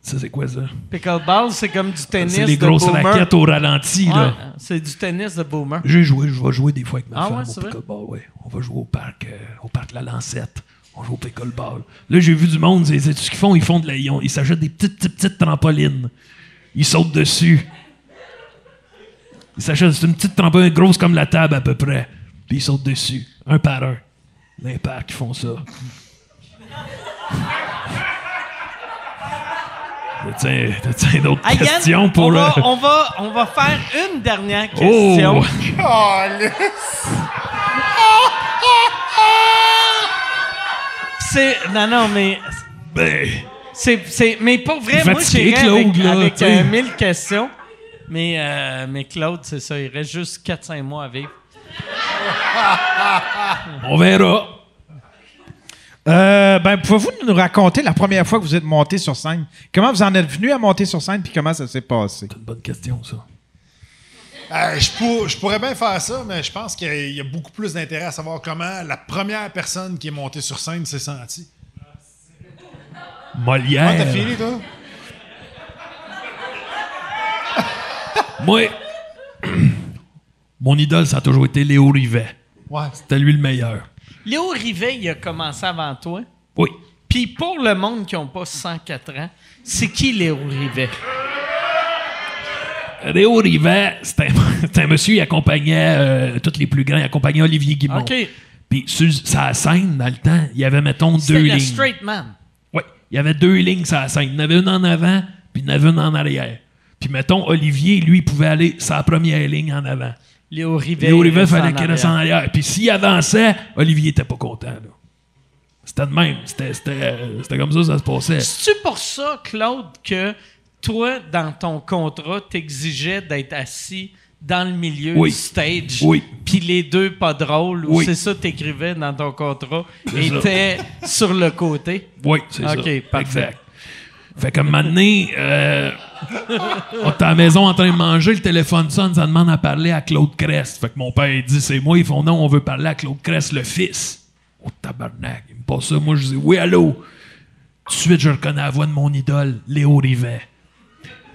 [SPEAKER 5] Ça, c'est quoi, ça?
[SPEAKER 1] Pickleball, c'est comme du tennis
[SPEAKER 5] Ah, C'est les
[SPEAKER 1] de
[SPEAKER 5] grosses
[SPEAKER 1] boomer.
[SPEAKER 5] raquettes au ralenti, là.
[SPEAKER 1] Ouais, c'est du tennis de boomer.
[SPEAKER 5] J'ai joué, je vais jouer des fois avec ma
[SPEAKER 1] Ah
[SPEAKER 5] femme
[SPEAKER 1] ouais,
[SPEAKER 5] au
[SPEAKER 1] c'est vrai?
[SPEAKER 5] pickleball. ouais. On va jouer au parc, euh, au parc La Lancette. On joue au pickleball. Là, j'ai vu du monde, c'est c'est tout ce qu'ils font. Ils font de la, ils, ont- ils s'achètent des petites, petites, petites trampolines. Ils sautent dessus. Ils s'achètent c'est une petite trampoline grosse comme la table à peu près. Puis ils sautent dessus, un par un. Les parcs ils font ça.
[SPEAKER 1] (laughs)
[SPEAKER 5] T'as-tu t'as-tu une autre
[SPEAKER 1] Hey, Yann,
[SPEAKER 5] question pour...
[SPEAKER 1] on, va,
[SPEAKER 5] euh,
[SPEAKER 1] on, va, on va faire une dernière
[SPEAKER 5] Oh!
[SPEAKER 1] question. C'est, non, non, mais
[SPEAKER 5] Ben,
[SPEAKER 1] c'est, c'est- mais pour vrai,
[SPEAKER 5] Il est
[SPEAKER 1] moi,
[SPEAKER 5] fatigué,
[SPEAKER 1] j'irais avec,
[SPEAKER 5] Claude, là,
[SPEAKER 1] avec
[SPEAKER 5] tu sais.
[SPEAKER 1] euh, mille questions. Mais, euh, mais Claude, c'est ça, il reste juste 4-5 mois à vivre.
[SPEAKER 5] on verra.
[SPEAKER 3] Euh, ben, pouvez-vous nous raconter la première fois que vous êtes monté sur scène? Comment vous en êtes venu à monter sur scène puis comment ça s'est passé?
[SPEAKER 5] C'est une bonne question, ça.
[SPEAKER 4] Euh, je, pour- je pourrais bien faire ça, mais je pense qu'il y a- il y a beaucoup plus d'intérêt à savoir comment la première personne qui est montée sur scène s'est sentie. Comment Ah, t'as
[SPEAKER 5] Molière.
[SPEAKER 4] fini, toi?
[SPEAKER 5] (clears throat) Moi, mon idole, ça a toujours été Léo Rivet.
[SPEAKER 4] Ouais.
[SPEAKER 5] C'était lui le meilleur.
[SPEAKER 1] Léo Rivet, il a commencé avant toi.
[SPEAKER 5] Oui.
[SPEAKER 1] Puis pour le monde qui n'a pas 104 ans, c'est qui Léo Rivet?
[SPEAKER 5] Réo Rivet, c'était c'était un (laughs) monsieur, il accompagnait euh, tous les plus grands, il accompagnait Olivier Guimond.
[SPEAKER 1] OK.
[SPEAKER 5] Puis sur sa scène, dans le temps, il y avait, mettons, deux
[SPEAKER 1] C'était le
[SPEAKER 5] lignes.
[SPEAKER 1] straight man.
[SPEAKER 5] Oui, il y avait deux lignes sur la scène. Il y en avait une en avant, puis il y en avait une en arrière. Puis mettons, Olivier, lui, il pouvait aller sa première ligne en avant.
[SPEAKER 1] Léo Rivet.
[SPEAKER 5] Et Olivier,
[SPEAKER 1] il
[SPEAKER 5] fallait
[SPEAKER 1] reste en
[SPEAKER 5] qu'il reste en
[SPEAKER 1] arrière.
[SPEAKER 5] arrière. Puis s'il avançait, Olivier était pas content. là. C'était de même. C'était- C'était euh, c'était comme ça que ça se passait.
[SPEAKER 1] C'est-tu pour ça, Claude, que toi, dans ton contrat, t'exigeais d'être assis dans le milieu
[SPEAKER 5] Oui.
[SPEAKER 1] du stage?
[SPEAKER 5] Oui.
[SPEAKER 1] Puis les deux pas drôles, ou
[SPEAKER 5] Oui.
[SPEAKER 1] c'est ça que t'écrivais dans ton contrat,
[SPEAKER 5] C'est ça.
[SPEAKER 1] étaient sur le côté?
[SPEAKER 5] Oui, c'est ça.
[SPEAKER 1] Ok, parfait.
[SPEAKER 5] Exact. Fait que un moment donné, euh, on est à la maison en train de manger, le téléphone sonne, ça demande à parler à Claude Crest. Fait que mon père, il dit, c'est moi. Ils font, non, on veut parler à Claude Crest, le fils. Oh, tabarnak, il me passe ça. Moi, je dis, oui, allô. Tout de suite, je reconnais la voix de mon idole, Léo Rivet.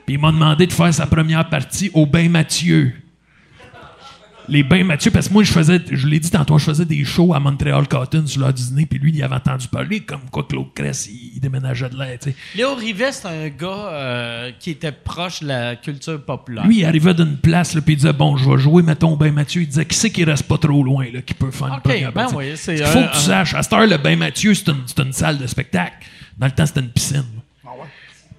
[SPEAKER 5] Puis il m'a demandé de faire sa première partie au Bain Mathieu. Les Bains Mathieu, parce que moi, je faisais, je l'ai dit tantôt, je faisais des shows à Montréal Cotton sur leur Disney, puis lui, il avait entendu parler, comme quoi Claude Cress, il, il déménageait de l'air, tu sais.
[SPEAKER 1] Léo Rivet, c'est un gars euh, qui était proche de la culture populaire.
[SPEAKER 5] Lui, il arrivait d'une place, là, puis il disait, bon, je vais jouer, mettons, au Bain Mathieu. Il disait, qui c'est qui reste pas trop loin, là, qui peut faire une
[SPEAKER 1] Ok,
[SPEAKER 5] première
[SPEAKER 1] ben
[SPEAKER 5] partie?
[SPEAKER 1] oui, c'est
[SPEAKER 5] Il faut
[SPEAKER 1] un-
[SPEAKER 5] que tu
[SPEAKER 1] un-
[SPEAKER 5] saches, à cette heure, le Bain Mathieu, c'est une, c'est une salle de spectacle. Dans le temps, c'était une piscine.
[SPEAKER 1] Ah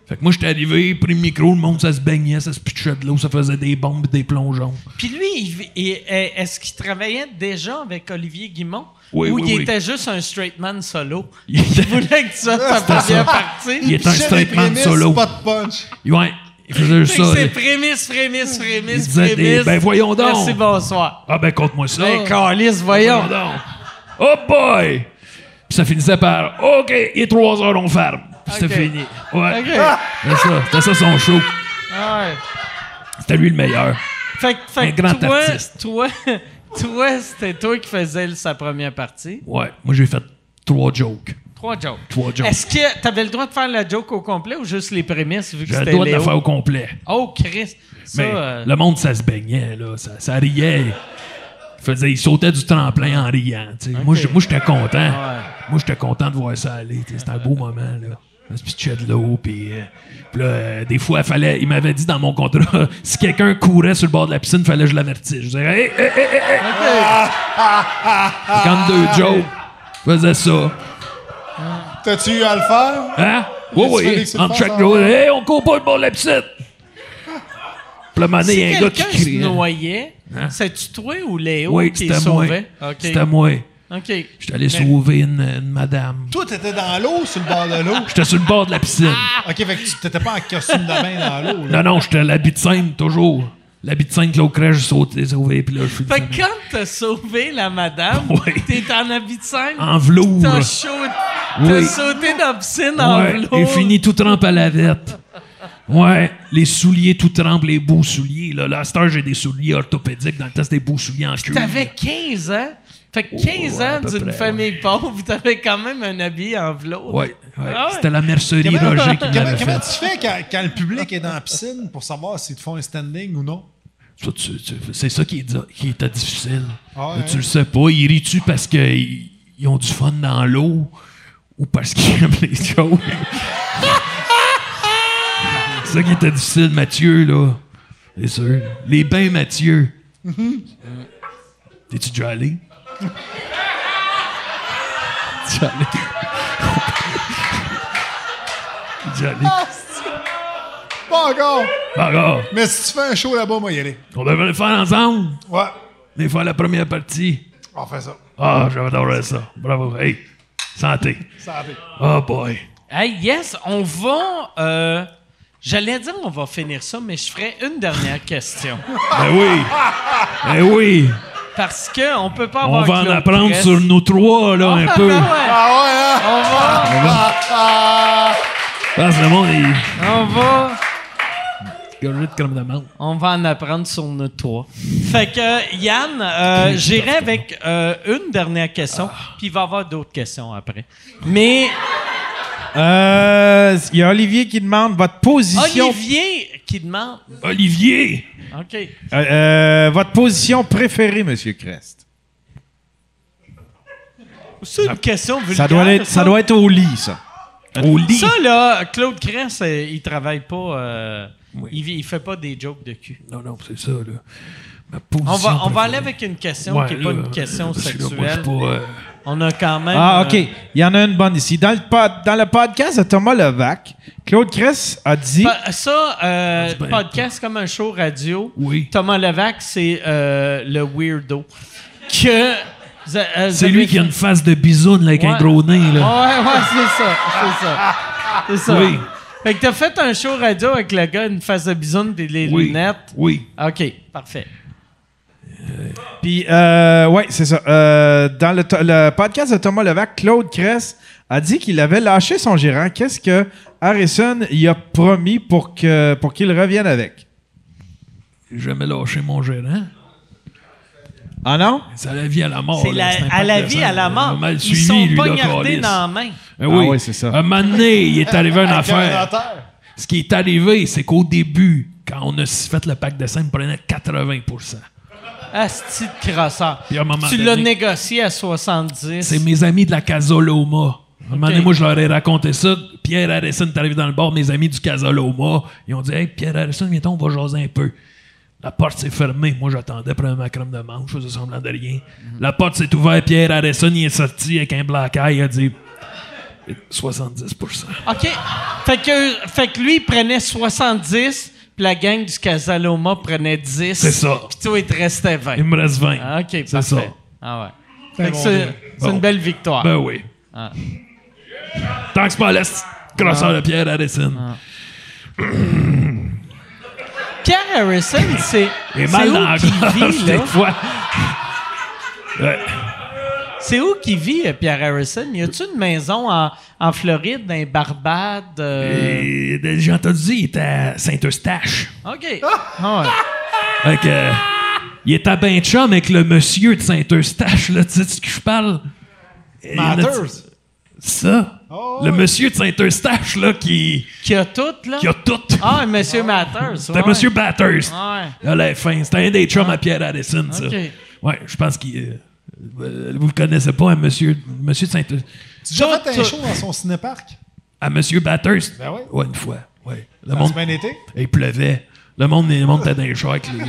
[SPEAKER 5] Fait que moi, j'étais arrivé, pris le micro, le monde, ça se baignait, ça se pitchait de l'eau, ça faisait des bombes, des plongeons.
[SPEAKER 1] Puis lui, il- il- est-ce qu'il travaillait déjà avec Olivier Guimont?
[SPEAKER 5] Oui,
[SPEAKER 1] Ou
[SPEAKER 5] oui,
[SPEAKER 1] il
[SPEAKER 5] oui.
[SPEAKER 1] était juste un straight man solo?
[SPEAKER 5] Il était-
[SPEAKER 1] (laughs) Il voulait que tu fasses ta première partie.
[SPEAKER 5] Il est un
[SPEAKER 4] J'ai des
[SPEAKER 5] straight man
[SPEAKER 4] prémices,
[SPEAKER 5] solo.
[SPEAKER 4] Pas de punch.
[SPEAKER 5] Ouais, il faisait
[SPEAKER 1] Fait que
[SPEAKER 5] ça.
[SPEAKER 1] c'est
[SPEAKER 5] là.
[SPEAKER 1] prémisse, prémisse,
[SPEAKER 5] Il
[SPEAKER 1] prémisse,
[SPEAKER 5] disait
[SPEAKER 1] prémisse.
[SPEAKER 5] des- ben voyons donc.
[SPEAKER 1] Merci, bonsoir.
[SPEAKER 5] Ah ben compte-moi ça.
[SPEAKER 1] Ben, calice, voyons.
[SPEAKER 5] Pardon. Oh boy! Puis ça finissait par OK, il est 3 heures, on ferme. Puis
[SPEAKER 1] Ok.
[SPEAKER 5] c'était fini. Ouais.
[SPEAKER 1] OK.
[SPEAKER 5] C'était ça, c'était ça son show.
[SPEAKER 1] Ah ouais.
[SPEAKER 5] C'était lui le meilleur.
[SPEAKER 1] Fait, que- fait
[SPEAKER 5] Un
[SPEAKER 1] que
[SPEAKER 5] grand
[SPEAKER 1] toi,
[SPEAKER 5] artiste.
[SPEAKER 1] toi, (laughs) toi, c'était toi qui faisais le- sa première partie.
[SPEAKER 5] Ouais, moi j'ai fait trois jokes.
[SPEAKER 1] Trois jokes.
[SPEAKER 5] Trois jokes.
[SPEAKER 1] Est-ce que t'avais le droit de faire la joke au complet ou juste les prémices vu que
[SPEAKER 5] J'avais le
[SPEAKER 1] c'était
[SPEAKER 5] droit de le
[SPEAKER 1] Léo?
[SPEAKER 5] faire au complet.
[SPEAKER 1] Oh, Chris. Ça,
[SPEAKER 5] Mais
[SPEAKER 1] euh,
[SPEAKER 5] le monde, ça se baignait, là. Ça, ça riait. Il, faisait, il sautait du tremplin en riant. tu sais. Moi, je- moi, j'étais content. Moi, j'étais content de voir ça aller. tu sais. C'était un beau moment, là. On se pitchait de l'eau, puis euh, puis là, euh, des fois, fallait, il m'avait dit dans mon contrat, (laughs) si quelqu'un courait sur le bord de la piscine, fallait que je l'avertisse. Je disais, hé, hé, hé, hé, hé! Quand deux jokes, je faisais ça.
[SPEAKER 4] T'as-tu eu à le faire?
[SPEAKER 5] Hein? Oui,
[SPEAKER 4] Tu fais
[SPEAKER 5] oui.
[SPEAKER 4] des
[SPEAKER 5] En check,
[SPEAKER 4] surfaces, hein?
[SPEAKER 5] hey, on court pas le bord de la piscine! Puis le moment donné,
[SPEAKER 1] si
[SPEAKER 5] il y a un gars qui
[SPEAKER 1] quelqu'un se
[SPEAKER 5] criait.
[SPEAKER 1] noyait,
[SPEAKER 5] Hein?
[SPEAKER 1] c'est-tu toi ou Léo
[SPEAKER 5] Oui,
[SPEAKER 1] qui
[SPEAKER 5] c'était moi.
[SPEAKER 1] sauvait? OK.
[SPEAKER 5] C'était moi.
[SPEAKER 1] OK.
[SPEAKER 5] J'étais allé sauver une, une madame.
[SPEAKER 4] Toi, t'étais dans l'eau, sur le bord de l'eau.
[SPEAKER 5] J'étais sur le bord de la piscine.
[SPEAKER 1] Ah!
[SPEAKER 4] OK, fait que tu t'étais pas en costume de bain dans l'eau. là.
[SPEAKER 5] Non, non, j'étais à l'habit de scène, toujours. L'habit de scène, Claude Crèche, j'ai sauté, sauvé, puis là, je suis
[SPEAKER 1] Fait
[SPEAKER 5] le
[SPEAKER 1] que quand t'as sauvé la
[SPEAKER 5] (laughs)
[SPEAKER 1] madame,
[SPEAKER 5] Ouais.
[SPEAKER 1] t'es en habit de scène,
[SPEAKER 5] En velours.
[SPEAKER 1] t'as chaud- t'as
[SPEAKER 5] Oui.
[SPEAKER 1] sauté dans la piscine en
[SPEAKER 5] Ouais,
[SPEAKER 1] velours.
[SPEAKER 5] et fini tout trempe à la vette. Ouais, les souliers tout trempent, les beaux souliers. Là, là à cette heure, j'ai des souliers orthopédiques. Dans le temps, c'était des beaux souliers en cuir.
[SPEAKER 1] T'avais 15 ans. Fait que 15
[SPEAKER 5] ouais, à
[SPEAKER 1] ans
[SPEAKER 5] peu
[SPEAKER 1] d'une
[SPEAKER 5] près,
[SPEAKER 1] famille pauvre, t'avais quand même un habit en velours.
[SPEAKER 5] Ouais, ouais.
[SPEAKER 1] Ah ouais.
[SPEAKER 5] C'était la mercerie
[SPEAKER 4] Comment,
[SPEAKER 5] Roger qui
[SPEAKER 4] comment-
[SPEAKER 5] m'avait
[SPEAKER 4] comment
[SPEAKER 5] fait.
[SPEAKER 4] tu fais quand, quand le public est dans la piscine pour savoir s'ils te font un standing ou non?
[SPEAKER 5] Ça, tu- tu- C'est ça qui, est, di- qui était difficile.
[SPEAKER 4] Ah ouais,
[SPEAKER 5] Là, tu
[SPEAKER 4] hein?
[SPEAKER 5] le sais pas. Ils rient-tu parce qu'ils ils ont du fun dans l'eau ou parce qu'ils (laughs) aiment les jokes? C'est ça qui était difficile, Mathieu, là. C'est sûr. Les bains, Mathieu.
[SPEAKER 4] Mm-hmm.
[SPEAKER 5] T'es-tu déjà allé? T'es déjà allé? T'es déjà allé?
[SPEAKER 4] Ah! Pas encore!
[SPEAKER 5] Alors,
[SPEAKER 4] Mais si tu fais un show là-bas, moi, y aller.
[SPEAKER 5] on devrait le faire ensemble.
[SPEAKER 4] Ouais,
[SPEAKER 5] On va faire la première partie.
[SPEAKER 4] on fait ça.
[SPEAKER 5] Ah, j'adorais ça. Bravo. Hey, santé.
[SPEAKER 4] Santé.
[SPEAKER 5] Oh boy.
[SPEAKER 1] Hey, yes, on va. euh, J'allais dire on va finir ça, mais je ferai une dernière question.
[SPEAKER 5] Ben oui. Ben oui.
[SPEAKER 1] Parce que on peut pas
[SPEAKER 5] On
[SPEAKER 1] avoir.
[SPEAKER 5] va en
[SPEAKER 1] Claude
[SPEAKER 5] apprendre
[SPEAKER 1] Presse.
[SPEAKER 5] sur nous trois,
[SPEAKER 1] (laughs)
[SPEAKER 5] là, un peu.
[SPEAKER 1] Ah
[SPEAKER 4] Ah ouais, hein?
[SPEAKER 1] ouais, on va.
[SPEAKER 5] Parce que le monde est
[SPEAKER 1] On va.
[SPEAKER 5] gorgé de crème de menthe.
[SPEAKER 1] On va en apprendre sur nous trois. Fait que, Yann, euh, j'irai avec euh, une dernière question,
[SPEAKER 5] Ah.
[SPEAKER 1] puis il va y avoir d'autres questions après. Mais
[SPEAKER 3] Euh, Il y a Olivier qui demande votre position.
[SPEAKER 1] Olivier qui demande.
[SPEAKER 5] Olivier!
[SPEAKER 1] OK.
[SPEAKER 3] Euh, euh, votre position préférée, Monsieur Crest.
[SPEAKER 1] C'est une question vulgaire.
[SPEAKER 3] Ça doit, être, ça doit être au lit, ça.
[SPEAKER 5] Au lit.
[SPEAKER 1] Ça, là, Claude Cress, euh, il travaille pas. euh, il, vit- il fait pas des jokes de cul.
[SPEAKER 5] Non, non, c'est ça, là. Ma position
[SPEAKER 1] On va, on va
[SPEAKER 5] préférée.
[SPEAKER 1] aller avec une question
[SPEAKER 5] Ouais,
[SPEAKER 1] qui n'est pas
[SPEAKER 5] là,
[SPEAKER 1] une question
[SPEAKER 5] parce que là, moi, je
[SPEAKER 1] sexuelle.
[SPEAKER 5] suis pas, euh,
[SPEAKER 1] On a quand même.
[SPEAKER 3] Ah, OK.
[SPEAKER 1] euh,
[SPEAKER 3] Il y en a une bonne ici. Dans le, pod- dans le podcast de Thomas Levac, Claude Cress a dit...
[SPEAKER 1] pa- ça, euh,
[SPEAKER 5] Ah, C'est bien.
[SPEAKER 1] podcast comme un show radio.
[SPEAKER 5] Oui.
[SPEAKER 1] Thomas Levac, c'est euh, le weirdo. Que. euh,
[SPEAKER 5] C'est lui qui a une face de bisoune, là, avec un gros nez, là.
[SPEAKER 1] Ouais, ouais, c'est ça. C'est ça. C'est ça.
[SPEAKER 5] Oui.
[SPEAKER 1] Fait que t'as fait un show radio avec le gars, une face de bisoune et des
[SPEAKER 5] oui.
[SPEAKER 1] lunettes.
[SPEAKER 5] Oui.
[SPEAKER 1] OK, parfait.
[SPEAKER 3] Puis, euh, ouais, c'est ça. Euh, dans le, to- le podcast de Thomas Levac, Claude Cress a dit qu'il avait lâché son gérant. Qu'est-ce que Harrison y a promis pour que pour qu'il revienne avec?
[SPEAKER 5] J'ai jamais lâché mon gérant.
[SPEAKER 3] Ah non?
[SPEAKER 5] C'est à la vie à la mort.
[SPEAKER 1] C'est
[SPEAKER 5] Oh, là,
[SPEAKER 1] la-
[SPEAKER 5] n'importe
[SPEAKER 1] à la
[SPEAKER 5] quoi,
[SPEAKER 1] vie,
[SPEAKER 5] ça.
[SPEAKER 1] à la
[SPEAKER 5] Il
[SPEAKER 1] mort.
[SPEAKER 5] m'a mal
[SPEAKER 1] Ils
[SPEAKER 5] suivi,
[SPEAKER 1] sont
[SPEAKER 5] lui, là,
[SPEAKER 1] poignardés
[SPEAKER 5] câlisse.
[SPEAKER 1] dans la main.
[SPEAKER 5] Ah oui,
[SPEAKER 3] Ah oui, c'est ça.
[SPEAKER 5] Un moment donné, il est arrivé une affaire.
[SPEAKER 4] ordinateur.
[SPEAKER 5] Ce qui est arrivé, c'est qu'au début, quand on a fait le pacte de scène, on prenait 80
[SPEAKER 1] Asti de crosseur.
[SPEAKER 5] Puis à un moment
[SPEAKER 1] Tu l'as
[SPEAKER 5] donné-
[SPEAKER 1] négocié à 70.
[SPEAKER 5] C'est mes amis de la Casoloma. À un moment donné, moi, je leur ai raconté ça. Pierre Harrison est arrivé dans le bar, mes amis du Casoloma. Ils ont dit Hey, Pierre Harrison, viens on va jaser un peu. La porte s'est fermée. Moi, j'attendais prendre ma crème de manche, je faisais semblant de rien. La porte s'est ouverte. Pierre Harrison, il est sorti avec un black eye. Il a dit 70
[SPEAKER 1] OK. Fait que, fait que lui, il prenait 70, puis la gang du Casaloma prenait 10.
[SPEAKER 5] C'est ça.
[SPEAKER 1] Puis toi, il te restait 20.
[SPEAKER 5] Il me reste 20.
[SPEAKER 1] Ah, OK,
[SPEAKER 5] C'est
[SPEAKER 1] parfait.
[SPEAKER 5] ça.
[SPEAKER 1] Ah ouais.
[SPEAKER 4] Très
[SPEAKER 1] Fait que
[SPEAKER 4] bon
[SPEAKER 1] c'est
[SPEAKER 4] deal.
[SPEAKER 1] c'est
[SPEAKER 5] Bon.
[SPEAKER 1] une belle victoire.
[SPEAKER 5] Ben oui.
[SPEAKER 1] Ah.
[SPEAKER 5] Tant que c'est pas l'Est, crosseur de Pierre Harrison.
[SPEAKER 1] Ah. Pierre Harrison, c'est
[SPEAKER 5] Il est
[SPEAKER 1] c'est
[SPEAKER 5] mal dans
[SPEAKER 1] où
[SPEAKER 5] la
[SPEAKER 1] qui
[SPEAKER 5] gorge,
[SPEAKER 1] vit,
[SPEAKER 5] des
[SPEAKER 1] là?
[SPEAKER 5] fois. Ouais.
[SPEAKER 1] C'est où qui vit, euh, Pierre Harrison? Y a-tu une maison en, en Floride, dans les Barbades? euh?
[SPEAKER 5] Et J'ai entendu dire, il était à Saint-Eustache.
[SPEAKER 1] OK. Ah ouais.
[SPEAKER 5] Fait que, euh, il était à ben de chum avec le monsieur de Saint-Eustache, là, tu sais de ce que je parle? Et il a dit-
[SPEAKER 4] Matters.
[SPEAKER 5] Ça.
[SPEAKER 4] Oh,
[SPEAKER 5] le
[SPEAKER 4] oui.
[SPEAKER 5] monsieur de Saint-Eustache, là, qui,
[SPEAKER 1] Qui a tout, là?
[SPEAKER 5] qui a tout.
[SPEAKER 1] Ah, Monsieur Matters.
[SPEAKER 5] C'était monsieur Batters.
[SPEAKER 1] Ouais. Ah.
[SPEAKER 5] Là, la fin. C'était un des chums à Pierre Addison, ça.
[SPEAKER 1] Ok.
[SPEAKER 5] Ouais, je pense qu'il. euh, vous le connaissez pas, un monsieur, monsieur de Saint-Eustache.
[SPEAKER 4] Tu as déjà fait
[SPEAKER 1] Tout-
[SPEAKER 4] un show dans son cinéparc?
[SPEAKER 5] À monsieur Batters.
[SPEAKER 4] Ben ouais.
[SPEAKER 5] Ouais, une fois. Ouais. Le
[SPEAKER 4] La
[SPEAKER 5] monde-
[SPEAKER 4] semaine été?
[SPEAKER 5] Et il pleuvait. Le monde, le monde était dans les chars avec les gars.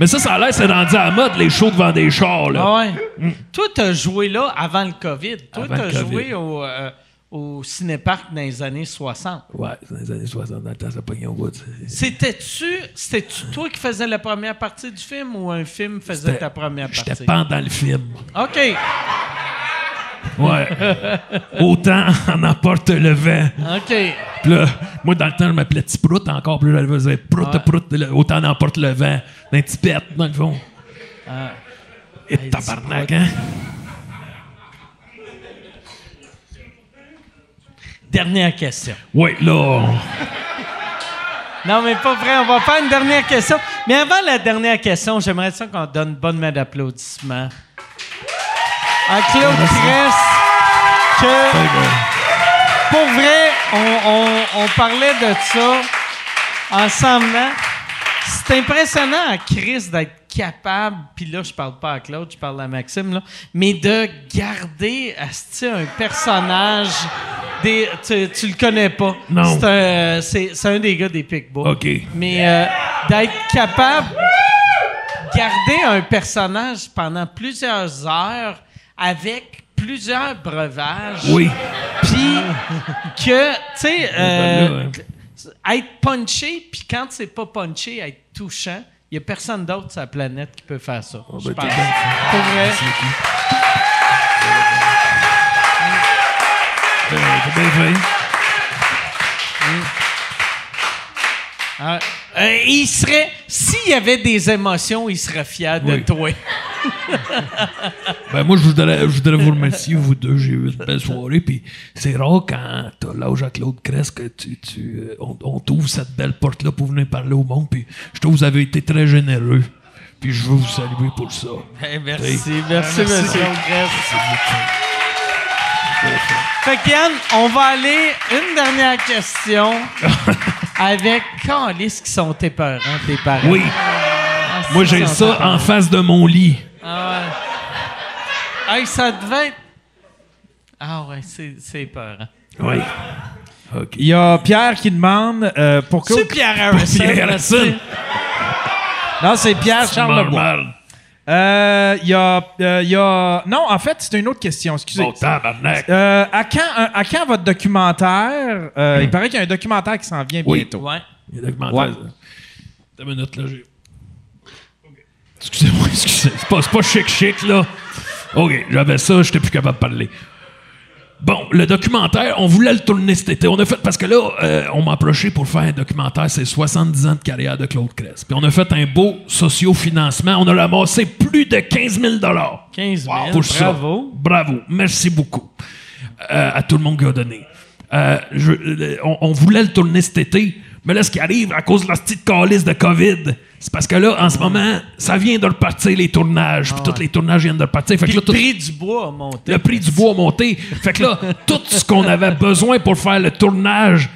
[SPEAKER 5] Mais ça, ça a l'air, c'est rendu à la mode, les shows devant des chars, là. (laughs)
[SPEAKER 1] Ah ouais. Toi, t'as joué là avant le COVID. Toi,
[SPEAKER 5] Mm. Avant
[SPEAKER 1] t'as
[SPEAKER 5] le COVID.
[SPEAKER 1] joué au, euh, au cinéparc dans les années 60.
[SPEAKER 5] Ouais, c'est dans les années 60, dans le temps, ça pognait au bout. tu sais.
[SPEAKER 1] C'était-tu, c'était-tu toi qui faisais la première partie du film ou un film faisait
[SPEAKER 5] C'était-
[SPEAKER 1] ta première partie?
[SPEAKER 5] J'étais pendant le film.
[SPEAKER 1] OK.
[SPEAKER 5] Ouais. Autant en emporte le vent.
[SPEAKER 1] OK.
[SPEAKER 5] Puis là, moi, dans le temps, je m'appelais Petit Prout encore. Puis là, je faisais Prout,
[SPEAKER 1] Ouais.
[SPEAKER 5] Prout, le- autant en emporte le vent. D'un petit pet, dans le fond. Et tabarnak, hein?
[SPEAKER 1] Dernière question.
[SPEAKER 5] Ouais, là. on-
[SPEAKER 1] Non, mais pas vrai. On va faire une dernière question. Mais avant la dernière question, j'aimerais ça qu'on donne une bonne main d'applaudissements à Claude Cress, que...
[SPEAKER 5] Fait que,
[SPEAKER 1] Pour vrai, on, on- on parlait de ça ensemble. hein? C'est impressionnant, à Chris, d'être capable, puis là, je parle pas à Claude, je parle à Maxime, là, mais de garder asti, un personnage. Des, tu, tu le connais pas.
[SPEAKER 5] Non.
[SPEAKER 1] C'est un, c'est- c'est un des gars des Picbois.
[SPEAKER 5] OK.
[SPEAKER 1] Mais euh, d'être capable de garder un personnage pendant plusieurs heures avec plusieurs breuvages.
[SPEAKER 5] Oui.
[SPEAKER 1] Puis que, tu sais, euh,
[SPEAKER 5] ben là,
[SPEAKER 1] être punché, puis quand c'est pas punché, être touchant, il n'y a personne d'autre sur la planète qui peut faire ça. je
[SPEAKER 5] ben,
[SPEAKER 1] pense.
[SPEAKER 5] t'es bien
[SPEAKER 1] Pour vrai.
[SPEAKER 5] Euh, c'est bien fait.
[SPEAKER 1] Ah, euh, il serait, s'il y avait des émotions, il serait fier de
[SPEAKER 5] Oui.
[SPEAKER 1] toi.
[SPEAKER 5] Ben moi, je voudrais, je voudrais vous remercier, vous deux. J'ai eu une belle soirée. Puis c'est rare quand t'as l'âge à Claude Crest que tu, tu, euh, on, on t'ouvre cette belle porte-là pour venir parler au monde. Puis je trouve que vous avez été très généreux. Puis je veux vous saluer
[SPEAKER 3] (laughs)
[SPEAKER 5] pour ça.
[SPEAKER 1] Ben, merci, merci, monsieur. Fait que, Yann, on va aller une dernière question avec Calice qui sont épeurants, tes parents.
[SPEAKER 5] Oui,
[SPEAKER 1] Ah,
[SPEAKER 5] moi
[SPEAKER 1] si,
[SPEAKER 5] j'ai
[SPEAKER 1] ils sont
[SPEAKER 5] ça en face de mon lit.
[SPEAKER 1] Ah ouais. Hey, ça devait être. Ah ouais, c'est c'est peur. hein.
[SPEAKER 5] Oui. OK.
[SPEAKER 3] Il y a Pierre qui demande euh, pourquoi.
[SPEAKER 1] C'est Pierre Harrison.
[SPEAKER 5] Pierre Harrison.
[SPEAKER 1] là, tu sais.
[SPEAKER 3] Non, c'est Pierre Charlebois.
[SPEAKER 5] Normal.
[SPEAKER 3] Euh, Il y, a- euh, il y a. Non, en fait, c'est une autre question. Excusez.
[SPEAKER 5] Bon, tabarnak.
[SPEAKER 3] Euh, à, quand, un- à quand votre documentaire? Euh, Il paraît qu'il y a un documentaire qui s'en vient
[SPEAKER 5] Oui.
[SPEAKER 3] bientôt.
[SPEAKER 1] Ouais.
[SPEAKER 5] Il y a documentaire. ça. Attends une minute, là, j'ai... OK. Excusez-moi, (laughs) excusez. C'est pas, c'est pas chic-chic, là. OK, j'avais ça, j'étais plus capable de parler. Bon, le documentaire, on voulait le tourner cet été. On a fait, parce que là, euh, on m'a approché pour faire un documentaire, c'est 70 ans de carrière de Claude Crest. Puis on a fait un beau socio-financement. On a ramassé plus de 15 000
[SPEAKER 1] 15 000,
[SPEAKER 5] Wow, pour ça.
[SPEAKER 1] bravo.
[SPEAKER 5] Bravo. Merci beaucoup euh, à tout le monde qui a donné. Euh, je- euh, on, on voulait le tourner cet été, mais là, ce qui arrive à cause de la petite calice de COVID, c'est parce que là, en ce moment, ça vient de repartir les tournages, puis tous les tournages viennent de repartir. Fait que
[SPEAKER 1] Ah Puis
[SPEAKER 5] là,
[SPEAKER 1] le
[SPEAKER 5] tout-
[SPEAKER 1] prix du bois a monté.
[SPEAKER 5] le prix du bois a monté. Fait que là, tout ce qu'on avait besoin pour faire le tournage,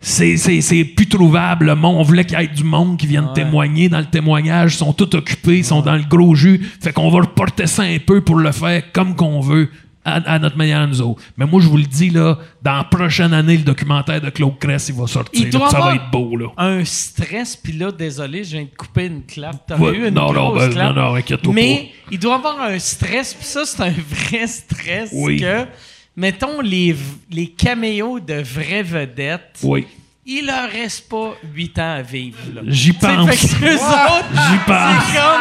[SPEAKER 5] c'est, c'est, c'est plus trouvable. Le monde, on voulait qu'il y ait du monde qui vienne témoigner dans le témoignage. Ils sont tous occupés, ils sont dans le gros jus. Fait qu'on va reporter ça un peu pour le faire comme qu'on veut. À, à notre manière, à nous autres. Mais moi, je vous le dis, là, dans la prochaine année, le documentaire de Claude Cress, il va sortir.
[SPEAKER 1] Il
[SPEAKER 5] là,
[SPEAKER 1] doit
[SPEAKER 5] ça va
[SPEAKER 1] avoir
[SPEAKER 5] être beau, là.
[SPEAKER 1] un stress, puis là, désolé, je viens de couper une clap. T'as
[SPEAKER 5] Ouais,
[SPEAKER 1] eu une
[SPEAKER 5] non, non,
[SPEAKER 1] grosse
[SPEAKER 5] ben,
[SPEAKER 1] clap.
[SPEAKER 5] non, non, inquiète-toi
[SPEAKER 1] Mais il doit avoir un stress, puis ça, c'est un vrai stress
[SPEAKER 5] Oui.
[SPEAKER 1] que, mettons, les, v- les caméos de vraies vedettes,
[SPEAKER 5] Oui.
[SPEAKER 1] il leur reste pas 8 ans à vivre. là.
[SPEAKER 5] J'y
[SPEAKER 1] Tu sais,
[SPEAKER 5] pense.
[SPEAKER 1] Fait que eux autres,
[SPEAKER 5] J'y pense.
[SPEAKER 1] c'est comme...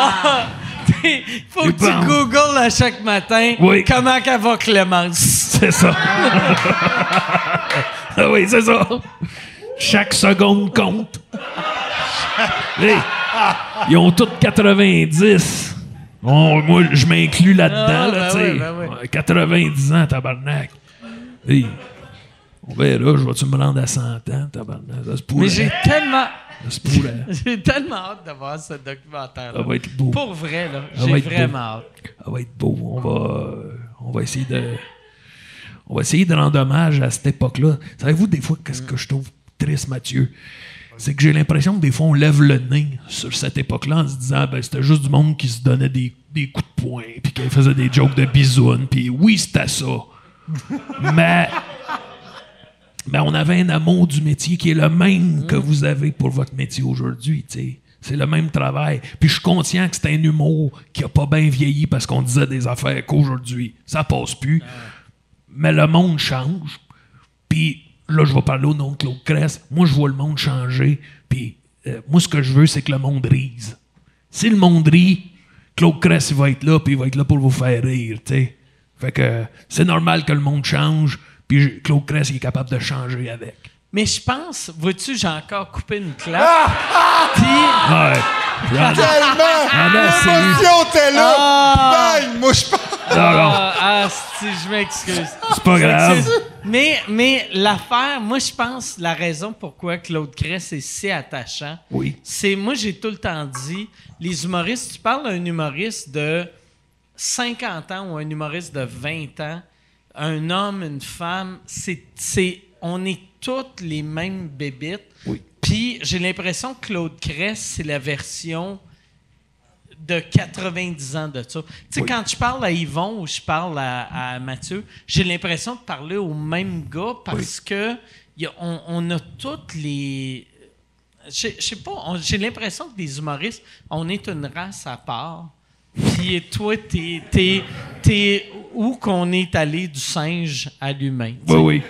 [SPEAKER 1] Ah, t'sais, (laughs) faut
[SPEAKER 5] J'y
[SPEAKER 1] que tu
[SPEAKER 5] pense.
[SPEAKER 1] googles à chaque matin
[SPEAKER 5] Oui.
[SPEAKER 1] comment qu'elle va Clémence. (laughs)
[SPEAKER 5] C'est ça. ah oui, c'est ça. Chaque seconde compte. Hey, ils ont tous 90. Bon, moi, je m'inclus là-dedans.
[SPEAKER 1] Ah,
[SPEAKER 5] là,
[SPEAKER 1] ben
[SPEAKER 5] tu sais.
[SPEAKER 1] oui, ben oui.
[SPEAKER 5] Ouais, 90 ans, tabarnak. Hey, on verra, je vais-tu me rendre à 100 ans, tabarnak? Ça se pourrait.
[SPEAKER 1] Mais j'ai tellement...
[SPEAKER 5] Ça se pourrait.
[SPEAKER 1] J'ai tellement hâte de voir ce documentaire.
[SPEAKER 5] Ça va être beau.
[SPEAKER 1] Pour vrai, là.
[SPEAKER 5] Ça va
[SPEAKER 1] J'ai
[SPEAKER 5] être beau.
[SPEAKER 1] vraiment hâte.
[SPEAKER 5] Ça va être Ah beau. On va, euh, on va essayer de. On va essayer de rendre hommage à cette époque-là. Savez-vous, des fois, qu'est-ce que je trouve triste, Mathieu? C'est que j'ai l'impression que des fois, on lève le nez sur cette époque-là en se disant, ben, c'était juste du monde qui se donnait des, des coups de poing, puis qui faisait des jokes de bisounes, puis oui, c'était ça. Mais. Mais Ben, on avait un amour du métier qui est le même que vous avez pour votre métier aujourd'hui, tu sais. C'est le même travail. Puis je suis conscient que c'est un humour qui a pas bien vieilli parce qu'on disait des affaires qu'aujourd'hui, ça passe plus. Mais le monde change. Puis là, je vais parler au nom de Claude Cress. Moi, je vois le monde changer. Puis euh, moi, ce que je veux, c'est que le monde rise. Si le monde rit, Claude Cress, il va être là, puis il va être là pour vous faire rire, tu sais. Fait que c'est normal que le monde change, puis je- Claude Cress, il est capable de changer avec.
[SPEAKER 1] Mais je pense, vois-tu, j'ai encore coupé une claque. Puis,
[SPEAKER 5] Ouais. Ah, ben, J'en- j'en ai assez eu.
[SPEAKER 6] L'émotion était là!
[SPEAKER 1] Ah!
[SPEAKER 6] Bang! Moi, je pense.
[SPEAKER 5] Non, non,
[SPEAKER 1] ah, ah, si, je m'excuse.
[SPEAKER 5] c'est pas grave.
[SPEAKER 1] Mais, mais l'affaire, moi, je pense, la raison pourquoi Claude Cress est si attachant,
[SPEAKER 5] Oui.
[SPEAKER 1] c'est, moi, j'ai tout le temps dit, les humoristes, tu parles à un humoriste de 50 ans ou un humoriste de 20 ans, un homme, une femme, c'est, c'est- on est toutes les mêmes bébites.
[SPEAKER 5] Oui.
[SPEAKER 1] Puis j'ai l'impression que Claude Cress, c'est la version de 90 ans de ça. Tu sais, quand je parle à Yvon ou je parle à, à Mathieu, j'ai l'impression de parler au même gars parce que y a- on, on a toutes les. Je je sais pas, on- j'ai l'impression que des humoristes, on est une race à part. Puis toi, t'es, t'es, t'es où qu'on est allé du singe à l'humain.
[SPEAKER 5] Oui, oui.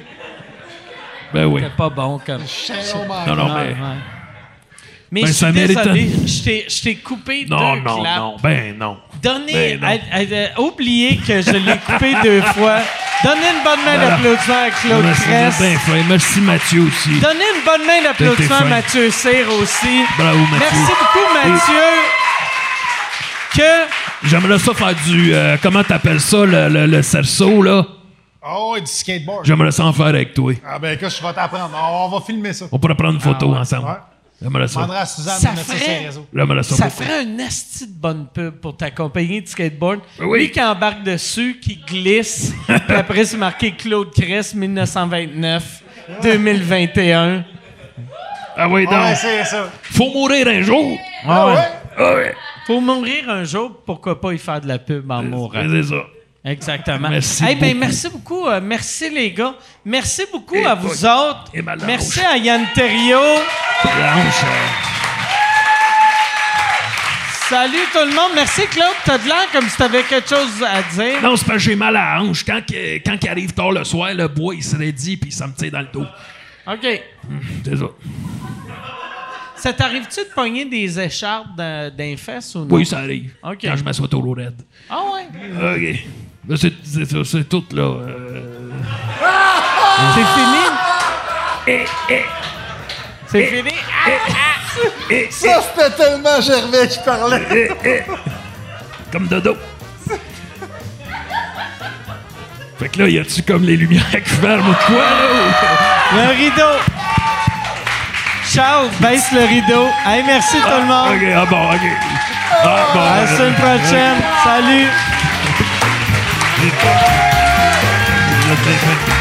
[SPEAKER 5] Ben oui.
[SPEAKER 1] C'est pas bon comme.
[SPEAKER 5] Non, non, Ah, mais.
[SPEAKER 1] Ouais. Mais
[SPEAKER 5] Ben,
[SPEAKER 1] je
[SPEAKER 5] ça
[SPEAKER 1] suis
[SPEAKER 5] mérite
[SPEAKER 1] désolé, je t'ai- je t'ai coupé
[SPEAKER 5] Non,
[SPEAKER 1] deux
[SPEAKER 5] non,
[SPEAKER 1] claps.
[SPEAKER 5] non. Ben non.
[SPEAKER 1] Donnez,
[SPEAKER 5] Ben non.
[SPEAKER 1] à- à- à- oubliez que je l'ai coupé (laughs) deux fois. Donnez une bonne main d'applaudissement à Claude
[SPEAKER 5] Merci,
[SPEAKER 1] Crest.
[SPEAKER 5] ben, fin. Merci Mathieu aussi.
[SPEAKER 1] Donnez une bonne main d'applaudissement à
[SPEAKER 5] fin.
[SPEAKER 1] Mathieu Cyr aussi.
[SPEAKER 5] Bravo Mathieu.
[SPEAKER 1] Merci beaucoup, Mathieu. Que
[SPEAKER 5] J'aimerais ça faire du. euh, comment t'appelles ça, le, le, le cerceau, là?
[SPEAKER 4] Oh, et du skateboard.
[SPEAKER 5] J'aimerais ça en faire avec toi.
[SPEAKER 4] Ah ben écoute, je vais t'apprendre. On, on va filmer ça.
[SPEAKER 5] On pourrait prendre une photo
[SPEAKER 4] Ah ouais,
[SPEAKER 5] ensemble.
[SPEAKER 4] ouais.
[SPEAKER 5] J'aimerais
[SPEAKER 4] On
[SPEAKER 5] ça.
[SPEAKER 4] demandera à Suzanne
[SPEAKER 1] Ça
[SPEAKER 4] de mettre ça sur
[SPEAKER 1] ferait-
[SPEAKER 4] les réseaux.
[SPEAKER 5] J'aimerais ça.
[SPEAKER 1] ça
[SPEAKER 5] beaucoup.
[SPEAKER 1] ferait un asti de bonne pub pour ta compagnie de skateboard.
[SPEAKER 5] Oui.
[SPEAKER 1] Lui qui embarque dessus, qui
[SPEAKER 5] (laughs)
[SPEAKER 1] glisse. puis après, c'est marqué Claude Crest, 1929, 2021.
[SPEAKER 5] Ah oui,
[SPEAKER 4] On va
[SPEAKER 5] donc.
[SPEAKER 4] essayer ça.
[SPEAKER 5] Faut mourir un jour.
[SPEAKER 4] Ah ouais?
[SPEAKER 5] Ah ouais. Euh,
[SPEAKER 1] Pour mourir un jour, pourquoi pas y faire de la pub en mourant?
[SPEAKER 5] C'est ça.
[SPEAKER 1] Exactement.
[SPEAKER 5] Merci
[SPEAKER 1] Eh ben,
[SPEAKER 5] beaucoup.
[SPEAKER 1] merci beaucoup. euh, merci, les gars. Merci beaucoup
[SPEAKER 5] Eh
[SPEAKER 1] à
[SPEAKER 5] boy.
[SPEAKER 1] vous autres.
[SPEAKER 5] Eh ben, la
[SPEAKER 1] merci
[SPEAKER 5] rouge.
[SPEAKER 1] à Yann Terriot.
[SPEAKER 5] Blanche, euh,
[SPEAKER 1] Salut tout le monde. Merci, Claude. T'as de l'air comme si t'avais quelque chose à dire.
[SPEAKER 5] Non, c'est parce que j'ai mal à la hanche. Quand, que- quand il arrive tard le soir, le bois, il se raidit puis ça me tire dans le dos.
[SPEAKER 1] OK.
[SPEAKER 5] C'est ça.
[SPEAKER 1] Ça t'arrive-tu de pogner des écharpes d'un, d'un fesse ou non?
[SPEAKER 5] Oui, ça arrive.
[SPEAKER 1] Ok.
[SPEAKER 5] Quand je m'assois au raide.
[SPEAKER 1] Ah ouais?
[SPEAKER 5] OK. Ben, C'est c'est ça, c'est tout, là. Euh,
[SPEAKER 1] C'est fini? C'est fini?
[SPEAKER 6] Ça, c'était tellement Gervais qui parlait.
[SPEAKER 5] comme dodo. (laughs) fait que là, y a-tu comme les lumières qui ferment ou quoi, là?
[SPEAKER 1] Le rideau! Charles, baisse le rideau. Hey, merci tout le
[SPEAKER 5] ou-
[SPEAKER 1] monde.
[SPEAKER 5] OK, ah bon, OK. Ah bon.
[SPEAKER 1] À la
[SPEAKER 5] euh,
[SPEAKER 1] semaine prochaine. Salut!
[SPEAKER 5] je t'ai fait-